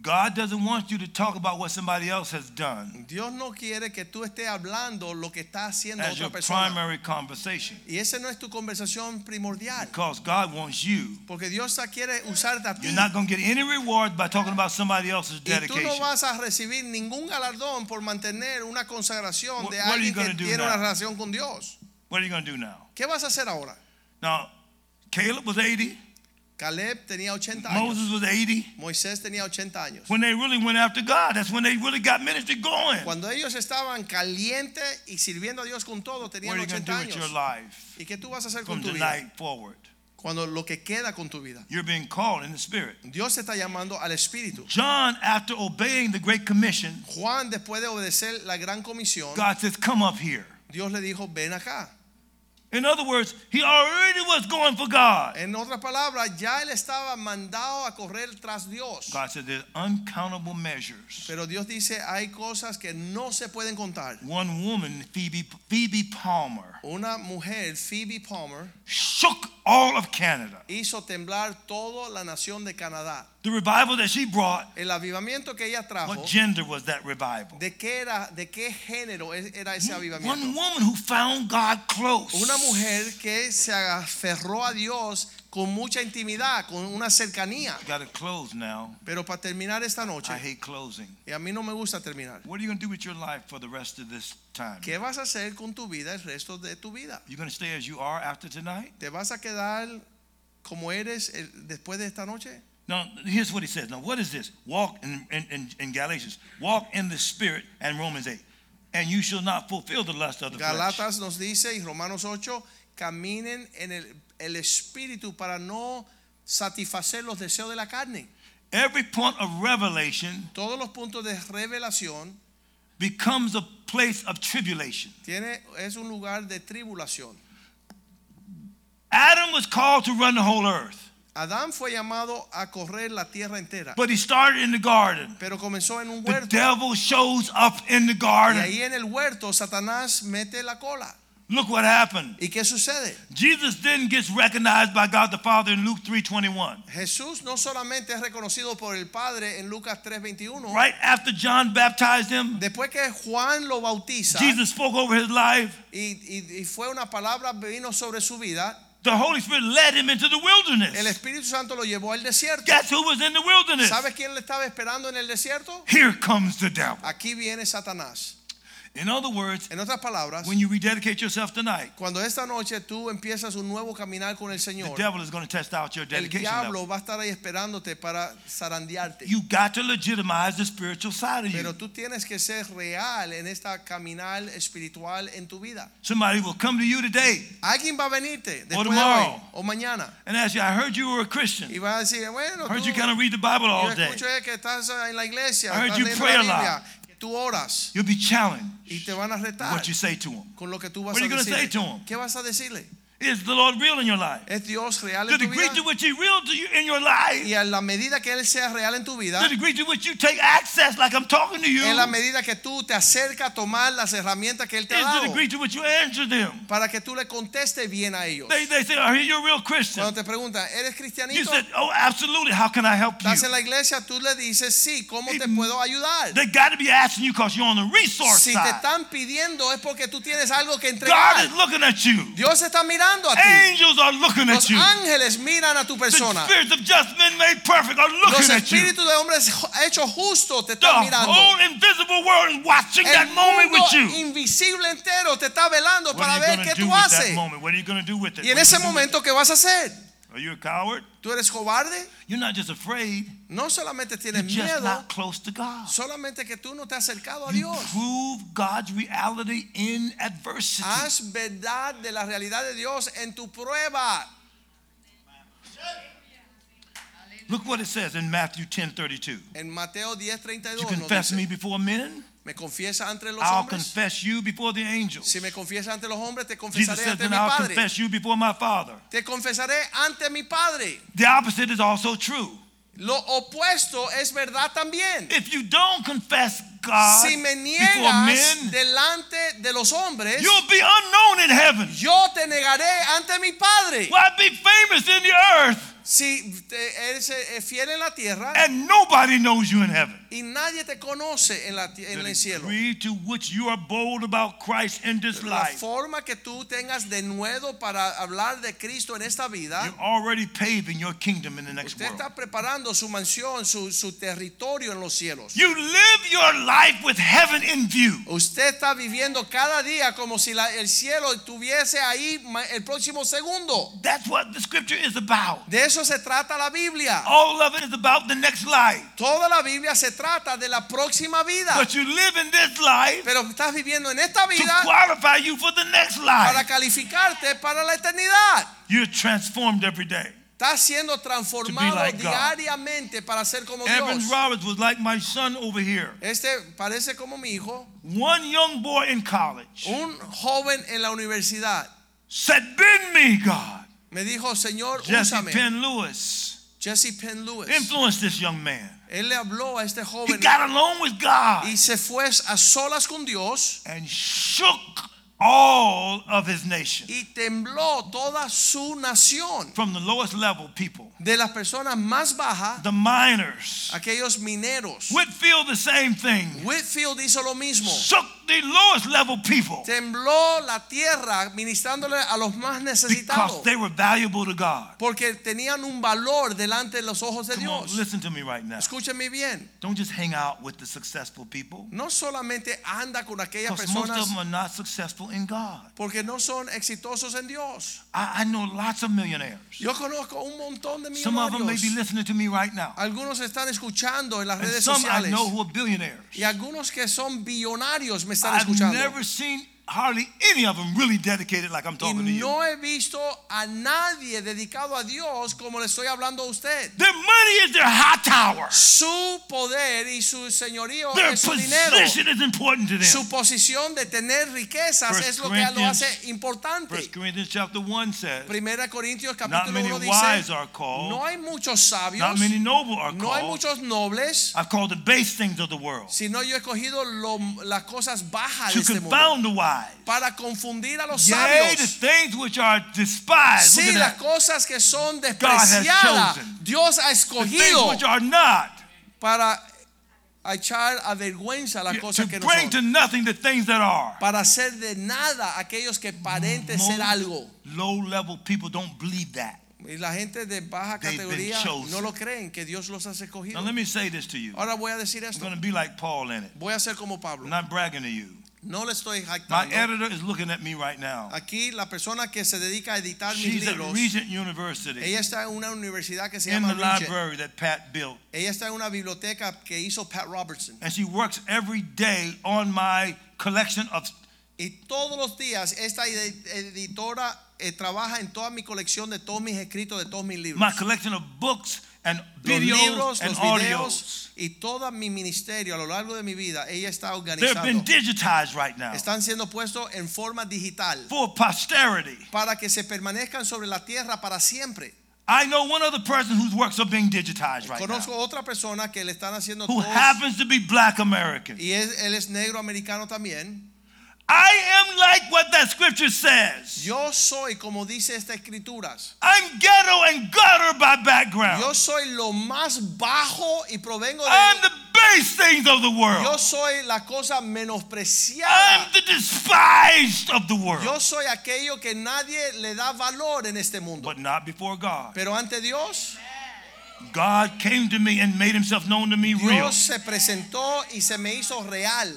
[SPEAKER 3] God doesn't want you to talk about what somebody else has done
[SPEAKER 1] Dios no quiere que tú estés hablando lo que está haciendo
[SPEAKER 3] as your
[SPEAKER 1] otra persona.
[SPEAKER 3] primary conversation.
[SPEAKER 1] Y esa no es tu conversación primordial.
[SPEAKER 3] Because God wants you.
[SPEAKER 1] Porque Dios quiere usarte a ti.
[SPEAKER 3] You're not going to get any rewards by talking about somebody else's
[SPEAKER 1] Y tú no
[SPEAKER 3] dedication.
[SPEAKER 1] vas a recibir ningún galardón por mantener una consagración
[SPEAKER 3] What-
[SPEAKER 1] de
[SPEAKER 3] what are
[SPEAKER 1] alguien
[SPEAKER 3] you
[SPEAKER 1] que
[SPEAKER 3] gonna do
[SPEAKER 1] tiene
[SPEAKER 3] now?
[SPEAKER 1] una relación con Dios.
[SPEAKER 3] What are you going to do now?
[SPEAKER 1] ¿Qué vas a hacer ahora?
[SPEAKER 3] Now, Caleb was 80.
[SPEAKER 1] Caleb tenía 80 años.
[SPEAKER 3] Moses was 80.
[SPEAKER 1] Moisés tenía 80 años.
[SPEAKER 3] When they really went after God, that's when they really got ministry going. What
[SPEAKER 1] Cuando ellos estaban calientes y sirviendo a Dios con todo,
[SPEAKER 3] are
[SPEAKER 1] tenían
[SPEAKER 3] you going to do
[SPEAKER 1] 80
[SPEAKER 3] with your
[SPEAKER 1] años.
[SPEAKER 3] life
[SPEAKER 1] ¿Y qué tú vas a hacer con
[SPEAKER 3] from
[SPEAKER 1] tu vida?
[SPEAKER 3] tonight forward?
[SPEAKER 1] Cuando lo que queda con tu vida.
[SPEAKER 3] You're being called in the Spirit.
[SPEAKER 1] Dios te está llamando al Espíritu.
[SPEAKER 3] John, after obeying the Great Commission,
[SPEAKER 1] Juan, después de obedecer la gran comisión,
[SPEAKER 3] God says, Come up here.
[SPEAKER 1] Dios le dijo, ven acá.
[SPEAKER 3] In other words, he already was going for God.
[SPEAKER 1] En otras palabras, ya él estaba mandado a correr tras Dios.
[SPEAKER 3] God said there's uncountable measures.
[SPEAKER 1] Pero Dios dice, hay cosas que no se pueden contar.
[SPEAKER 3] One woman, Phoebe, Phoebe Palmer,
[SPEAKER 1] Una mujer, Phoebe Palmer,
[SPEAKER 3] shook all of Canada.
[SPEAKER 1] hizo temblar toda la nación de Canadá.
[SPEAKER 3] The revival that she brought,
[SPEAKER 1] El avivamiento que ella trajo,
[SPEAKER 3] what gender was that revival?
[SPEAKER 1] ¿de qué, era, de qué género es- era ese
[SPEAKER 3] One
[SPEAKER 1] avivamiento?
[SPEAKER 3] woman who found God close.
[SPEAKER 1] Una mujer que se aferró a Dios con mucha intimidad, con una cercanía.
[SPEAKER 3] Got to close now.
[SPEAKER 1] Pero para terminar esta
[SPEAKER 3] I
[SPEAKER 1] noche,
[SPEAKER 3] hate closing.
[SPEAKER 1] y a mí no me gusta terminar,
[SPEAKER 3] What are you going to do with your life for the rest of this time?
[SPEAKER 1] ¿qué vas a hacer con tu vida el resto de tu vida?
[SPEAKER 3] You going to stay as you are after tonight?
[SPEAKER 1] ¿Te vas a quedar como eres el- después de esta noche?
[SPEAKER 3] Now, here's what he says. Now, what is this? Walk in, in, in, in Galatians. Walk in the Spirit and Romans 8. And you shall not fulfill the lust of the flesh.
[SPEAKER 1] Galatas nos dice y Romanos 8, caminen en el, el espíritu para no satisfacer los deseos de la carne.
[SPEAKER 3] Every point of revelation
[SPEAKER 1] Todos los puntos de revelación
[SPEAKER 3] becomes a place of tribulation.
[SPEAKER 1] tiene, es un lugar de tribulación.
[SPEAKER 3] Adam was called to run the whole earth,
[SPEAKER 1] Adán fue llamado a correr la tierra entera,
[SPEAKER 3] but he started in the garden.
[SPEAKER 1] pero comenzó en un
[SPEAKER 3] Pues,
[SPEAKER 1] huerto.
[SPEAKER 3] The devil shows up in the
[SPEAKER 1] Y
[SPEAKER 3] garden.
[SPEAKER 1] ahí en el huerto Satanás mete la cola.
[SPEAKER 3] Look what happened.
[SPEAKER 1] ¿Y qué sucede?
[SPEAKER 3] Jesus then gets recognized by God the Father in Luke 3:21.
[SPEAKER 1] Jesús no solamente es reconocido por el Padre en Lucas 3:21,
[SPEAKER 3] Right after John baptized him,
[SPEAKER 1] después que Juan lo bautiza
[SPEAKER 3] Jesus spoke over his life.
[SPEAKER 1] y, y- y fue una palabra vino sobre su vida,
[SPEAKER 3] The Holy Spirit led him into the
[SPEAKER 1] el
[SPEAKER 3] wilderness.
[SPEAKER 1] Espíritu Santo lo llevó al desierto.
[SPEAKER 3] Guess who was in the wilderness?
[SPEAKER 1] ¿Sabes quién le estaba esperando en el desierto?
[SPEAKER 3] Here comes the devil.
[SPEAKER 1] Aquí viene Satanás.
[SPEAKER 3] In other words,
[SPEAKER 1] En otras palabras,
[SPEAKER 3] when you rededicate yourself tonight,
[SPEAKER 1] cuando esta noche tú empiezas un nuevo caminar con el
[SPEAKER 3] the
[SPEAKER 1] Señor,
[SPEAKER 3] devil is going to test out your
[SPEAKER 1] el
[SPEAKER 3] dedication level.
[SPEAKER 1] diablo va a estar ahí esperándote para zarandearte.
[SPEAKER 3] You got to legitimize the spiritual side of you.
[SPEAKER 1] Pero tú tienes que ser real en esta caminar espiritual en tu vida.
[SPEAKER 3] Somebody will come to you today
[SPEAKER 1] Alguien va a venirte después de
[SPEAKER 3] tomorrow.
[SPEAKER 1] hoy o mañana
[SPEAKER 3] and ask you, "I heard you were a
[SPEAKER 1] y
[SPEAKER 3] Christian.
[SPEAKER 1] va a decir, bueno,
[SPEAKER 3] I heard
[SPEAKER 1] tú,
[SPEAKER 3] you kind of read the Bible
[SPEAKER 1] yo
[SPEAKER 3] all day."
[SPEAKER 1] escucho que estás en la iglesia,
[SPEAKER 3] I heard
[SPEAKER 1] estás
[SPEAKER 3] you
[SPEAKER 1] leyendo
[SPEAKER 3] pray
[SPEAKER 1] la
[SPEAKER 3] a lot.
[SPEAKER 1] Biblia, que tú oras
[SPEAKER 3] You'll be challenged.
[SPEAKER 1] y te van a retar
[SPEAKER 3] What you say to him
[SPEAKER 1] con lo que tú vas
[SPEAKER 3] What are you
[SPEAKER 1] a
[SPEAKER 3] gonna
[SPEAKER 1] decir.
[SPEAKER 3] say to 'em? him?
[SPEAKER 1] ¿Qué vas a decirle?
[SPEAKER 3] is the Lord real in your life?
[SPEAKER 1] ¿Es Dios real
[SPEAKER 3] The
[SPEAKER 1] en tu
[SPEAKER 3] degree
[SPEAKER 1] vida?
[SPEAKER 3] to which He real to you in your life.
[SPEAKER 1] Y a la medida que Él sea real en tu vida,
[SPEAKER 3] The degree to which you take access, like I'm talking to you,
[SPEAKER 1] en la
[SPEAKER 3] is
[SPEAKER 1] medida que tú te acercas a tomar las herramientas que Él te ha
[SPEAKER 3] the
[SPEAKER 1] dado
[SPEAKER 3] degree to which you answer them.
[SPEAKER 1] para que tú le contestes bien a ellos.
[SPEAKER 3] They, they say, Are you a real Christian?
[SPEAKER 1] Cuando te preguntan, ¿eres
[SPEAKER 3] You
[SPEAKER 1] cristianito?
[SPEAKER 3] said, Oh, absolutely. How can I help you?
[SPEAKER 1] Estás en la iglesia, tú le dices, sí, ¿cómo te
[SPEAKER 3] It-
[SPEAKER 1] puedo ayudar?
[SPEAKER 3] They got to be asking you because you're on the resource
[SPEAKER 1] Si te
[SPEAKER 3] side.
[SPEAKER 1] están pidiendo es porque tú tienes algo que
[SPEAKER 3] God is
[SPEAKER 1] entregar.
[SPEAKER 3] looking at you.
[SPEAKER 1] Dios está mirando a ti.
[SPEAKER 3] Angels are looking
[SPEAKER 1] Los
[SPEAKER 3] at you.
[SPEAKER 1] ángeles miran a tu
[SPEAKER 3] The
[SPEAKER 1] persona.
[SPEAKER 3] spirits of just men made perfect are
[SPEAKER 1] Los
[SPEAKER 3] looking at you.
[SPEAKER 1] espíritus de hombres hechos justos te
[SPEAKER 3] The
[SPEAKER 1] están mirando.
[SPEAKER 3] whole invisible world is watching that
[SPEAKER 1] El
[SPEAKER 3] moment with
[SPEAKER 1] mundo
[SPEAKER 3] you.
[SPEAKER 1] invisible entero te está velando
[SPEAKER 3] What are
[SPEAKER 1] para
[SPEAKER 3] you
[SPEAKER 1] ver
[SPEAKER 3] gonna
[SPEAKER 1] qué
[SPEAKER 3] do
[SPEAKER 1] tú
[SPEAKER 3] with that
[SPEAKER 1] haces.
[SPEAKER 3] moment? What are you going to do with it?
[SPEAKER 1] Y en
[SPEAKER 3] What
[SPEAKER 1] ese
[SPEAKER 3] are you gonna do
[SPEAKER 1] momento, ¿qué vas a hacer?
[SPEAKER 3] with it? Are you a coward?
[SPEAKER 1] ¿Tú eres cobarde?
[SPEAKER 3] You're not just afraid.
[SPEAKER 1] No solamente tienes
[SPEAKER 3] You're just
[SPEAKER 1] miedo,
[SPEAKER 3] not close to God.
[SPEAKER 1] solamente que tú no te has acercado a
[SPEAKER 3] You
[SPEAKER 1] Dios.
[SPEAKER 3] prove God's reality in adversity.
[SPEAKER 1] Haz verdad de la realidad de Dios en tu prueba.
[SPEAKER 3] Look what it says in Matthew 10:32.
[SPEAKER 1] En Mateo 10,
[SPEAKER 3] You
[SPEAKER 1] 32 nos
[SPEAKER 3] confess
[SPEAKER 1] dice,
[SPEAKER 3] me before men,
[SPEAKER 1] me confiesa ante los
[SPEAKER 3] I'll
[SPEAKER 1] hombres.
[SPEAKER 3] confess you before the angels.
[SPEAKER 1] Si me confiesas ante los hombres, te
[SPEAKER 3] Jesus
[SPEAKER 1] confesaré
[SPEAKER 3] says,
[SPEAKER 1] ante
[SPEAKER 3] then
[SPEAKER 1] mi
[SPEAKER 3] I'll
[SPEAKER 1] Padre.
[SPEAKER 3] confess you before my Father.
[SPEAKER 1] Te confesaré ante mi Padre.
[SPEAKER 3] The opposite is also true.
[SPEAKER 1] Lo opuesto es verdad también.
[SPEAKER 3] If you don't confess God
[SPEAKER 1] Si me
[SPEAKER 3] before
[SPEAKER 1] niegas
[SPEAKER 3] men,
[SPEAKER 1] delante de los hombres,
[SPEAKER 3] you'll be unknown in heaven.
[SPEAKER 1] yo te negaré ante mi Padre.
[SPEAKER 3] Why be famous in the earth
[SPEAKER 1] Si te- eres eh, fiel en la tierra
[SPEAKER 3] and nobody knows you in heaven?
[SPEAKER 1] y nadie te conoce en, la, ti- en
[SPEAKER 3] the
[SPEAKER 1] el cielo.
[SPEAKER 3] degree to which you are bold about Christ in this
[SPEAKER 1] La
[SPEAKER 3] life,
[SPEAKER 1] forma que tú tengas de nuevo para hablar de Cristo en esta vida,
[SPEAKER 3] you're already paving your kingdom in the next
[SPEAKER 1] usted
[SPEAKER 3] world.
[SPEAKER 1] está preparando su mansión, su, su territorio en los cielos.
[SPEAKER 3] You live your life with heaven in view.
[SPEAKER 1] Usted está viviendo cada día como si la- el cielo estuviese ahí ma- el próximo segundo.
[SPEAKER 3] That's what the scripture is about.
[SPEAKER 1] De eso se trata la Biblia.
[SPEAKER 3] All of it is about the next life.
[SPEAKER 1] Toda la Biblia se trata de la próxima vida.
[SPEAKER 3] But you live in this life
[SPEAKER 1] Pero estás viviendo en esta
[SPEAKER 3] to
[SPEAKER 1] vida
[SPEAKER 3] qualify you for the next
[SPEAKER 1] para
[SPEAKER 3] life.
[SPEAKER 1] calificarte para la eternidad.
[SPEAKER 3] You're transformed every day.
[SPEAKER 1] Está siendo transformado
[SPEAKER 3] like God.
[SPEAKER 1] diariamente para ser como
[SPEAKER 3] Evans
[SPEAKER 1] Oh, Dios.
[SPEAKER 3] Roberts was like my son over here.
[SPEAKER 1] Este parece como mi hijo,
[SPEAKER 3] One young boy in college
[SPEAKER 1] un joven en la universidad.
[SPEAKER 3] said, Bend me, God.
[SPEAKER 1] Me dijo, Señor,
[SPEAKER 3] Jesse
[SPEAKER 1] úsame.
[SPEAKER 3] Penn Lewis
[SPEAKER 1] Jesse Penn Lewis.
[SPEAKER 3] influenced this young man.
[SPEAKER 1] Él le habló a este
[SPEAKER 3] He
[SPEAKER 1] joven
[SPEAKER 3] got along with God
[SPEAKER 1] y se fue a solas con Dios
[SPEAKER 3] and shook all of his nation
[SPEAKER 1] y tembló toda su nación.
[SPEAKER 3] from the lowest level people,
[SPEAKER 1] De las personas más bajas,
[SPEAKER 3] the miners.
[SPEAKER 1] aquellos mineros.
[SPEAKER 3] Whitfield, the same thing.
[SPEAKER 1] Whitfield hizo lo mismo.
[SPEAKER 3] Shook the lowest level people
[SPEAKER 1] Tembló la tierra ministrándole a los más necesitados
[SPEAKER 3] because they were valuable to God.
[SPEAKER 1] porque tenían un valor delante de los ojos de
[SPEAKER 3] Come on,
[SPEAKER 1] Dios.
[SPEAKER 3] listen to me right now.
[SPEAKER 1] Escúchame bien,
[SPEAKER 3] Don't just hang out with the successful people
[SPEAKER 1] no solamente anda con aquellas
[SPEAKER 3] because most of
[SPEAKER 1] personas
[SPEAKER 3] them are not successful in God.
[SPEAKER 1] porque no son exitosos en Dios.
[SPEAKER 3] I, I know lots of millionaires.
[SPEAKER 1] Yo conozco un montón de
[SPEAKER 3] Some of them may be
[SPEAKER 1] millonarios.
[SPEAKER 3] listening to me right now.
[SPEAKER 1] Algunos están escuchando en las
[SPEAKER 3] And
[SPEAKER 1] redes
[SPEAKER 3] some I
[SPEAKER 1] sociales
[SPEAKER 3] know who are billionaires.
[SPEAKER 1] y algunos que son billonarios me están
[SPEAKER 3] I've
[SPEAKER 1] escuchando.
[SPEAKER 3] never seen hardly any of them really dedicated like I'm
[SPEAKER 1] Y
[SPEAKER 3] talking to you.
[SPEAKER 1] no he visto a nadie dedicado a Dios como le estoy hablando a usted.
[SPEAKER 3] Their money is their high tower.
[SPEAKER 1] Su poder y su señorío
[SPEAKER 3] Their
[SPEAKER 1] es su dinero.
[SPEAKER 3] position is important to them.
[SPEAKER 1] Su posición de tener riquezas
[SPEAKER 3] First
[SPEAKER 1] es lo que lo
[SPEAKER 3] Corinthians-
[SPEAKER 1] hace importante.
[SPEAKER 3] First Corinthians chapter 1 says,
[SPEAKER 1] Primera Corintios
[SPEAKER 3] Not
[SPEAKER 1] capítulo
[SPEAKER 3] many
[SPEAKER 1] 1 dice,
[SPEAKER 3] wise are
[SPEAKER 1] no
[SPEAKER 3] called,
[SPEAKER 1] hay muchos sabios,
[SPEAKER 3] not many noble are
[SPEAKER 1] no hay
[SPEAKER 3] called.
[SPEAKER 1] muchos nobles,
[SPEAKER 3] I've called the base things of the world
[SPEAKER 1] sino yo he escogido lo- las cosas bajas de
[SPEAKER 3] to
[SPEAKER 1] este mundo
[SPEAKER 3] confound the wise.
[SPEAKER 1] para confundir a los
[SPEAKER 3] Yea, the
[SPEAKER 1] sabios.
[SPEAKER 3] things which are despised, look
[SPEAKER 1] Sí,
[SPEAKER 3] at
[SPEAKER 1] las
[SPEAKER 3] that.
[SPEAKER 1] cosas que son
[SPEAKER 3] has
[SPEAKER 1] despreciadas,
[SPEAKER 3] chosen.
[SPEAKER 1] Dios ha
[SPEAKER 3] the things
[SPEAKER 1] escogido
[SPEAKER 3] which are not,
[SPEAKER 1] para echar a vergüenza las
[SPEAKER 3] to
[SPEAKER 1] cosas que no son.
[SPEAKER 3] bring to nothing the things that are.
[SPEAKER 1] para hacer de nada aquellos que parenten ser algo.
[SPEAKER 3] Low level people don't believe that.
[SPEAKER 1] Y la gente de baja
[SPEAKER 3] They've been
[SPEAKER 1] categoría
[SPEAKER 3] chosen.
[SPEAKER 1] no lo creen que Dios los ha escogido.
[SPEAKER 3] Now let me say this to you. I'm
[SPEAKER 1] Ahora voy a decir esto.
[SPEAKER 3] going to be like Paul in it.
[SPEAKER 1] Voy a ser como
[SPEAKER 3] I'm
[SPEAKER 1] Pablo.
[SPEAKER 3] not bragging to you.
[SPEAKER 1] No le estoy
[SPEAKER 3] My
[SPEAKER 1] jactando.
[SPEAKER 3] editor is looking at me right now.
[SPEAKER 1] Aquí la persona que se dedica a editar mis
[SPEAKER 3] She's at
[SPEAKER 1] libros,
[SPEAKER 3] Regent University
[SPEAKER 1] ella está en una universidad que se
[SPEAKER 3] in
[SPEAKER 1] llama
[SPEAKER 3] the
[SPEAKER 1] Regent.
[SPEAKER 3] library that Pat built,
[SPEAKER 1] Ella está en una biblioteca que hizo Pat Robertson.
[SPEAKER 3] and she works every day on my collection of
[SPEAKER 1] Y todos los días esta ed- editora eh, trabaja en toda mi colección de todos mis escritos, de todos mis libros.
[SPEAKER 3] my collection of books and
[SPEAKER 1] los
[SPEAKER 3] videos
[SPEAKER 1] libros,
[SPEAKER 3] and
[SPEAKER 1] los videos
[SPEAKER 3] audios.
[SPEAKER 1] y todo mi ministerio a lo largo de mi vida, ella está
[SPEAKER 3] They've been
[SPEAKER 1] organizando.
[SPEAKER 3] digitized right now
[SPEAKER 1] Están siendo puestos en forma digital
[SPEAKER 3] for posterity.
[SPEAKER 1] para que se permanezcan sobre la tierra para siempre.
[SPEAKER 3] I know one other person whose works are being digitized right
[SPEAKER 1] Conozco
[SPEAKER 3] now,
[SPEAKER 1] otra persona que le están haciendo
[SPEAKER 3] who
[SPEAKER 1] todos,
[SPEAKER 3] happens to be Black American.
[SPEAKER 1] y es- él es negro americano también.
[SPEAKER 3] I am like what that scripture says.
[SPEAKER 1] Yo soy como dice esta escrituras.
[SPEAKER 3] I'm ghetto and gutter by background.
[SPEAKER 1] Yo soy lo más bajo y provengo
[SPEAKER 3] I'm
[SPEAKER 1] de
[SPEAKER 3] the base things of the
[SPEAKER 1] Yo
[SPEAKER 3] world.
[SPEAKER 1] soy la cosa
[SPEAKER 3] I'm
[SPEAKER 1] menospreciada.
[SPEAKER 3] the despised of the world.
[SPEAKER 1] Yo soy aquello que nadie le da valor en este mundo.
[SPEAKER 3] But not before God.
[SPEAKER 1] Pero ante Dios
[SPEAKER 3] God came to me and made himself known to me real.
[SPEAKER 1] Dios se presentó y se me hizo real.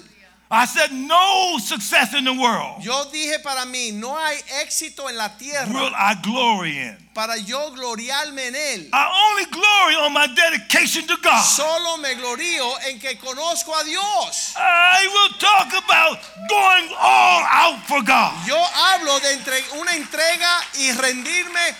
[SPEAKER 3] I said, No success in the world
[SPEAKER 1] Yo dije para mí, no hay éxito en la
[SPEAKER 3] will
[SPEAKER 1] tierra
[SPEAKER 3] I glory in.
[SPEAKER 1] para yo gloriarme en él.
[SPEAKER 3] I only glory on my dedication to God.
[SPEAKER 1] Solo me glorío en que conozco a Dios.
[SPEAKER 3] I will talk about going all out for God.
[SPEAKER 1] Yo hablo de entre- una entrega y rendirme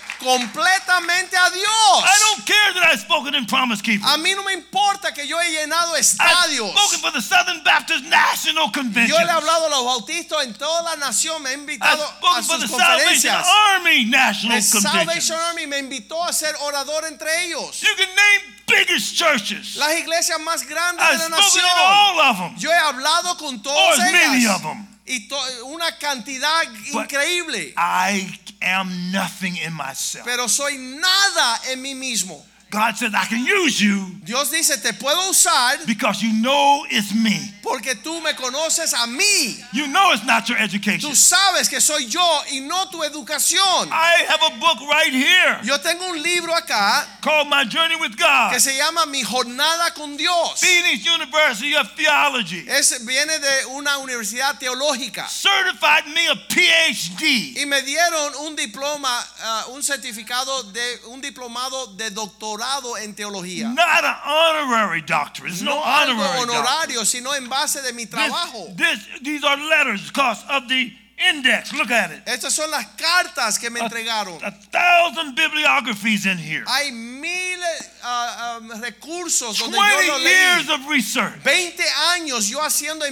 [SPEAKER 1] completamente a
[SPEAKER 3] I
[SPEAKER 1] Dios.
[SPEAKER 3] don't care that I've spoken in Promise Keeper.
[SPEAKER 1] A mí no me importa que yo he llenado
[SPEAKER 3] I've
[SPEAKER 1] estadios.
[SPEAKER 3] spoken for the Southern Baptist National Convention.
[SPEAKER 1] Yo le he hablado a los bautistas en toda la nación, me ha
[SPEAKER 3] I've
[SPEAKER 1] invitado a
[SPEAKER 3] spoken for
[SPEAKER 1] sus
[SPEAKER 3] the Salvation
[SPEAKER 1] conferencias.
[SPEAKER 3] Army National
[SPEAKER 1] El
[SPEAKER 3] Convention.
[SPEAKER 1] Salvation Army me invitó a ser orador entre ellos.
[SPEAKER 3] You can name biggest churches.
[SPEAKER 1] Las iglesias más grandes
[SPEAKER 3] I've
[SPEAKER 1] de la
[SPEAKER 3] spoken in
[SPEAKER 1] nación.
[SPEAKER 3] all of them.
[SPEAKER 1] Yo he hablado con
[SPEAKER 3] Or
[SPEAKER 1] todos
[SPEAKER 3] as many
[SPEAKER 1] ellas.
[SPEAKER 3] of them.
[SPEAKER 1] Y to- una cantidad
[SPEAKER 3] But-
[SPEAKER 1] increíble.
[SPEAKER 3] I am nothing in myself.
[SPEAKER 1] Pero soy nada en mí mismo.
[SPEAKER 3] God says, I can use you
[SPEAKER 1] Dios dice, te puedo usar
[SPEAKER 3] because you know it's me.
[SPEAKER 1] porque tú me conoces a mí.
[SPEAKER 3] You know it's not your education.
[SPEAKER 1] Tú sabes que soy yo y no tu educación.
[SPEAKER 3] I have a book right here
[SPEAKER 1] Yo tengo un libro acá
[SPEAKER 3] called My Journey with God.
[SPEAKER 1] que se llama Mi Jornada con Dios.
[SPEAKER 3] Phoenix University of Theology
[SPEAKER 1] Es, viene de una universidad teológica.
[SPEAKER 3] certified me a PhD.
[SPEAKER 1] Y me dieron un diploma, ah, un certificado de un diplomado de doctorado en teología.
[SPEAKER 3] Not an honorary doctorate. It's no,
[SPEAKER 1] algo
[SPEAKER 3] honorary doctorate.
[SPEAKER 1] honorario, sino en base de mi
[SPEAKER 3] This-
[SPEAKER 1] trabajo.
[SPEAKER 3] This, these are letters, because of the index. Look at it.
[SPEAKER 1] Estas son las cartas que me
[SPEAKER 3] Ah,
[SPEAKER 1] entregaron.
[SPEAKER 3] A thousand bibliographies in here.
[SPEAKER 1] Hay miles ah, ah, recursos donde yo lo
[SPEAKER 3] Twenty years
[SPEAKER 1] leí.
[SPEAKER 3] of research.
[SPEAKER 1] 20 años yo haciendo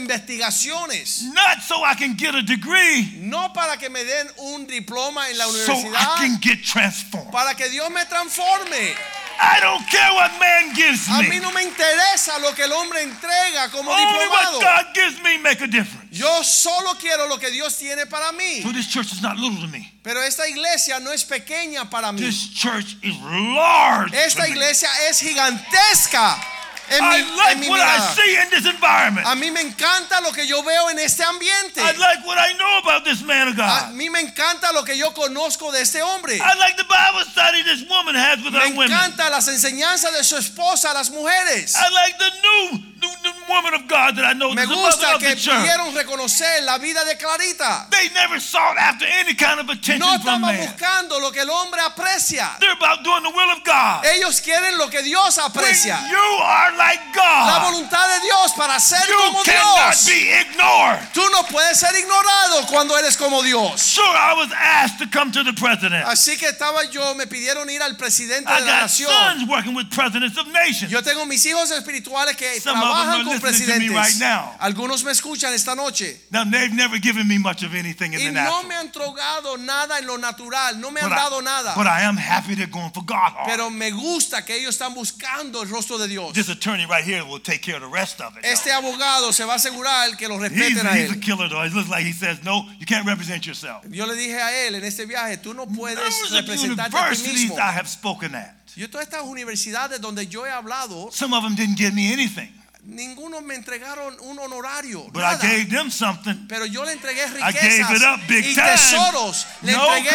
[SPEAKER 1] investigaciones.
[SPEAKER 3] Not so I can get a degree,
[SPEAKER 1] No para que me den un diploma en la
[SPEAKER 3] so I
[SPEAKER 1] universidad.
[SPEAKER 3] can get transformed.
[SPEAKER 1] Para que Dios me transforme.
[SPEAKER 3] I don't care what man gives
[SPEAKER 1] A
[SPEAKER 3] me.
[SPEAKER 1] mí no me interesa lo que el hombre entrega como
[SPEAKER 3] Only
[SPEAKER 1] diplomado.
[SPEAKER 3] what God gives me make a difference.
[SPEAKER 1] Yo solo quiero lo que Dios tiene para mí.
[SPEAKER 3] So this church is not little to me.
[SPEAKER 1] Pero esta iglesia no es pequeña para mí.
[SPEAKER 3] This church is large.
[SPEAKER 1] Esta
[SPEAKER 3] to me.
[SPEAKER 1] iglesia es gigantesca en mi,
[SPEAKER 3] I
[SPEAKER 1] en mi
[SPEAKER 3] like what I
[SPEAKER 1] mirada. Ah,
[SPEAKER 3] see in this environment.
[SPEAKER 1] A mí me encanta lo que yo veo en este ambiente.
[SPEAKER 3] I like what I know about this man of
[SPEAKER 1] A
[SPEAKER 3] God.
[SPEAKER 1] mí me encanta lo que yo conozco de este hombre.
[SPEAKER 3] I like the Bible study this woman has with
[SPEAKER 1] Me
[SPEAKER 3] her women.
[SPEAKER 1] encanta las enseñanzas de su esposa a las mujeres.
[SPEAKER 3] I like the new, new, new woman of God that I know.
[SPEAKER 1] Me
[SPEAKER 3] that's the mother
[SPEAKER 1] gusta
[SPEAKER 3] of
[SPEAKER 1] que
[SPEAKER 3] the church.
[SPEAKER 1] pudieron reconocer la vida de Clarita.
[SPEAKER 3] They never sought after any kind of attention
[SPEAKER 1] No estaban
[SPEAKER 3] from man.
[SPEAKER 1] buscando lo que el hombre aprecia.
[SPEAKER 3] They're about doing the will of God.
[SPEAKER 1] Ellos quieren lo que Dios
[SPEAKER 3] When
[SPEAKER 1] aprecia.
[SPEAKER 3] you are like
[SPEAKER 1] La
[SPEAKER 3] God,
[SPEAKER 1] voluntad de Dios para ser
[SPEAKER 3] you
[SPEAKER 1] como
[SPEAKER 3] cannot
[SPEAKER 1] Dios.
[SPEAKER 3] be ignored.
[SPEAKER 1] Tú no puedes ser ignorado cuando eres como Dios.
[SPEAKER 3] Sure, I was asked to come to the president.
[SPEAKER 1] Así que estaba yo, me pidieron ir al presidente de
[SPEAKER 3] I
[SPEAKER 1] la
[SPEAKER 3] got
[SPEAKER 1] nación.
[SPEAKER 3] sons working with presidents of nations.
[SPEAKER 1] Yo tengo mis hijos espirituales que
[SPEAKER 3] Some of them
[SPEAKER 1] trabajan
[SPEAKER 3] are
[SPEAKER 1] con
[SPEAKER 3] listening to me
[SPEAKER 1] presidentes.
[SPEAKER 3] right now.
[SPEAKER 1] Algunos me escuchan esta noche.
[SPEAKER 3] Now they've never given me much of anything in
[SPEAKER 1] Y
[SPEAKER 3] the
[SPEAKER 1] no
[SPEAKER 3] natural.
[SPEAKER 1] me han trogado nada en lo natural, no me han
[SPEAKER 3] But I-
[SPEAKER 1] dado nada.
[SPEAKER 3] But I am happy they're going for God.
[SPEAKER 1] Pero me gusta que ellos están buscando el rostro de Dios.
[SPEAKER 3] this attorney right here will take care of the rest of it.
[SPEAKER 1] Este abogado se va a asegurar que lo
[SPEAKER 3] he's,
[SPEAKER 1] respeten a
[SPEAKER 3] he's a
[SPEAKER 1] él.
[SPEAKER 3] killer though. It looks like he says, no, you can't represent yourself.
[SPEAKER 1] Yo le dije a él en este viaje, tú no puedes
[SPEAKER 3] Numbers of
[SPEAKER 1] representarte a ti
[SPEAKER 3] universities
[SPEAKER 1] mismo.
[SPEAKER 3] I have spoken at.
[SPEAKER 1] Yo todas estas universidades donde yo he hablado,
[SPEAKER 3] Some of them didn't give me anything,
[SPEAKER 1] ninguno me entregaron un honorario.
[SPEAKER 3] but
[SPEAKER 1] nada.
[SPEAKER 3] I gave them something.
[SPEAKER 1] Pero yo le entregué
[SPEAKER 3] I gave
[SPEAKER 1] riquezas
[SPEAKER 3] it up big
[SPEAKER 1] y
[SPEAKER 3] time.
[SPEAKER 1] tesoros. Le
[SPEAKER 3] No
[SPEAKER 1] entregué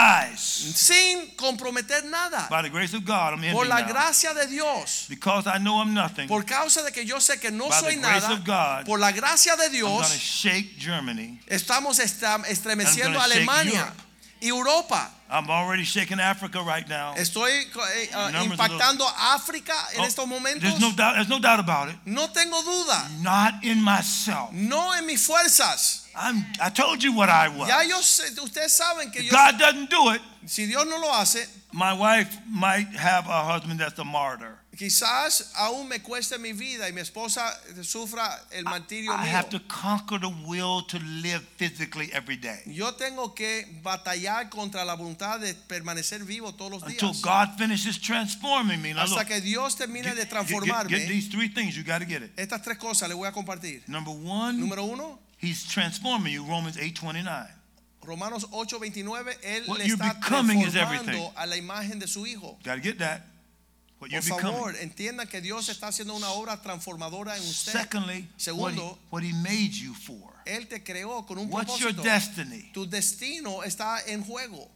[SPEAKER 3] compromise.
[SPEAKER 1] sin comprometer nada.
[SPEAKER 3] By the grace of God, I'm
[SPEAKER 1] Por
[SPEAKER 3] ending
[SPEAKER 1] la
[SPEAKER 3] now.
[SPEAKER 1] gracia de Dios.
[SPEAKER 3] Because I know I'm nothing, I'm
[SPEAKER 1] Por causa de que yo sé que no
[SPEAKER 3] By the
[SPEAKER 1] soy
[SPEAKER 3] grace
[SPEAKER 1] nada.
[SPEAKER 3] of God,
[SPEAKER 1] por la gracia de
[SPEAKER 3] going to
[SPEAKER 1] Dios.
[SPEAKER 3] shake Germany.
[SPEAKER 1] Estamos estra- estremeciendo a
[SPEAKER 3] shake
[SPEAKER 1] Alemania
[SPEAKER 3] Europe.
[SPEAKER 1] y Europa.
[SPEAKER 3] I'm already shaking Africa right now.
[SPEAKER 1] Estoy co- eh, ah,
[SPEAKER 3] Numbers of
[SPEAKER 1] impactando África en
[SPEAKER 3] Oh,
[SPEAKER 1] estos momentos.
[SPEAKER 3] There's no doubt. There's no doubt about it.
[SPEAKER 1] No tengo duda.
[SPEAKER 3] Not in myself.
[SPEAKER 1] No en mis fuerzas.
[SPEAKER 3] I'm. I told you what I was.
[SPEAKER 1] Ya yo sé- ustedes saben que
[SPEAKER 3] If
[SPEAKER 1] yo,
[SPEAKER 3] God doesn't do it.
[SPEAKER 1] si Dios no lo hace,
[SPEAKER 3] My wife might have a husband that's a martyr.
[SPEAKER 1] quizás aún me cueste mi vida y mi esposa sufra el martirio
[SPEAKER 3] I have to
[SPEAKER 1] mío.
[SPEAKER 3] conquer the will to live physically every day
[SPEAKER 1] Yo tengo que batallar contra la voluntad de permanecer vivo todos los
[SPEAKER 3] until
[SPEAKER 1] días.
[SPEAKER 3] God finishes transforming me. Now
[SPEAKER 1] Hasta
[SPEAKER 3] look,
[SPEAKER 1] que Dios termine
[SPEAKER 3] get,
[SPEAKER 1] de
[SPEAKER 3] get- get- get
[SPEAKER 1] transformarme.
[SPEAKER 3] these three things. You got to get it.
[SPEAKER 1] Estas tres cosas les voy a compartir.
[SPEAKER 3] Number one,
[SPEAKER 1] Número uno,
[SPEAKER 3] He's transforming you. Romans eight twenty nine.
[SPEAKER 1] Romanos 8:29, Él
[SPEAKER 3] What
[SPEAKER 1] le
[SPEAKER 3] you're
[SPEAKER 1] está
[SPEAKER 3] becoming is everything.
[SPEAKER 1] transformando a la imagen de su hijo.
[SPEAKER 3] Got to get that. What you're
[SPEAKER 1] Por
[SPEAKER 3] becoming.
[SPEAKER 1] favor, entiendan que Dios está haciendo una obra transformadora en usted.
[SPEAKER 3] Secondly, what he,
[SPEAKER 1] Segundo.
[SPEAKER 3] what he made you for.
[SPEAKER 1] Él te creó con un
[SPEAKER 3] What's your
[SPEAKER 1] propósito.
[SPEAKER 3] destiny?
[SPEAKER 1] Tu destino está en juego.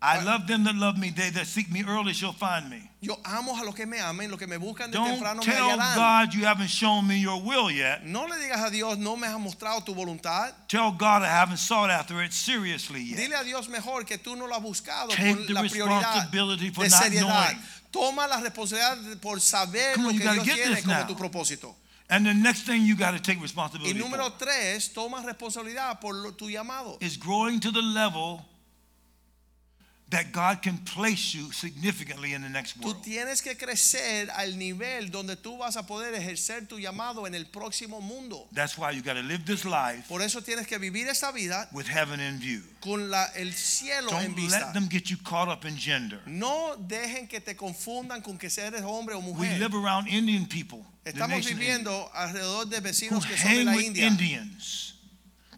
[SPEAKER 3] I love them that love me. They that seek me early shall find me.
[SPEAKER 1] Yo amo a los que me amen, los que me buscan de
[SPEAKER 3] Don't
[SPEAKER 1] temprano me
[SPEAKER 3] tell
[SPEAKER 1] hallarán.
[SPEAKER 3] God you haven't shown me your will yet.
[SPEAKER 1] No le digas a Dios, no me has mostrado tu voluntad.
[SPEAKER 3] Tell God I haven't sought after it seriously yet.
[SPEAKER 1] Dile a Dios mejor que tú no lo has buscado
[SPEAKER 3] Take
[SPEAKER 1] con
[SPEAKER 3] the
[SPEAKER 1] la prioridad
[SPEAKER 3] responsibility for
[SPEAKER 1] de
[SPEAKER 3] not
[SPEAKER 1] seriedad.
[SPEAKER 3] knowing.
[SPEAKER 1] Toma la responsabilidad de- por saber
[SPEAKER 3] Come on,
[SPEAKER 1] lo
[SPEAKER 3] you
[SPEAKER 1] que
[SPEAKER 3] gotta
[SPEAKER 1] Dios
[SPEAKER 3] get
[SPEAKER 1] tiene
[SPEAKER 3] this
[SPEAKER 1] como
[SPEAKER 3] now.
[SPEAKER 1] tu propósito.
[SPEAKER 3] And the next thing you got to take
[SPEAKER 1] Y
[SPEAKER 3] responsibility
[SPEAKER 1] número
[SPEAKER 3] for
[SPEAKER 1] tres, toma responsabilidad por lo- tu llamado.
[SPEAKER 3] is growing to the level that God can place you significantly in the next
[SPEAKER 1] Tú
[SPEAKER 3] world.
[SPEAKER 1] tienes que crecer al nivel donde tú vas a poder ejercer tu llamado en el próximo mundo.
[SPEAKER 3] That's why you got to live this life
[SPEAKER 1] Por eso tienes que vivir esta vida
[SPEAKER 3] with heaven in view.
[SPEAKER 1] con la- el cielo en
[SPEAKER 3] Don't
[SPEAKER 1] vista.
[SPEAKER 3] let them get you caught up in gender.
[SPEAKER 1] No dejen que te confundan con que si eres hombre o
[SPEAKER 3] We
[SPEAKER 1] mujer.
[SPEAKER 3] live around Indian people. the
[SPEAKER 1] Estamos
[SPEAKER 3] nation India,
[SPEAKER 1] viviendo alrededor de
[SPEAKER 3] who
[SPEAKER 1] vecinos que son de
[SPEAKER 3] hang
[SPEAKER 1] la
[SPEAKER 3] with
[SPEAKER 1] India.
[SPEAKER 3] Indians,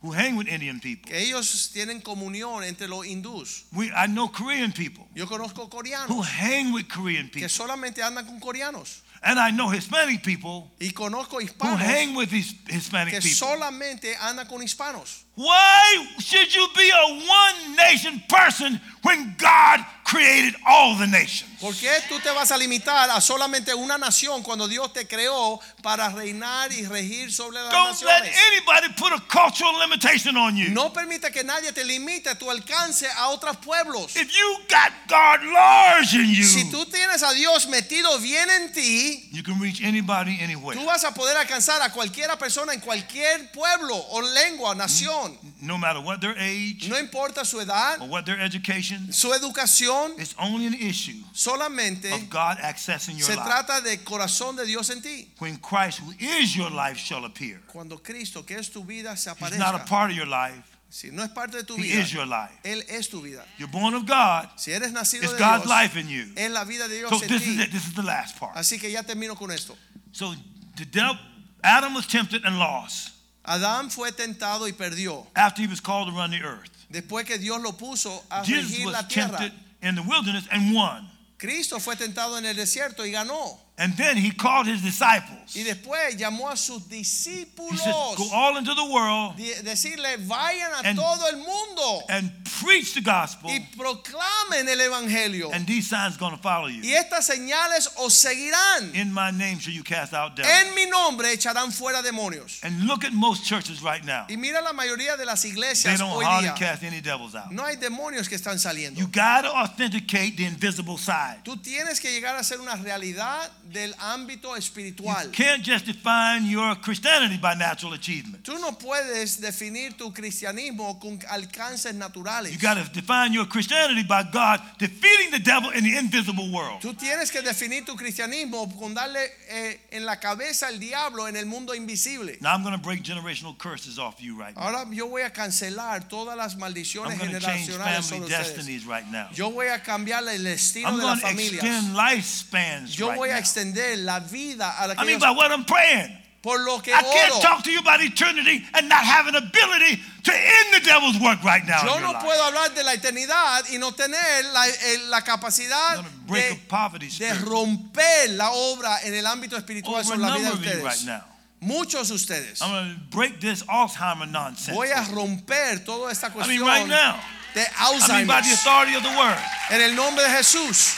[SPEAKER 3] who hang with Indian people.
[SPEAKER 1] Que ellos tienen comunión entre los hindús.
[SPEAKER 3] We, I know Korean people
[SPEAKER 1] Yo conozco
[SPEAKER 3] who
[SPEAKER 1] coreanos
[SPEAKER 3] hang with Korean
[SPEAKER 1] que
[SPEAKER 3] people,
[SPEAKER 1] solamente andan con coreanos.
[SPEAKER 3] and I know Hispanic people
[SPEAKER 1] Y conozco
[SPEAKER 3] who
[SPEAKER 1] hispanos
[SPEAKER 3] hang with these Hispanic
[SPEAKER 1] que
[SPEAKER 3] people.
[SPEAKER 1] solamente andan con hispanos.
[SPEAKER 3] Why should you be a one nation person when God created all the nations?
[SPEAKER 1] ¿Por qué tú te vas a limitar a solamente una nación cuando Dios te creó para reinar y regir sobre las
[SPEAKER 3] Don't let
[SPEAKER 1] naciones?
[SPEAKER 3] anybody put a cultural limitation on you.
[SPEAKER 1] No permite que nadie te limite tu alcance a otros pueblos.
[SPEAKER 3] If you got God large in you,
[SPEAKER 1] Si tú tienes a Dios metido bien en ti,
[SPEAKER 3] you can reach anybody anywhere.
[SPEAKER 1] tú vas a poder alcanzar a cualquiera persona en cualquier pueblo o lengua, nación. condición,
[SPEAKER 3] no matter what their age
[SPEAKER 1] no importa su edad,
[SPEAKER 3] or what their education,
[SPEAKER 1] su educación,
[SPEAKER 3] it's only an issue
[SPEAKER 1] solamente
[SPEAKER 3] of God accessing your
[SPEAKER 1] se
[SPEAKER 3] life.
[SPEAKER 1] trata del corazón de Dios en ti.
[SPEAKER 3] When Christ, who is your life, shall appear,
[SPEAKER 1] Cuando Cristo, que es tu vida, se
[SPEAKER 3] He's not a
[SPEAKER 1] aparezca,
[SPEAKER 3] part of your life,
[SPEAKER 1] si no es parte de tu
[SPEAKER 3] He
[SPEAKER 1] vida,
[SPEAKER 3] is your life.
[SPEAKER 1] Él es tu vida.
[SPEAKER 3] You're born of God,
[SPEAKER 1] Si eres nacido
[SPEAKER 3] it's
[SPEAKER 1] de
[SPEAKER 3] God's
[SPEAKER 1] Dios,
[SPEAKER 3] life in you.
[SPEAKER 1] es la vida de Dios
[SPEAKER 3] So
[SPEAKER 1] en
[SPEAKER 3] this is
[SPEAKER 1] ti.
[SPEAKER 3] it. This is the last part.
[SPEAKER 1] Así que ya termino con esto.
[SPEAKER 3] So the devil, Adam was tempted and lost
[SPEAKER 1] Adán fue tentado y perdió.
[SPEAKER 3] after he was called to run the earth.
[SPEAKER 1] Después que Dios lo puso a
[SPEAKER 3] Jesus
[SPEAKER 1] regir
[SPEAKER 3] was
[SPEAKER 1] la
[SPEAKER 3] tempted
[SPEAKER 1] tierra,
[SPEAKER 3] in the wilderness and won.
[SPEAKER 1] Cristo fue tentado en el desierto y ganó.
[SPEAKER 3] And then he called his disciples.
[SPEAKER 1] Y después llamó a sus
[SPEAKER 3] He said,
[SPEAKER 1] discípulos.
[SPEAKER 3] Go all into the world
[SPEAKER 1] Di- Decirle, vayan a
[SPEAKER 3] And-
[SPEAKER 1] todo el mundo
[SPEAKER 3] and preach the gospel,
[SPEAKER 1] y proclamen el evangelio.
[SPEAKER 3] and these signs going to follow you.
[SPEAKER 1] Y estas señales os seguirán.
[SPEAKER 3] In my name shall you cast out devils.
[SPEAKER 1] En mi nombre echarán fuera demonios.
[SPEAKER 3] And look at most churches right now.
[SPEAKER 1] Y mira la mayoría de las
[SPEAKER 3] They
[SPEAKER 1] iglesias
[SPEAKER 3] don't
[SPEAKER 1] hoy
[SPEAKER 3] hardly
[SPEAKER 1] día.
[SPEAKER 3] cast any devils out.
[SPEAKER 1] No hay demonios que están saliendo.
[SPEAKER 3] You got to authenticate the invisible side.
[SPEAKER 1] Tú tienes que llegar a ser una realidad del ámbito
[SPEAKER 3] You
[SPEAKER 1] espiritual.
[SPEAKER 3] can't just define your Christianity by natural achievement.
[SPEAKER 1] Tú no puedes definir tu cristianismo con alcances naturales.
[SPEAKER 3] You got to define your Christianity by God defeating the devil in the invisible world.
[SPEAKER 1] Tú tienes que definir tu cristianismo con darle eh, en la cabeza al diablo en el mundo invisible.
[SPEAKER 3] Now I'm going to break generational curses off you right now.
[SPEAKER 1] Ahora yo voy a cancelar todas las
[SPEAKER 3] I'm
[SPEAKER 1] maldiciones
[SPEAKER 3] going to change
[SPEAKER 1] generacionales
[SPEAKER 3] family
[SPEAKER 1] sobre ustedes.
[SPEAKER 3] destinies right now.
[SPEAKER 1] Yo voy a cambiar el destino
[SPEAKER 3] I'm
[SPEAKER 1] de las
[SPEAKER 3] going to extend
[SPEAKER 1] familias.
[SPEAKER 3] lifespans
[SPEAKER 1] Yo
[SPEAKER 3] right
[SPEAKER 1] voy a
[SPEAKER 3] now.
[SPEAKER 1] extender la vida a
[SPEAKER 3] I mean,
[SPEAKER 1] aquellos
[SPEAKER 3] by what I'm praying.
[SPEAKER 1] por lo que
[SPEAKER 3] I can't
[SPEAKER 1] oro.
[SPEAKER 3] talk to you about eternity and not have an ability to end the devil's work right now. in
[SPEAKER 1] Yo
[SPEAKER 3] your
[SPEAKER 1] no
[SPEAKER 3] life.
[SPEAKER 1] puedo hablar de la eternidad y no tener la, eh, la capacidad
[SPEAKER 3] I'm going to break
[SPEAKER 1] de
[SPEAKER 3] a poverty
[SPEAKER 1] de
[SPEAKER 3] spirit
[SPEAKER 1] romper la obra en el ámbito espiritual
[SPEAKER 3] over a
[SPEAKER 1] sobre la vida
[SPEAKER 3] number
[SPEAKER 1] de
[SPEAKER 3] of you right
[SPEAKER 1] ustedes.
[SPEAKER 3] now.
[SPEAKER 1] Muchos de ustedes.
[SPEAKER 3] I'm going to break this Alzheimer nonsense.
[SPEAKER 1] Voy a romper toda esta
[SPEAKER 3] I mean,
[SPEAKER 1] cuestión
[SPEAKER 3] right now.
[SPEAKER 1] de
[SPEAKER 3] I mean,
[SPEAKER 1] Alzheimer.
[SPEAKER 3] by the authority of the word.
[SPEAKER 1] en el nombre de Jesús.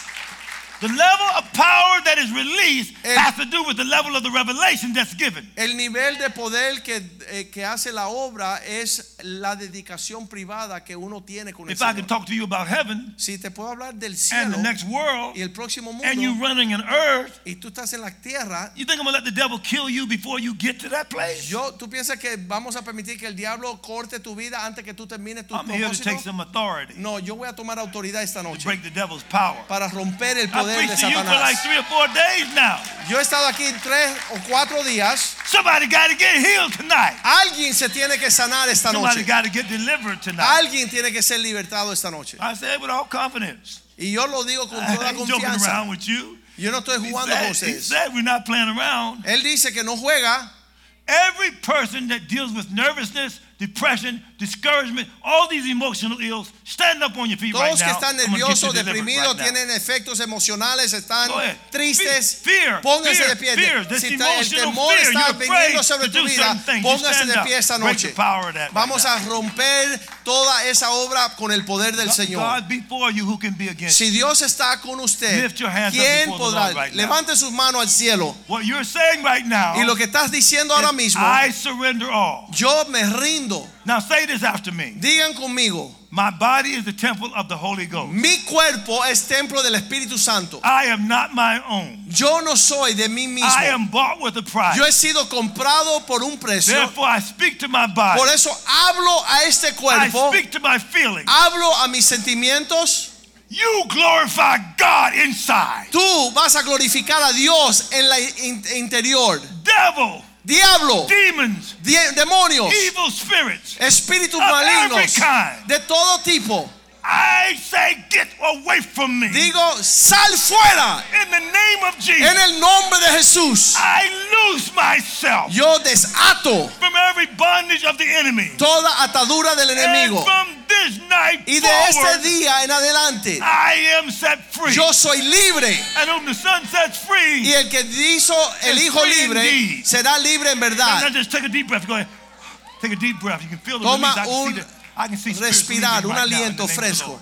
[SPEAKER 3] The level of power that is released
[SPEAKER 1] El-
[SPEAKER 3] has to do with the level of the revelation that's given.
[SPEAKER 1] El nivel de poder que, eh, que hace la obra es la dedicación privada que uno tiene con el
[SPEAKER 3] If I can
[SPEAKER 1] Señor.
[SPEAKER 3] talk to you about heaven
[SPEAKER 1] Si te puedo hablar del
[SPEAKER 3] and
[SPEAKER 1] cielo
[SPEAKER 3] the next world
[SPEAKER 1] y el próximo mundo
[SPEAKER 3] and you running an earth,
[SPEAKER 1] y tú estás en la tierra,
[SPEAKER 3] you think I'm gonna let the devil kill you before you get to that place?
[SPEAKER 1] yo, ¿tú piensas que vamos a permitir que el diablo corte tu vida antes que tú termines tu
[SPEAKER 3] I'm here to take
[SPEAKER 1] propósito?
[SPEAKER 3] some authority
[SPEAKER 1] No, yo voy a tomar autoridad esta
[SPEAKER 3] to
[SPEAKER 1] noche.
[SPEAKER 3] break the devil's power.
[SPEAKER 1] para romper el
[SPEAKER 3] I
[SPEAKER 1] poder de
[SPEAKER 3] preached to you for like
[SPEAKER 1] Satanás.
[SPEAKER 3] three or four days now.
[SPEAKER 1] Yo he estado aquí tres o cuatro días.
[SPEAKER 3] Somebody got to get healed tonight.
[SPEAKER 1] Alguien se tiene que sanar esta
[SPEAKER 3] Somebody
[SPEAKER 1] noche.
[SPEAKER 3] got to get delivered tonight.
[SPEAKER 1] Alguien tiene que ser libertado esta noche.
[SPEAKER 3] I said with all confidence.
[SPEAKER 1] Y yo lo digo con
[SPEAKER 3] I
[SPEAKER 1] toda
[SPEAKER 3] ain't joking
[SPEAKER 1] confianza.
[SPEAKER 3] around with you.
[SPEAKER 1] Yo no estoy
[SPEAKER 3] He
[SPEAKER 1] jugando con
[SPEAKER 3] said, he
[SPEAKER 1] ustedes.
[SPEAKER 3] said we're not playing around.
[SPEAKER 1] Él dice que no juega.
[SPEAKER 3] Every person that deals with nervousness, depression, discouragement, all these emotional ills, stand up on your feet right
[SPEAKER 1] Todos que
[SPEAKER 3] now.
[SPEAKER 1] están
[SPEAKER 3] I'm gonna get you
[SPEAKER 1] nerviosos,
[SPEAKER 3] delivered
[SPEAKER 1] deprimidos,
[SPEAKER 3] right now.
[SPEAKER 1] tienen efectos emocionales, están
[SPEAKER 3] Go ahead.
[SPEAKER 1] tristes.
[SPEAKER 3] Fear,
[SPEAKER 1] Pónganse
[SPEAKER 3] fear,
[SPEAKER 1] de pie.
[SPEAKER 3] fear, this
[SPEAKER 1] Si ta- el
[SPEAKER 3] emotional
[SPEAKER 1] temor
[SPEAKER 3] fear,
[SPEAKER 1] está
[SPEAKER 3] you're
[SPEAKER 1] viniendo
[SPEAKER 3] afraid
[SPEAKER 1] sobre
[SPEAKER 3] to
[SPEAKER 1] tu
[SPEAKER 3] do
[SPEAKER 1] vida,
[SPEAKER 3] certain things. You
[SPEAKER 1] pónganse
[SPEAKER 3] stand
[SPEAKER 1] de
[SPEAKER 3] up.
[SPEAKER 1] pie esta
[SPEAKER 3] Break the
[SPEAKER 1] noche.
[SPEAKER 3] power of that right
[SPEAKER 1] Vamos
[SPEAKER 3] now.
[SPEAKER 1] a romper toda esa obra con el poder del Señor.
[SPEAKER 3] God be for you, who can be against you?
[SPEAKER 1] Si Dios está con usted,
[SPEAKER 3] Lift your hands up
[SPEAKER 1] ¿quién
[SPEAKER 3] before the
[SPEAKER 1] podrá?
[SPEAKER 3] Lord right now.
[SPEAKER 1] Levante sus manos al cielo.
[SPEAKER 3] What you're saying right now
[SPEAKER 1] Y lo que estás diciendo ahora
[SPEAKER 3] is,
[SPEAKER 1] mismo,
[SPEAKER 3] I surrender all.
[SPEAKER 1] yo me rindo.
[SPEAKER 3] Now say this after me.
[SPEAKER 1] Digan conmigo,
[SPEAKER 3] My body is the temple of the Holy Ghost.
[SPEAKER 1] mi cuerpo es templo del Espíritu Santo.
[SPEAKER 3] I am not my own.
[SPEAKER 1] Yo no soy de mí mismo.
[SPEAKER 3] I am bought with a price.
[SPEAKER 1] Yo he sido comprado por un precio.
[SPEAKER 3] Therefore, I speak to my body.
[SPEAKER 1] Por eso hablo a este
[SPEAKER 3] I
[SPEAKER 1] cuerpo,
[SPEAKER 3] speak to my feelings.
[SPEAKER 1] hablo a mis sentimientos.
[SPEAKER 3] You glorify God inside.
[SPEAKER 1] Tú vas a glorificar a Dios en la in- interior.
[SPEAKER 3] Devil,
[SPEAKER 1] Diablo,
[SPEAKER 3] demons,
[SPEAKER 1] die- demonios,
[SPEAKER 3] evil spirits.
[SPEAKER 1] espíritus
[SPEAKER 3] Of every
[SPEAKER 1] malignos
[SPEAKER 3] kind.
[SPEAKER 1] de todo tipo.
[SPEAKER 3] I say, get away from me.
[SPEAKER 1] Digo, sal fuera
[SPEAKER 3] In the name of
[SPEAKER 1] en
[SPEAKER 3] Jesus,
[SPEAKER 1] el nombre de Jesús.
[SPEAKER 3] Ah. I lose myself
[SPEAKER 1] Yo desato
[SPEAKER 3] from every bondage of the enemy.
[SPEAKER 1] toda atadura del
[SPEAKER 3] And
[SPEAKER 1] enemigo.
[SPEAKER 3] from this night
[SPEAKER 1] Y de este
[SPEAKER 3] forward, Ah.
[SPEAKER 1] día en adelante,
[SPEAKER 3] I am set free.
[SPEAKER 1] yo soy libre.
[SPEAKER 3] And whom the Son sets
[SPEAKER 1] Y
[SPEAKER 3] free.
[SPEAKER 1] el que hizo el
[SPEAKER 3] Yes,
[SPEAKER 1] Hijo
[SPEAKER 3] free
[SPEAKER 1] libre
[SPEAKER 3] indeed.
[SPEAKER 1] será libre en
[SPEAKER 3] Now
[SPEAKER 1] verdad.
[SPEAKER 3] just take a deep breath. Go ahead. Take a deep breath. You can feel the
[SPEAKER 1] Toma
[SPEAKER 3] release. I can
[SPEAKER 1] un
[SPEAKER 3] see the, I can see spirits
[SPEAKER 1] respirar,
[SPEAKER 3] leaving
[SPEAKER 1] un
[SPEAKER 3] right now in the
[SPEAKER 1] aliento
[SPEAKER 3] name of the
[SPEAKER 1] fresco.
[SPEAKER 3] Lord.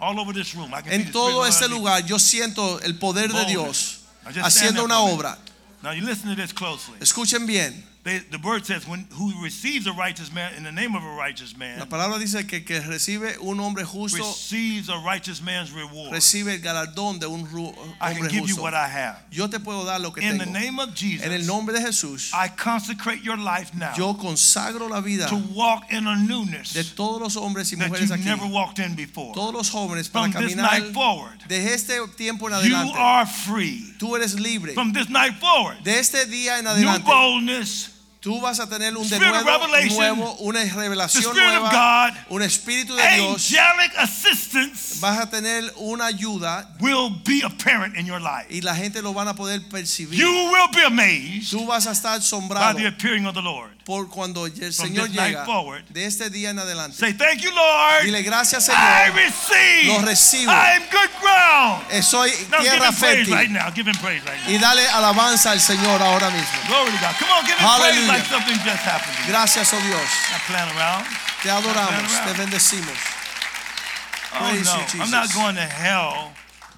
[SPEAKER 3] All over this room. I can see
[SPEAKER 1] En
[SPEAKER 3] the spirit
[SPEAKER 1] todo este
[SPEAKER 3] running.
[SPEAKER 1] lugar yo siento el poder de Dios
[SPEAKER 3] Boldness. Now just stand
[SPEAKER 1] haciendo
[SPEAKER 3] there
[SPEAKER 1] una
[SPEAKER 3] for a
[SPEAKER 1] obra.
[SPEAKER 3] Now you listen to this closely.
[SPEAKER 1] Escuchen bien.
[SPEAKER 3] They They, the word says, when who receives a righteous man in the name of a righteous man
[SPEAKER 4] La palabra dice que el que recibe un hombre justo
[SPEAKER 3] receives a righteous man's reward.
[SPEAKER 4] recibe el galardón de un ru-
[SPEAKER 3] I can
[SPEAKER 4] hombre
[SPEAKER 3] give you
[SPEAKER 4] justo.
[SPEAKER 3] what I have.
[SPEAKER 4] Yo te puedo dar lo que
[SPEAKER 3] In the
[SPEAKER 4] tengo.
[SPEAKER 3] name of
[SPEAKER 4] En el
[SPEAKER 3] Jesus,
[SPEAKER 4] nombre de Jesús,
[SPEAKER 3] I consecrate your life now
[SPEAKER 4] yo consagro la vida
[SPEAKER 3] to walk in a
[SPEAKER 4] de
[SPEAKER 3] newness
[SPEAKER 4] todos los hombres y
[SPEAKER 3] that
[SPEAKER 4] mujeres
[SPEAKER 3] you've
[SPEAKER 4] aquí,
[SPEAKER 3] never walked in before.
[SPEAKER 4] todos los jóvenes para
[SPEAKER 3] From this
[SPEAKER 4] caminar
[SPEAKER 3] night forward,
[SPEAKER 4] desde este tiempo en
[SPEAKER 3] you
[SPEAKER 4] adelante.
[SPEAKER 3] are free.
[SPEAKER 4] Tú eres libre.
[SPEAKER 3] From this night forward,
[SPEAKER 4] De este día en
[SPEAKER 3] new
[SPEAKER 4] adelante,
[SPEAKER 3] boldness,
[SPEAKER 4] tú vas a tener un
[SPEAKER 3] Spirit of
[SPEAKER 4] denuedo
[SPEAKER 3] revelation,
[SPEAKER 4] nuevo, una
[SPEAKER 3] the
[SPEAKER 4] revelación
[SPEAKER 3] Spirit of
[SPEAKER 4] nueva,
[SPEAKER 3] God,
[SPEAKER 4] un espíritu de Dios.
[SPEAKER 3] angelic assistance
[SPEAKER 4] Vas a tener una ayuda
[SPEAKER 3] will be apparent in your life.
[SPEAKER 4] y la gente lo van a poder percibir.
[SPEAKER 3] You will be amazed
[SPEAKER 4] Tú vas a estar
[SPEAKER 3] by
[SPEAKER 4] asombrado
[SPEAKER 3] the appearing of the Lord.
[SPEAKER 4] por cuando el
[SPEAKER 3] From
[SPEAKER 4] Señor
[SPEAKER 3] this night
[SPEAKER 4] llega.
[SPEAKER 3] forward.
[SPEAKER 4] De este día en adelante.
[SPEAKER 3] Say, Thank you, Lord.
[SPEAKER 4] Dile gracias,
[SPEAKER 3] I
[SPEAKER 4] Señor.
[SPEAKER 3] receive.
[SPEAKER 4] Lo recibo.
[SPEAKER 3] I am good ground.
[SPEAKER 4] Eh, Soy
[SPEAKER 3] Now give
[SPEAKER 4] tierra
[SPEAKER 3] him praise
[SPEAKER 4] fértil.
[SPEAKER 3] right now. Give him praise right now.
[SPEAKER 4] Y dale alabanza al Señor ahora mismo.
[SPEAKER 3] Glory to God. Come on, give him praise
[SPEAKER 4] Hallelujah.
[SPEAKER 3] like something just happened to you.
[SPEAKER 4] Gracias, oh Dios.
[SPEAKER 3] Not playing around.
[SPEAKER 1] Te adoramos, te bendecimos.
[SPEAKER 3] Oh,
[SPEAKER 4] Praise you,
[SPEAKER 3] no.
[SPEAKER 4] Jesus.
[SPEAKER 3] I'm not going to hell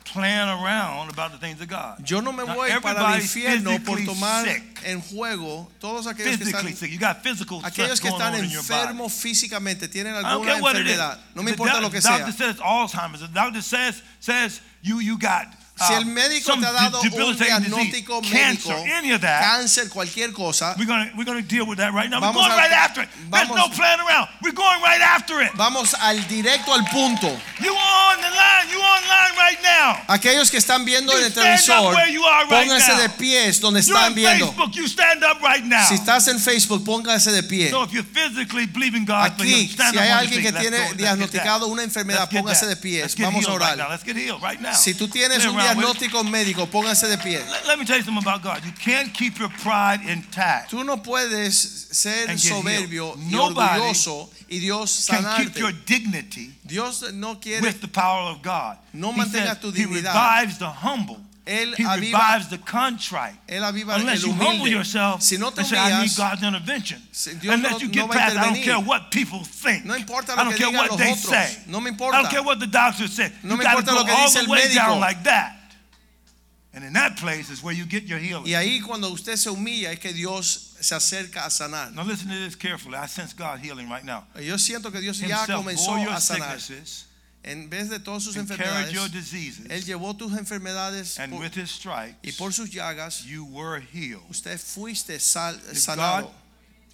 [SPEAKER 3] playing around about the things of God.
[SPEAKER 4] Yo no me
[SPEAKER 3] Now,
[SPEAKER 4] voy para el
[SPEAKER 3] everybody's
[SPEAKER 4] infierno por
[SPEAKER 3] physically
[SPEAKER 4] tomar
[SPEAKER 3] sick.
[SPEAKER 4] en juego todos aquellos que
[SPEAKER 3] Physically
[SPEAKER 4] están,
[SPEAKER 3] sick. You got physical
[SPEAKER 4] aquellos
[SPEAKER 3] stuff
[SPEAKER 4] que
[SPEAKER 3] going
[SPEAKER 4] están
[SPEAKER 3] on in your body.
[SPEAKER 4] enfermos físicamente, tienen
[SPEAKER 3] I don't
[SPEAKER 4] alguna
[SPEAKER 3] care what Ah, it is.
[SPEAKER 4] enfermedad. No me
[SPEAKER 3] The
[SPEAKER 4] importa
[SPEAKER 3] doc-
[SPEAKER 4] lo que
[SPEAKER 3] doctor
[SPEAKER 4] sea.
[SPEAKER 3] says Alzheimer's. The doctor says says you you got uh,
[SPEAKER 4] Si el médico
[SPEAKER 3] some
[SPEAKER 4] te ha dado
[SPEAKER 3] de-
[SPEAKER 4] un
[SPEAKER 3] debilitating disease,
[SPEAKER 4] diagnóstico
[SPEAKER 3] cancer,
[SPEAKER 4] médico,
[SPEAKER 3] any of that.
[SPEAKER 4] cáncer, cualquier cosa,
[SPEAKER 3] We're gonna we're gonna deal with that right now. We're
[SPEAKER 4] Vamos
[SPEAKER 3] going
[SPEAKER 4] a-
[SPEAKER 3] right after it. There's no
[SPEAKER 4] vamos-
[SPEAKER 3] playing around. We're going right after it.
[SPEAKER 4] vamos al directo al punto.
[SPEAKER 3] You on the line. You online right now.
[SPEAKER 1] Aquellos que están viendo
[SPEAKER 3] You
[SPEAKER 1] en el
[SPEAKER 3] stand up
[SPEAKER 1] televisor,
[SPEAKER 3] where you are right
[SPEAKER 1] pónganse
[SPEAKER 3] now.
[SPEAKER 1] de pies donde
[SPEAKER 3] You're on
[SPEAKER 1] están viendo.
[SPEAKER 3] Facebook. You stand up right now.
[SPEAKER 1] Si estás en Facebook, póngase de pie.
[SPEAKER 3] So if you're physically believing God for
[SPEAKER 1] Aquí,
[SPEAKER 3] you, stand
[SPEAKER 1] si
[SPEAKER 3] up
[SPEAKER 1] hay
[SPEAKER 3] on
[SPEAKER 1] alguien que
[SPEAKER 3] your
[SPEAKER 1] tiene
[SPEAKER 3] feet. Let's go. Let's get that.
[SPEAKER 1] diagnosticado una enfermedad,
[SPEAKER 3] Let's get
[SPEAKER 1] póngase
[SPEAKER 3] that.
[SPEAKER 1] de pie.
[SPEAKER 3] Let's get
[SPEAKER 1] Vamos a
[SPEAKER 3] healed right now.
[SPEAKER 1] orar.
[SPEAKER 3] Let's get healed right now.
[SPEAKER 1] Si tú tienes
[SPEAKER 3] Play
[SPEAKER 1] un
[SPEAKER 3] around with it.
[SPEAKER 1] diagnóstico médico, póngase de pie.
[SPEAKER 3] Let, let me tell you something about God. You can't keep your pride intact.
[SPEAKER 1] Tú no puedes ser
[SPEAKER 3] And get
[SPEAKER 1] soberbio
[SPEAKER 3] healed.
[SPEAKER 1] y
[SPEAKER 3] Nobody
[SPEAKER 1] orgulloso y Dios
[SPEAKER 3] Can keep your
[SPEAKER 1] sanarte.
[SPEAKER 3] dignity
[SPEAKER 1] Dios no quiere,
[SPEAKER 3] with the power of God.
[SPEAKER 1] No
[SPEAKER 3] he,
[SPEAKER 1] mantengas tu
[SPEAKER 3] he
[SPEAKER 1] dignidad.
[SPEAKER 3] revives the humble.
[SPEAKER 1] Él
[SPEAKER 3] he
[SPEAKER 1] aviva-
[SPEAKER 3] revives the contrite.
[SPEAKER 1] Él aviva
[SPEAKER 3] Unless
[SPEAKER 1] el
[SPEAKER 3] you humble
[SPEAKER 1] humilde.
[SPEAKER 3] yourself
[SPEAKER 1] Si no te
[SPEAKER 3] and say, I need
[SPEAKER 1] humillas,
[SPEAKER 3] God's intervention.
[SPEAKER 1] si Dios
[SPEAKER 3] Unless
[SPEAKER 1] no-
[SPEAKER 3] you
[SPEAKER 1] no
[SPEAKER 3] get
[SPEAKER 1] va a
[SPEAKER 3] past, I don't
[SPEAKER 1] intervenir.
[SPEAKER 3] care what people think.
[SPEAKER 1] No importa
[SPEAKER 3] I
[SPEAKER 1] lo
[SPEAKER 3] don't
[SPEAKER 1] que
[SPEAKER 3] care
[SPEAKER 1] digan
[SPEAKER 3] what
[SPEAKER 1] los
[SPEAKER 3] they
[SPEAKER 1] otros.
[SPEAKER 3] say.
[SPEAKER 1] No me
[SPEAKER 3] I
[SPEAKER 1] importa.
[SPEAKER 3] don't care what the doctor said.
[SPEAKER 1] No
[SPEAKER 3] you
[SPEAKER 1] me
[SPEAKER 3] gotta
[SPEAKER 1] importa
[SPEAKER 3] go
[SPEAKER 1] lo que
[SPEAKER 3] all
[SPEAKER 1] dice
[SPEAKER 3] the
[SPEAKER 1] el
[SPEAKER 3] way down
[SPEAKER 1] médico.
[SPEAKER 3] like that. And in that place is where you get your healing.
[SPEAKER 1] y ahí cuando usted se humilla es que Dios se acerca a sanar.
[SPEAKER 3] Now listen to this carefully. I sense God healing right now.
[SPEAKER 1] Yo siento que Dios ya
[SPEAKER 3] Himself
[SPEAKER 1] comenzó
[SPEAKER 3] bore your
[SPEAKER 1] a sanar.
[SPEAKER 3] sicknesses
[SPEAKER 1] En vez de todas sus
[SPEAKER 3] and carried
[SPEAKER 1] enfermedades,
[SPEAKER 3] your
[SPEAKER 1] Él
[SPEAKER 3] diseases,
[SPEAKER 1] llevó tus enfermedades
[SPEAKER 3] and
[SPEAKER 1] por-
[SPEAKER 3] with His stripes
[SPEAKER 1] y por sus llagas
[SPEAKER 3] you were healed.
[SPEAKER 1] usted fuiste sal-
[SPEAKER 3] If God,
[SPEAKER 1] sanado.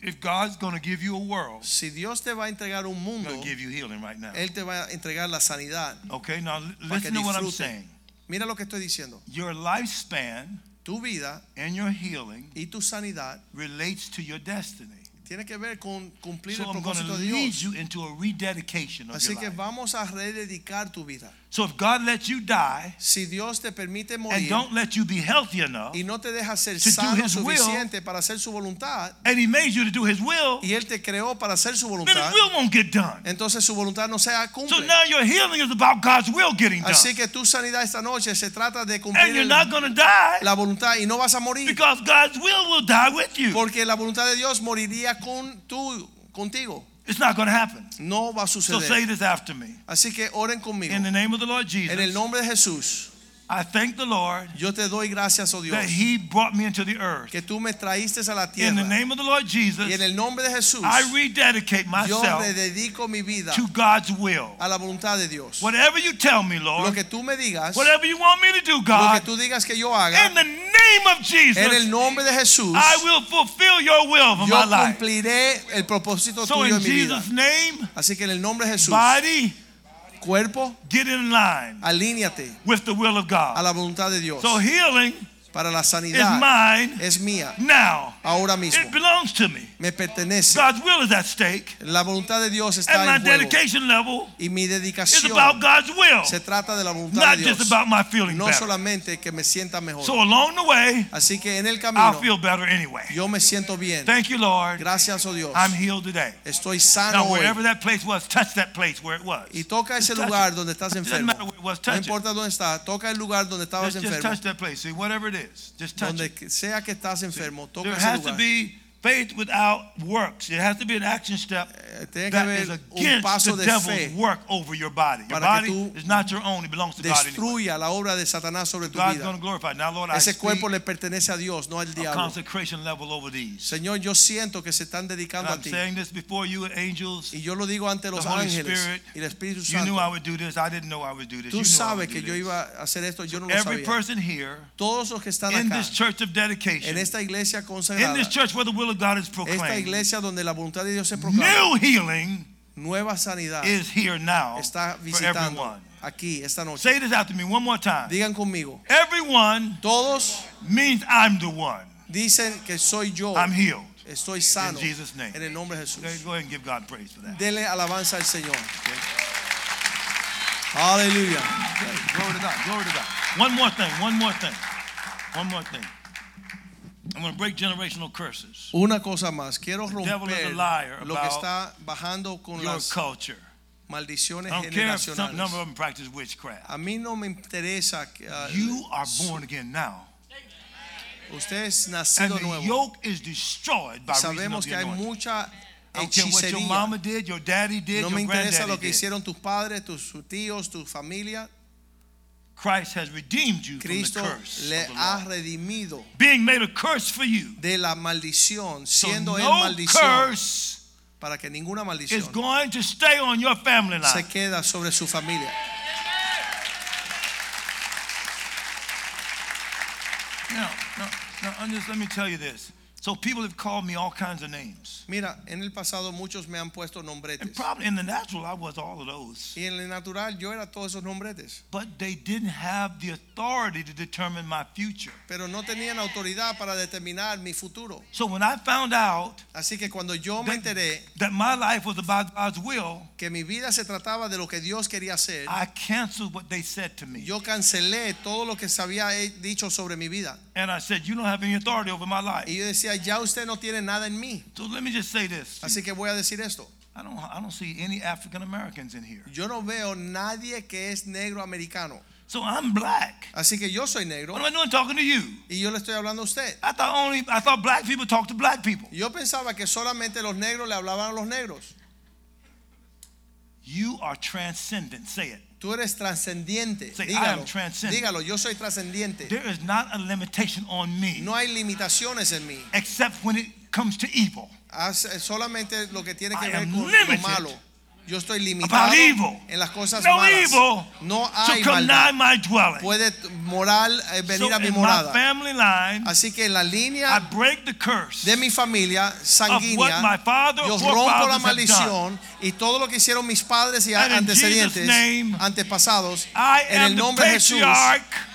[SPEAKER 3] if God's going to give you a world,
[SPEAKER 1] Si Dios te va a entregar un
[SPEAKER 3] He's
[SPEAKER 1] mundo,
[SPEAKER 3] going to give you healing right now.
[SPEAKER 1] Él te va a entregar la sanidad.
[SPEAKER 3] Okay, now li-
[SPEAKER 1] Para que
[SPEAKER 3] listen to what I'm
[SPEAKER 1] disfrute.
[SPEAKER 3] saying.
[SPEAKER 1] Mira lo que estoy diciendo.
[SPEAKER 3] Your lifespan
[SPEAKER 1] Tu vida
[SPEAKER 3] and your healing
[SPEAKER 1] y tu sanidad
[SPEAKER 3] relates to your destiny.
[SPEAKER 1] tiene que ver con cumplir
[SPEAKER 3] So
[SPEAKER 1] el
[SPEAKER 3] I'm going to
[SPEAKER 1] propósito de
[SPEAKER 3] lead
[SPEAKER 1] Dios.
[SPEAKER 3] you into a rededication of
[SPEAKER 1] Así que
[SPEAKER 3] your life.
[SPEAKER 1] vamos a rededicar tu vida.
[SPEAKER 3] So if God lets you die
[SPEAKER 1] Si Dios te permite
[SPEAKER 3] and
[SPEAKER 1] morir
[SPEAKER 3] don't let you be healthy enough,
[SPEAKER 1] y no te deja ser
[SPEAKER 3] to do
[SPEAKER 1] sano
[SPEAKER 3] His will,
[SPEAKER 1] suficiente para hacer su voluntad,
[SPEAKER 3] and He made you to do His will,
[SPEAKER 1] y Él te creó para hacer su
[SPEAKER 3] then
[SPEAKER 1] voluntad,
[SPEAKER 3] His will won't get done.
[SPEAKER 1] entonces su voluntad no se
[SPEAKER 3] So
[SPEAKER 1] cumple.
[SPEAKER 3] now your healing is about God's will getting done.
[SPEAKER 1] Así que tu sanidad esta noche se trata de
[SPEAKER 3] And
[SPEAKER 1] cumplir
[SPEAKER 3] you're
[SPEAKER 1] el-
[SPEAKER 3] not going to die
[SPEAKER 1] la voluntad y no vas a morir.
[SPEAKER 3] because God's will will die with you.
[SPEAKER 1] Porque la voluntad de Dios moriría con tú, contigo.
[SPEAKER 3] It's not going to happen.
[SPEAKER 1] No va a
[SPEAKER 3] So say
[SPEAKER 1] suceder.
[SPEAKER 3] this after me.
[SPEAKER 1] Así que oren conmigo.
[SPEAKER 3] In the name of the Lord
[SPEAKER 1] En el
[SPEAKER 3] Jesus,
[SPEAKER 1] nombre de Jesús,
[SPEAKER 3] I thank the Lord
[SPEAKER 1] yo te doy gracias, oh Dios,
[SPEAKER 3] that He brought me into the earth.
[SPEAKER 1] que tú me traíste a la
[SPEAKER 3] In
[SPEAKER 1] tierra.
[SPEAKER 3] the name of the Lord
[SPEAKER 1] Y en
[SPEAKER 3] Jesus,
[SPEAKER 1] el nombre de Jesús,
[SPEAKER 3] I rededicate
[SPEAKER 1] yo
[SPEAKER 3] myself
[SPEAKER 1] le dedico mi vida
[SPEAKER 3] to God's will.
[SPEAKER 1] a la voluntad de Dios.
[SPEAKER 3] Whatever you tell me,
[SPEAKER 1] Lo
[SPEAKER 3] Lord,
[SPEAKER 1] que tú me digas, lo
[SPEAKER 3] whatever you want me to do,
[SPEAKER 1] que
[SPEAKER 3] God,
[SPEAKER 1] tú digas que yo haga,
[SPEAKER 3] in the name of
[SPEAKER 1] en el
[SPEAKER 3] Jesus,
[SPEAKER 1] nombre de Jesús,
[SPEAKER 3] I will fulfill your will for my
[SPEAKER 1] yo
[SPEAKER 3] life.
[SPEAKER 1] cumpliré el propósito
[SPEAKER 3] So
[SPEAKER 1] tuyo
[SPEAKER 3] in
[SPEAKER 1] en mi vida.
[SPEAKER 3] Jesus' name,
[SPEAKER 1] Así que en el nombre de Jesús,
[SPEAKER 3] body,
[SPEAKER 1] cuerpo,
[SPEAKER 3] get in line
[SPEAKER 1] alíñate
[SPEAKER 3] with the will of
[SPEAKER 1] a
[SPEAKER 3] God.
[SPEAKER 1] la voluntad de Dios.
[SPEAKER 3] So healing
[SPEAKER 1] Para la
[SPEAKER 3] is
[SPEAKER 1] sanidad
[SPEAKER 3] mine
[SPEAKER 1] es mía
[SPEAKER 3] now.
[SPEAKER 1] ahora mismo.
[SPEAKER 3] It belongs to me.
[SPEAKER 1] Me pertenece.
[SPEAKER 3] God's will is at stake.
[SPEAKER 1] La voluntad de Dios
[SPEAKER 3] And
[SPEAKER 1] está
[SPEAKER 3] my
[SPEAKER 1] en juego.
[SPEAKER 3] dedication level
[SPEAKER 1] Y mi
[SPEAKER 3] is about
[SPEAKER 1] dedicación
[SPEAKER 3] God's will,
[SPEAKER 1] se trata de la voluntad
[SPEAKER 3] not
[SPEAKER 1] de
[SPEAKER 3] just
[SPEAKER 1] Dios.
[SPEAKER 3] about my feeling
[SPEAKER 1] No
[SPEAKER 3] better.
[SPEAKER 1] solamente que me sienta mejor.
[SPEAKER 3] So along the way,
[SPEAKER 1] Así que en el
[SPEAKER 3] I'll
[SPEAKER 1] camino
[SPEAKER 3] feel better anyway.
[SPEAKER 1] yo me siento bien.
[SPEAKER 3] Thank you, Lord.
[SPEAKER 1] Gracias, oh Dios.
[SPEAKER 3] I'm healed today.
[SPEAKER 1] Estoy sano
[SPEAKER 3] Now,
[SPEAKER 1] hoy.
[SPEAKER 3] wherever that place was, touch that place where it was.
[SPEAKER 1] Y toca ese
[SPEAKER 3] touch
[SPEAKER 1] lugar
[SPEAKER 3] it.
[SPEAKER 1] donde estás
[SPEAKER 3] It doesn't
[SPEAKER 1] enfermo.
[SPEAKER 3] matter where it was,
[SPEAKER 1] No
[SPEAKER 3] touch it.
[SPEAKER 1] importa dónde estás, toca el lugar donde estabas
[SPEAKER 3] Just, just
[SPEAKER 1] enfermo.
[SPEAKER 3] touch that place. See, whatever it is, just touch it.
[SPEAKER 1] Donde que- sea que estás enfermo,
[SPEAKER 3] There
[SPEAKER 1] toca ese
[SPEAKER 3] has to
[SPEAKER 1] lugar.
[SPEAKER 3] be Faith without works. It has to be an action step
[SPEAKER 1] Eh, tiene que
[SPEAKER 3] that
[SPEAKER 1] haber
[SPEAKER 3] is
[SPEAKER 1] un
[SPEAKER 3] against
[SPEAKER 1] paso
[SPEAKER 3] the
[SPEAKER 1] de fe
[SPEAKER 3] devil's work over your body. Your
[SPEAKER 1] para que
[SPEAKER 3] body
[SPEAKER 1] tú
[SPEAKER 3] is not your own. It belongs to God anyway.
[SPEAKER 1] Destruya la obra de Satanás sobre tu
[SPEAKER 3] God's
[SPEAKER 1] vida.
[SPEAKER 3] going to glorify. it. Now, Lord, I
[SPEAKER 1] Ese
[SPEAKER 3] speak
[SPEAKER 1] cuerpo le pertenece a Dios, no al
[SPEAKER 3] a
[SPEAKER 1] diablo.
[SPEAKER 3] consecration level over these.
[SPEAKER 1] Señor, yo siento que se están
[SPEAKER 3] And
[SPEAKER 1] dedicando a
[SPEAKER 3] I'm
[SPEAKER 1] ti.
[SPEAKER 3] saying this before you, angels.
[SPEAKER 1] Y yo lo digo ante los
[SPEAKER 3] The Holy
[SPEAKER 1] ángeles
[SPEAKER 3] Spirit,
[SPEAKER 1] y el Espíritu
[SPEAKER 3] You knew I
[SPEAKER 1] Santo.
[SPEAKER 3] would do this. I didn't know I would do this. You
[SPEAKER 1] Tú
[SPEAKER 3] knew I
[SPEAKER 1] sabes
[SPEAKER 3] would do
[SPEAKER 1] que yo
[SPEAKER 3] this.
[SPEAKER 1] iba a hacer esto, yo no lo
[SPEAKER 3] Every
[SPEAKER 1] sabía.
[SPEAKER 3] person here
[SPEAKER 1] Todos los que están
[SPEAKER 3] in
[SPEAKER 1] acá,
[SPEAKER 3] this church of dedication,
[SPEAKER 1] en esta iglesia
[SPEAKER 3] in
[SPEAKER 1] consagrada,
[SPEAKER 3] this church where the will of God is
[SPEAKER 1] esta
[SPEAKER 3] proclaimed,
[SPEAKER 1] iglesia donde la voluntad de Dios se proclama,
[SPEAKER 3] new healing
[SPEAKER 1] nueva sanidad
[SPEAKER 3] is here now
[SPEAKER 1] está
[SPEAKER 3] for
[SPEAKER 1] visitando
[SPEAKER 3] everyone.
[SPEAKER 1] aquí esta noche.
[SPEAKER 3] Say this after me one more time.
[SPEAKER 1] Digan conmigo,
[SPEAKER 3] Everyone
[SPEAKER 1] todos
[SPEAKER 3] means I'm the one.
[SPEAKER 1] dicen que soy yo,
[SPEAKER 3] I'm healed.
[SPEAKER 1] estoy sano
[SPEAKER 3] In Jesus' name.
[SPEAKER 1] en el nombre de Jesús.
[SPEAKER 3] Okay, Go ahead and give God praise for that.
[SPEAKER 1] Dele alabanza al Señor. Aleluya.
[SPEAKER 3] Okay, Glory to God. Glory to God. One more thing. One more thing. One more thing. I'm going to break generational curses.
[SPEAKER 1] Una cosa más, quiero
[SPEAKER 3] devil is a
[SPEAKER 1] romper
[SPEAKER 3] liar
[SPEAKER 1] lo que
[SPEAKER 3] about
[SPEAKER 1] está bajando con
[SPEAKER 3] Your
[SPEAKER 1] las
[SPEAKER 3] culture.
[SPEAKER 1] maldiciones
[SPEAKER 3] I don't care if some number
[SPEAKER 1] generacionales.
[SPEAKER 3] of them practice witchcraft.
[SPEAKER 1] A mí no me interesa que ah,
[SPEAKER 3] You are born again now.
[SPEAKER 1] usted es
[SPEAKER 3] And
[SPEAKER 1] nacido
[SPEAKER 3] the
[SPEAKER 1] nuevo.
[SPEAKER 3] yoke is destroyed by reason
[SPEAKER 1] Sabemos
[SPEAKER 3] of
[SPEAKER 1] que
[SPEAKER 3] the
[SPEAKER 1] hay
[SPEAKER 3] anointing.
[SPEAKER 1] mucha
[SPEAKER 3] I don't care what your
[SPEAKER 1] hechicería.
[SPEAKER 3] mama did, your daddy did,
[SPEAKER 1] No me
[SPEAKER 3] your
[SPEAKER 1] interesa lo
[SPEAKER 3] granddaddy
[SPEAKER 1] que
[SPEAKER 3] did.
[SPEAKER 1] hicieron tus padres, tus tíos, tu familia.
[SPEAKER 3] Christ has redeemed you
[SPEAKER 1] Cristo
[SPEAKER 3] from the curse
[SPEAKER 1] le
[SPEAKER 3] of the
[SPEAKER 1] ha
[SPEAKER 3] law.
[SPEAKER 1] redimido
[SPEAKER 3] Being made a curse for you.
[SPEAKER 1] de la maldición,
[SPEAKER 3] So
[SPEAKER 1] siendo él
[SPEAKER 3] no
[SPEAKER 1] maldición,
[SPEAKER 3] curse
[SPEAKER 1] para que ninguna
[SPEAKER 3] is
[SPEAKER 1] maldición
[SPEAKER 3] going to stay on your family
[SPEAKER 1] se
[SPEAKER 3] line.
[SPEAKER 1] queda sobre su familia.
[SPEAKER 3] Now, now, now, I'm just, let me tell you this. So people have called me all kinds of names.
[SPEAKER 1] Mira, en el pasado muchos me han puesto nombretes.
[SPEAKER 3] And probably in the natural, I was all of those.
[SPEAKER 1] Y en el natural yo era todos esos nombretes.
[SPEAKER 3] But they didn't have the authority to determine my future.
[SPEAKER 1] Pero no tenían autoridad para determinar mi futuro.
[SPEAKER 3] So when I found out
[SPEAKER 1] Así que cuando yo me enteré
[SPEAKER 3] that my life was about God's will,
[SPEAKER 1] que mi vida se trataba de lo que Dios quería hacer,
[SPEAKER 3] I canceled what they said to me.
[SPEAKER 1] yo cancelé todo lo que se había he- dicho sobre mi vida.
[SPEAKER 3] And I said, You don't have any authority over my
[SPEAKER 1] Y
[SPEAKER 3] life.
[SPEAKER 1] yo decía, ya usted no tiene nada en mí.
[SPEAKER 3] So let me just say this.
[SPEAKER 1] Así que voy a decir esto.
[SPEAKER 3] I don't I don't see any African Americans in here.
[SPEAKER 1] Yo no veo nadie que es negro americano.
[SPEAKER 3] So I'm black.
[SPEAKER 1] Así que yo soy negro
[SPEAKER 3] What am I doing talking to you?
[SPEAKER 1] y yo le estoy hablando a usted.
[SPEAKER 3] I thought only I thought black people talk to black people.
[SPEAKER 1] Yo pensaba que solamente los negros le hablaban a los negros.
[SPEAKER 3] You are transcendent. Say it.
[SPEAKER 1] Tú eres trascendiente.
[SPEAKER 3] Say, I
[SPEAKER 1] Dígalo.
[SPEAKER 3] am transcendent.
[SPEAKER 1] Dígalo, yo soy trascendiente.
[SPEAKER 3] There is not a limitation on me
[SPEAKER 1] No hay limitaciones en mí.
[SPEAKER 3] except when it comes to evil.
[SPEAKER 1] Haz eh, solamente lo que tiene que
[SPEAKER 3] I
[SPEAKER 1] ver
[SPEAKER 3] am
[SPEAKER 1] con lo
[SPEAKER 3] limited
[SPEAKER 1] malo. Yo estoy limitado
[SPEAKER 3] evil.
[SPEAKER 1] en las cosas
[SPEAKER 3] No
[SPEAKER 1] malas.
[SPEAKER 3] evil
[SPEAKER 1] no
[SPEAKER 3] So
[SPEAKER 1] hay
[SPEAKER 3] come nigh
[SPEAKER 1] maldad.
[SPEAKER 3] my dwelling.
[SPEAKER 1] Puede t- moral eh, venir
[SPEAKER 3] so
[SPEAKER 1] a mi
[SPEAKER 3] in my
[SPEAKER 1] morada.
[SPEAKER 3] family line,
[SPEAKER 1] Así que en la
[SPEAKER 3] I
[SPEAKER 1] línea
[SPEAKER 3] break the curse.
[SPEAKER 1] de mi familia
[SPEAKER 3] what my
[SPEAKER 1] sanguínea,
[SPEAKER 3] father
[SPEAKER 1] yo
[SPEAKER 3] or
[SPEAKER 1] rompo la
[SPEAKER 3] forefathers have
[SPEAKER 1] maldición y todo lo que hicieron mis padres y a-
[SPEAKER 3] And in
[SPEAKER 1] antecedentes,
[SPEAKER 3] Jesus' name,
[SPEAKER 1] antepasados,
[SPEAKER 3] I
[SPEAKER 1] en
[SPEAKER 3] am
[SPEAKER 1] el
[SPEAKER 3] the
[SPEAKER 1] nombre de Jesús,
[SPEAKER 3] patriarch.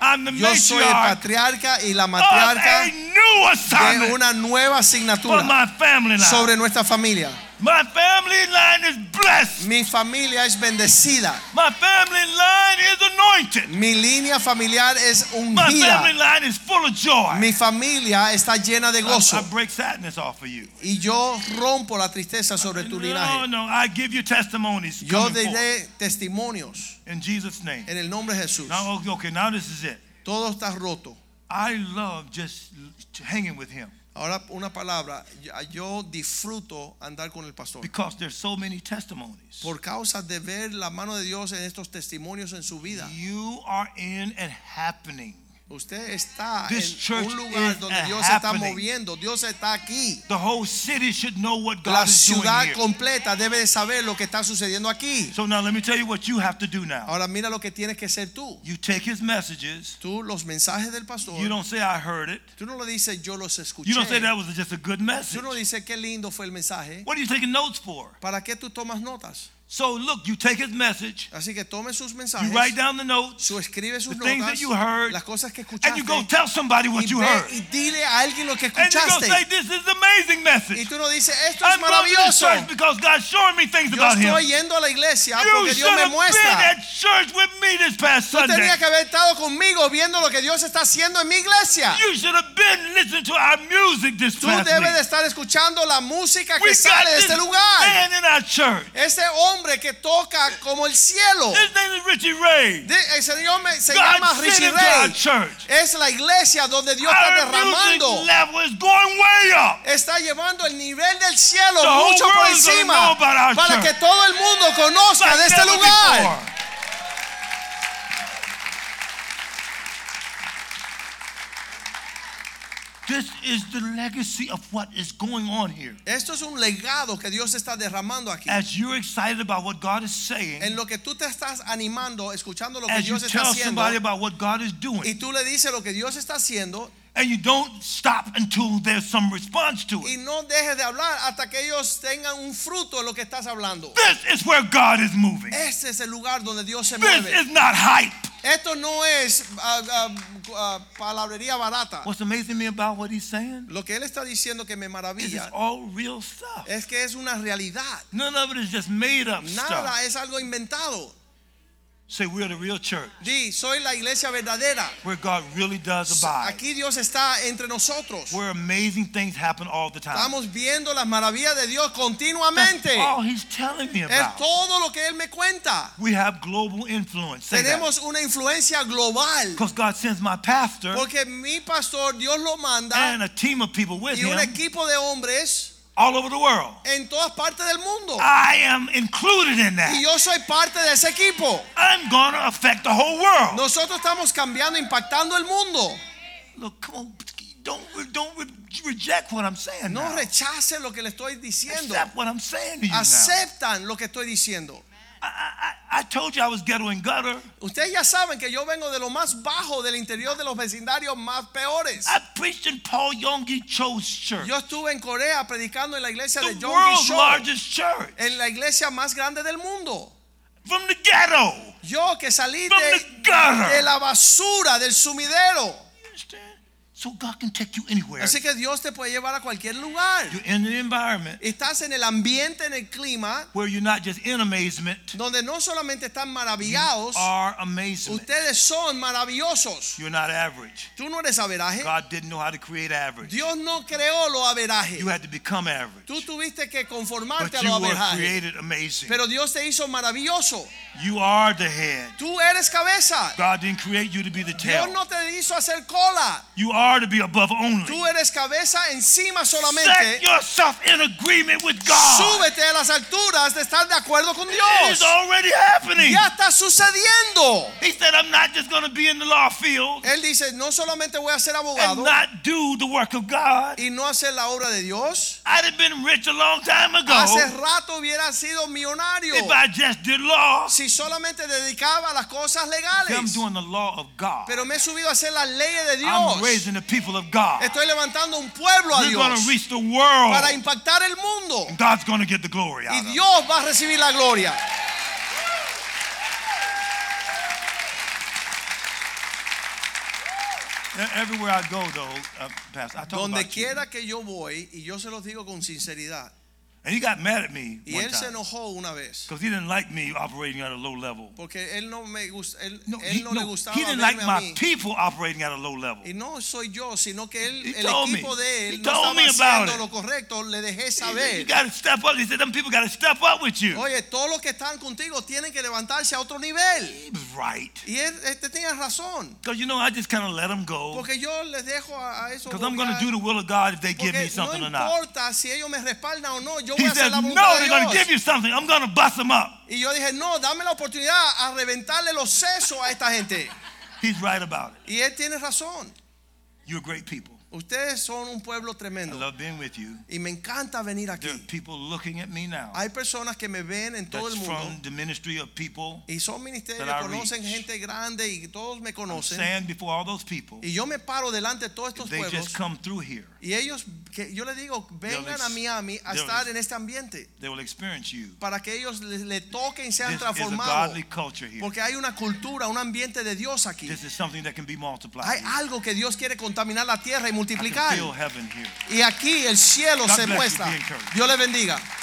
[SPEAKER 3] I'm the
[SPEAKER 1] yo soy el
[SPEAKER 3] matriarch
[SPEAKER 1] patriarca y la
[SPEAKER 3] of
[SPEAKER 1] matriarca
[SPEAKER 3] a new
[SPEAKER 1] de
[SPEAKER 3] assignment
[SPEAKER 1] una nueva
[SPEAKER 3] for
[SPEAKER 1] asignatura
[SPEAKER 3] my family line.
[SPEAKER 1] sobre nuestra familia.
[SPEAKER 3] my family line is blessed.
[SPEAKER 1] Mi familia es bendecida.
[SPEAKER 3] My family line is anointed.
[SPEAKER 1] Mi línea familiar es
[SPEAKER 3] My family
[SPEAKER 1] ungida.
[SPEAKER 3] line is full of joy.
[SPEAKER 1] Mi familia está llena de
[SPEAKER 3] I,
[SPEAKER 1] gozo.
[SPEAKER 3] I break sadness off of you.
[SPEAKER 1] Y yo rompo la tristeza sobre tu
[SPEAKER 3] No,
[SPEAKER 1] linaje.
[SPEAKER 3] no, I give you testimonies.
[SPEAKER 1] Yo
[SPEAKER 3] coming forth
[SPEAKER 1] diré testimonios
[SPEAKER 3] in Jesus' name.
[SPEAKER 1] en el nombre de Jesús.
[SPEAKER 3] Now, okay, okay, now this is it.
[SPEAKER 1] Todo está roto.
[SPEAKER 3] I love just l- hanging with him
[SPEAKER 1] Ahora una palabra. Yo- Yo disfruto andar con el pastor.
[SPEAKER 3] because there's so many testimonies.
[SPEAKER 1] Por causa de ver la mano de Dios en estos testimonios en su vida.
[SPEAKER 3] You are in and happening.
[SPEAKER 1] Usted está
[SPEAKER 3] This
[SPEAKER 1] en
[SPEAKER 3] church
[SPEAKER 1] un lugar
[SPEAKER 3] is
[SPEAKER 1] donde
[SPEAKER 3] a
[SPEAKER 1] Dios se está
[SPEAKER 3] happening.
[SPEAKER 1] moviendo. Dios está aquí.
[SPEAKER 3] The whole city should know what God
[SPEAKER 1] La
[SPEAKER 3] is doing
[SPEAKER 1] ciudad
[SPEAKER 3] here.
[SPEAKER 1] completa debe de saber lo que está sucediendo aquí.
[SPEAKER 3] So now let me tell you what you have to do now.
[SPEAKER 1] Ahora mira lo que tienes que ser tú.
[SPEAKER 3] You take his messages.
[SPEAKER 1] Tú los mensajes del pastor.
[SPEAKER 3] You don't say I heard it.
[SPEAKER 1] tú no lo dices yo los escuché.
[SPEAKER 3] You don't say that was just a good message.
[SPEAKER 1] tú no dices qué lindo fue el mensaje.
[SPEAKER 3] What are you taking notes for?
[SPEAKER 1] ¿Para qué tú tomas notas?
[SPEAKER 3] So look, you take his message.
[SPEAKER 1] Así que tome sus
[SPEAKER 3] You
[SPEAKER 1] mensajes.
[SPEAKER 3] write down the notes.
[SPEAKER 1] su escribe sus
[SPEAKER 3] the things
[SPEAKER 1] notas.
[SPEAKER 3] that you heard,
[SPEAKER 1] las cosas que escuchaste.
[SPEAKER 3] And you go tell somebody
[SPEAKER 1] y,
[SPEAKER 3] what you
[SPEAKER 1] ve
[SPEAKER 3] heard.
[SPEAKER 1] y dile a alguien lo que
[SPEAKER 3] And you go say
[SPEAKER 1] escuchaste.
[SPEAKER 3] this is amazing message.
[SPEAKER 1] Y tú no dices esto es
[SPEAKER 3] I'm going to this
[SPEAKER 1] maravilloso.
[SPEAKER 3] church because God's showing me things
[SPEAKER 1] Yo
[SPEAKER 3] about him.
[SPEAKER 1] estoy yendo a la iglesia
[SPEAKER 3] You
[SPEAKER 1] porque
[SPEAKER 3] should
[SPEAKER 1] Dios me
[SPEAKER 3] have been
[SPEAKER 1] muestra.
[SPEAKER 3] at church with me this past
[SPEAKER 1] Tú
[SPEAKER 3] Sunday.
[SPEAKER 1] tenías que haber estado conmigo viendo lo que Dios está haciendo en mi iglesia.
[SPEAKER 3] You should have been listening to our music this
[SPEAKER 1] Tú
[SPEAKER 3] past
[SPEAKER 1] debes de
[SPEAKER 3] week.
[SPEAKER 1] estar escuchando la música que
[SPEAKER 3] We got
[SPEAKER 1] sale de
[SPEAKER 3] this
[SPEAKER 1] este lugar.
[SPEAKER 3] man in our church.
[SPEAKER 1] Este hombre que toca como el cielo.
[SPEAKER 3] His name is Richie Ray.
[SPEAKER 1] De- el Señor me- se llama
[SPEAKER 3] God
[SPEAKER 1] Richie
[SPEAKER 3] sent him to our
[SPEAKER 1] Ray.
[SPEAKER 3] church.
[SPEAKER 1] Es la iglesia donde Dios está
[SPEAKER 3] Our music
[SPEAKER 1] derramando.
[SPEAKER 3] level is going way up.
[SPEAKER 1] Está llevando el nivel del cielo
[SPEAKER 3] The whole
[SPEAKER 1] mucho por
[SPEAKER 3] world's gonna know
[SPEAKER 1] encima
[SPEAKER 3] about our
[SPEAKER 1] para
[SPEAKER 3] church.
[SPEAKER 1] que todo el mundo conozca
[SPEAKER 3] Like
[SPEAKER 1] de este
[SPEAKER 3] never
[SPEAKER 1] lugar.
[SPEAKER 3] before. This is the legacy of what is going on here.
[SPEAKER 1] Esto es un legado que Dios está derramando aquí.
[SPEAKER 3] As you're excited about what God is saying,
[SPEAKER 1] En lo que tú te estás animando, escuchando lo que
[SPEAKER 3] as you
[SPEAKER 1] Dios está
[SPEAKER 3] tell
[SPEAKER 1] haciendo,
[SPEAKER 3] somebody about what God is doing,
[SPEAKER 1] y tú le dices lo que Dios está haciendo,
[SPEAKER 3] and you don't stop until there's some response to
[SPEAKER 1] y
[SPEAKER 3] it.
[SPEAKER 1] no dejes de hablar hasta que ellos tengan un fruto de lo que estás hablando.
[SPEAKER 3] This is where God is moving.
[SPEAKER 1] Ese es el lugar donde Dios se
[SPEAKER 3] This
[SPEAKER 1] mueve.
[SPEAKER 3] is not hype.
[SPEAKER 1] Esto no es ah, ah, ah, palabrería barata.
[SPEAKER 3] What's amazing me about what he's saying
[SPEAKER 1] Lo que él está diciendo que me
[SPEAKER 3] is it's
[SPEAKER 1] maravilla
[SPEAKER 3] all real stuff.
[SPEAKER 1] es que es una realidad.
[SPEAKER 3] None of it is just made up
[SPEAKER 1] Nada
[SPEAKER 3] stuff.
[SPEAKER 1] es algo inventado.
[SPEAKER 3] Say we're the real church
[SPEAKER 1] Di, soy la iglesia verdadera.
[SPEAKER 3] where God really does abide.
[SPEAKER 1] Aquí Dios está entre nosotros.
[SPEAKER 3] Where amazing things happen all the time.
[SPEAKER 1] Estamos viendo las maravillas de Dios
[SPEAKER 3] That's
[SPEAKER 1] continuamente.
[SPEAKER 3] all he's telling me
[SPEAKER 1] Es
[SPEAKER 3] about.
[SPEAKER 1] todo lo que él me cuenta.
[SPEAKER 3] We have global influence. Say that.
[SPEAKER 1] Tenemos una influencia global.
[SPEAKER 3] Because God sends my pastor
[SPEAKER 1] Porque mi pastor, Dios lo manda
[SPEAKER 3] and a team of people with
[SPEAKER 1] y un
[SPEAKER 3] him
[SPEAKER 1] equipo de hombres
[SPEAKER 3] all over the world.
[SPEAKER 1] en todas partes del mundo.
[SPEAKER 3] I am included in
[SPEAKER 1] Y
[SPEAKER 3] that.
[SPEAKER 1] yo soy parte de ese equipo.
[SPEAKER 3] I'm going to affect the whole world.
[SPEAKER 1] Nosotros estamos cambiando, impactando el mundo.
[SPEAKER 3] Look, come on. Don't, re- don't re- reject what I'm saying.
[SPEAKER 1] No
[SPEAKER 3] now.
[SPEAKER 1] rechace lo que le estoy diciendo.
[SPEAKER 3] Accept what I'm saying to you now.
[SPEAKER 1] Aceptan lo que estoy diciendo.
[SPEAKER 3] I, I, I told you I was ghetto and gutter.
[SPEAKER 1] Ustedes ya saben que yo vengo de lo más bajo del interior de los vecindarios más peores.
[SPEAKER 3] I preached in Paul Yonggi Cho's church,
[SPEAKER 1] Yo estuve en Corea predicando en la iglesia de
[SPEAKER 3] the
[SPEAKER 1] John
[SPEAKER 3] world's
[SPEAKER 1] Show,
[SPEAKER 3] largest church,
[SPEAKER 1] en la iglesia más grande del mundo.
[SPEAKER 3] from the ghetto.
[SPEAKER 1] Yo que salí
[SPEAKER 3] From
[SPEAKER 1] de,
[SPEAKER 3] the gutter.
[SPEAKER 1] de la basura, del sumidero.
[SPEAKER 3] You understand? So God can take you anywhere.
[SPEAKER 1] Así que Dios te puede llevar a cualquier lugar.
[SPEAKER 3] You're in an environment
[SPEAKER 1] Estás en el ambiente, en el clima,
[SPEAKER 3] where you're not just in amazement,
[SPEAKER 1] donde no solamente están maravillados,
[SPEAKER 3] are amazement.
[SPEAKER 1] ustedes son maravillosos.
[SPEAKER 3] You're not average.
[SPEAKER 1] Tú no eres averaje.
[SPEAKER 3] God didn't know how to create average.
[SPEAKER 1] Dios no creó lo averaje.
[SPEAKER 3] You had to become average.
[SPEAKER 1] Tú tuviste que conformarte
[SPEAKER 3] But
[SPEAKER 1] a
[SPEAKER 3] you
[SPEAKER 1] lo
[SPEAKER 3] were
[SPEAKER 1] averaje.
[SPEAKER 3] created amazing.
[SPEAKER 1] Pero Dios te hizo maravilloso.
[SPEAKER 3] You are the head.
[SPEAKER 1] Tú eres cabeza.
[SPEAKER 3] God didn't create you to be the
[SPEAKER 1] Dios
[SPEAKER 3] tail.
[SPEAKER 1] no te hizo hacer cola.
[SPEAKER 3] You are to be above only.
[SPEAKER 1] Tú eres cabeza encima
[SPEAKER 3] Set
[SPEAKER 1] solamente.
[SPEAKER 3] yourself in agreement with God.
[SPEAKER 1] Súbete a las alturas de estar de acuerdo con
[SPEAKER 3] It is
[SPEAKER 1] Dios.
[SPEAKER 3] already happening.
[SPEAKER 1] Ya está sucediendo.
[SPEAKER 3] He said, I'm not just going to be in the law field
[SPEAKER 1] Él dice, no solamente voy a ser
[SPEAKER 3] and
[SPEAKER 1] abogado
[SPEAKER 3] not do the work of God.
[SPEAKER 1] y no hacer la obra de Dios.
[SPEAKER 3] I'd have been rich a long time
[SPEAKER 1] Hace
[SPEAKER 3] ago
[SPEAKER 1] rato hubiera sido millonario
[SPEAKER 3] if I just did law.
[SPEAKER 1] si solamente dedicaba a las cosas
[SPEAKER 3] I'm
[SPEAKER 1] legales.
[SPEAKER 3] doing the law of God.
[SPEAKER 1] Pero me he subido a hacer las leyes de
[SPEAKER 3] I'm
[SPEAKER 1] Dios.
[SPEAKER 3] raising the people of God.
[SPEAKER 1] Estoy levantando un pueblo a
[SPEAKER 3] We're going
[SPEAKER 1] Dios
[SPEAKER 3] to reach the
[SPEAKER 1] para
[SPEAKER 3] world.
[SPEAKER 1] impactar el mundo.
[SPEAKER 3] God's going to get the glory
[SPEAKER 1] Y
[SPEAKER 3] out of it.
[SPEAKER 1] Dios va a recibir la gloria.
[SPEAKER 3] E-, Everywhere I go, though, uh, Pastor, I talk
[SPEAKER 1] Donde
[SPEAKER 3] about you.
[SPEAKER 1] quiera que yo voy, y yo se los digo con sinceridad,
[SPEAKER 3] And he got mad at me
[SPEAKER 1] y
[SPEAKER 3] one
[SPEAKER 1] él se
[SPEAKER 3] time
[SPEAKER 1] enojó una vez.
[SPEAKER 3] because he didn't like me operating at a low level.
[SPEAKER 1] Porque él no me gusta, él,
[SPEAKER 3] No,
[SPEAKER 1] él
[SPEAKER 3] he,
[SPEAKER 1] no le
[SPEAKER 3] no,
[SPEAKER 1] gustaba
[SPEAKER 3] he didn't
[SPEAKER 1] verme
[SPEAKER 3] like
[SPEAKER 1] a
[SPEAKER 3] my
[SPEAKER 1] mí.
[SPEAKER 3] people operating at a low level.
[SPEAKER 1] Y no soy yo, sino que él,
[SPEAKER 3] He
[SPEAKER 1] el
[SPEAKER 3] told
[SPEAKER 1] equipo
[SPEAKER 3] me.
[SPEAKER 1] de
[SPEAKER 3] He
[SPEAKER 1] él no
[SPEAKER 3] told me
[SPEAKER 1] estaba
[SPEAKER 3] about
[SPEAKER 1] haciendo
[SPEAKER 3] it.
[SPEAKER 1] lo correcto, le dejé
[SPEAKER 3] You
[SPEAKER 1] saber.
[SPEAKER 3] got to step up. He said, them people got to step up with you.
[SPEAKER 1] Oye, todos los que están contigo tienen que levantarse a otro nivel.
[SPEAKER 3] He was right.
[SPEAKER 1] Y él, este tenía razón,
[SPEAKER 3] Because, you know, I just kind of let them go.
[SPEAKER 1] porque yo les dejo a, a eso.
[SPEAKER 3] Because I'm going to do the will of God if they give me something
[SPEAKER 1] no
[SPEAKER 3] or not.
[SPEAKER 1] importa si ellos me respaldan o no, yo voy
[SPEAKER 3] He
[SPEAKER 1] a hacer
[SPEAKER 3] says,
[SPEAKER 1] la
[SPEAKER 3] no,
[SPEAKER 1] voluntad
[SPEAKER 3] they're
[SPEAKER 1] de
[SPEAKER 3] going
[SPEAKER 1] Dios.
[SPEAKER 3] to give you something. I'm going to bust them up.
[SPEAKER 1] Y yo dije, no, dame la oportunidad a reventarle los sesos a esta gente.
[SPEAKER 3] He's right about it.
[SPEAKER 1] Y él tiene razón.
[SPEAKER 3] You're great people.
[SPEAKER 1] Ustedes son un pueblo
[SPEAKER 3] I
[SPEAKER 1] tremendo.
[SPEAKER 3] love being with you.
[SPEAKER 1] Y me encanta venir
[SPEAKER 3] There are
[SPEAKER 1] aquí.
[SPEAKER 3] people looking at me now
[SPEAKER 1] Hay personas que me ven en todo
[SPEAKER 3] that's
[SPEAKER 1] el
[SPEAKER 3] from
[SPEAKER 1] mundo.
[SPEAKER 3] the ministry of people.
[SPEAKER 1] Y son ministerios,
[SPEAKER 3] that I
[SPEAKER 1] conocen
[SPEAKER 3] reach.
[SPEAKER 1] gente grande y todos me
[SPEAKER 3] I'm
[SPEAKER 1] conocen.
[SPEAKER 3] saying before all those people,
[SPEAKER 1] Y yo me paro delante de todos
[SPEAKER 3] if
[SPEAKER 1] estos
[SPEAKER 3] they
[SPEAKER 1] pueblos.
[SPEAKER 3] just come through here,
[SPEAKER 1] Y ellos, que yo les digo, vengan a
[SPEAKER 3] ex-
[SPEAKER 1] Miami a
[SPEAKER 3] they'll
[SPEAKER 1] estar
[SPEAKER 3] ex-
[SPEAKER 1] en este ambiente.
[SPEAKER 3] they will experience you.
[SPEAKER 1] Para que ellos le, le toquen y sean
[SPEAKER 3] This is a
[SPEAKER 1] transformados.
[SPEAKER 3] godly culture here.
[SPEAKER 1] Porque hay una cultura, un ambiente de Dios aquí.
[SPEAKER 3] This is something that can be multiplied.
[SPEAKER 1] Hay algo que Dios quiere contaminar la tierra y
[SPEAKER 3] I can
[SPEAKER 1] multiplicar.
[SPEAKER 3] feel heaven here.
[SPEAKER 1] Y aquí el cielo
[SPEAKER 3] God
[SPEAKER 1] se
[SPEAKER 3] bless you.
[SPEAKER 1] muestra.
[SPEAKER 3] Be encouraged.
[SPEAKER 1] Dios le bendiga.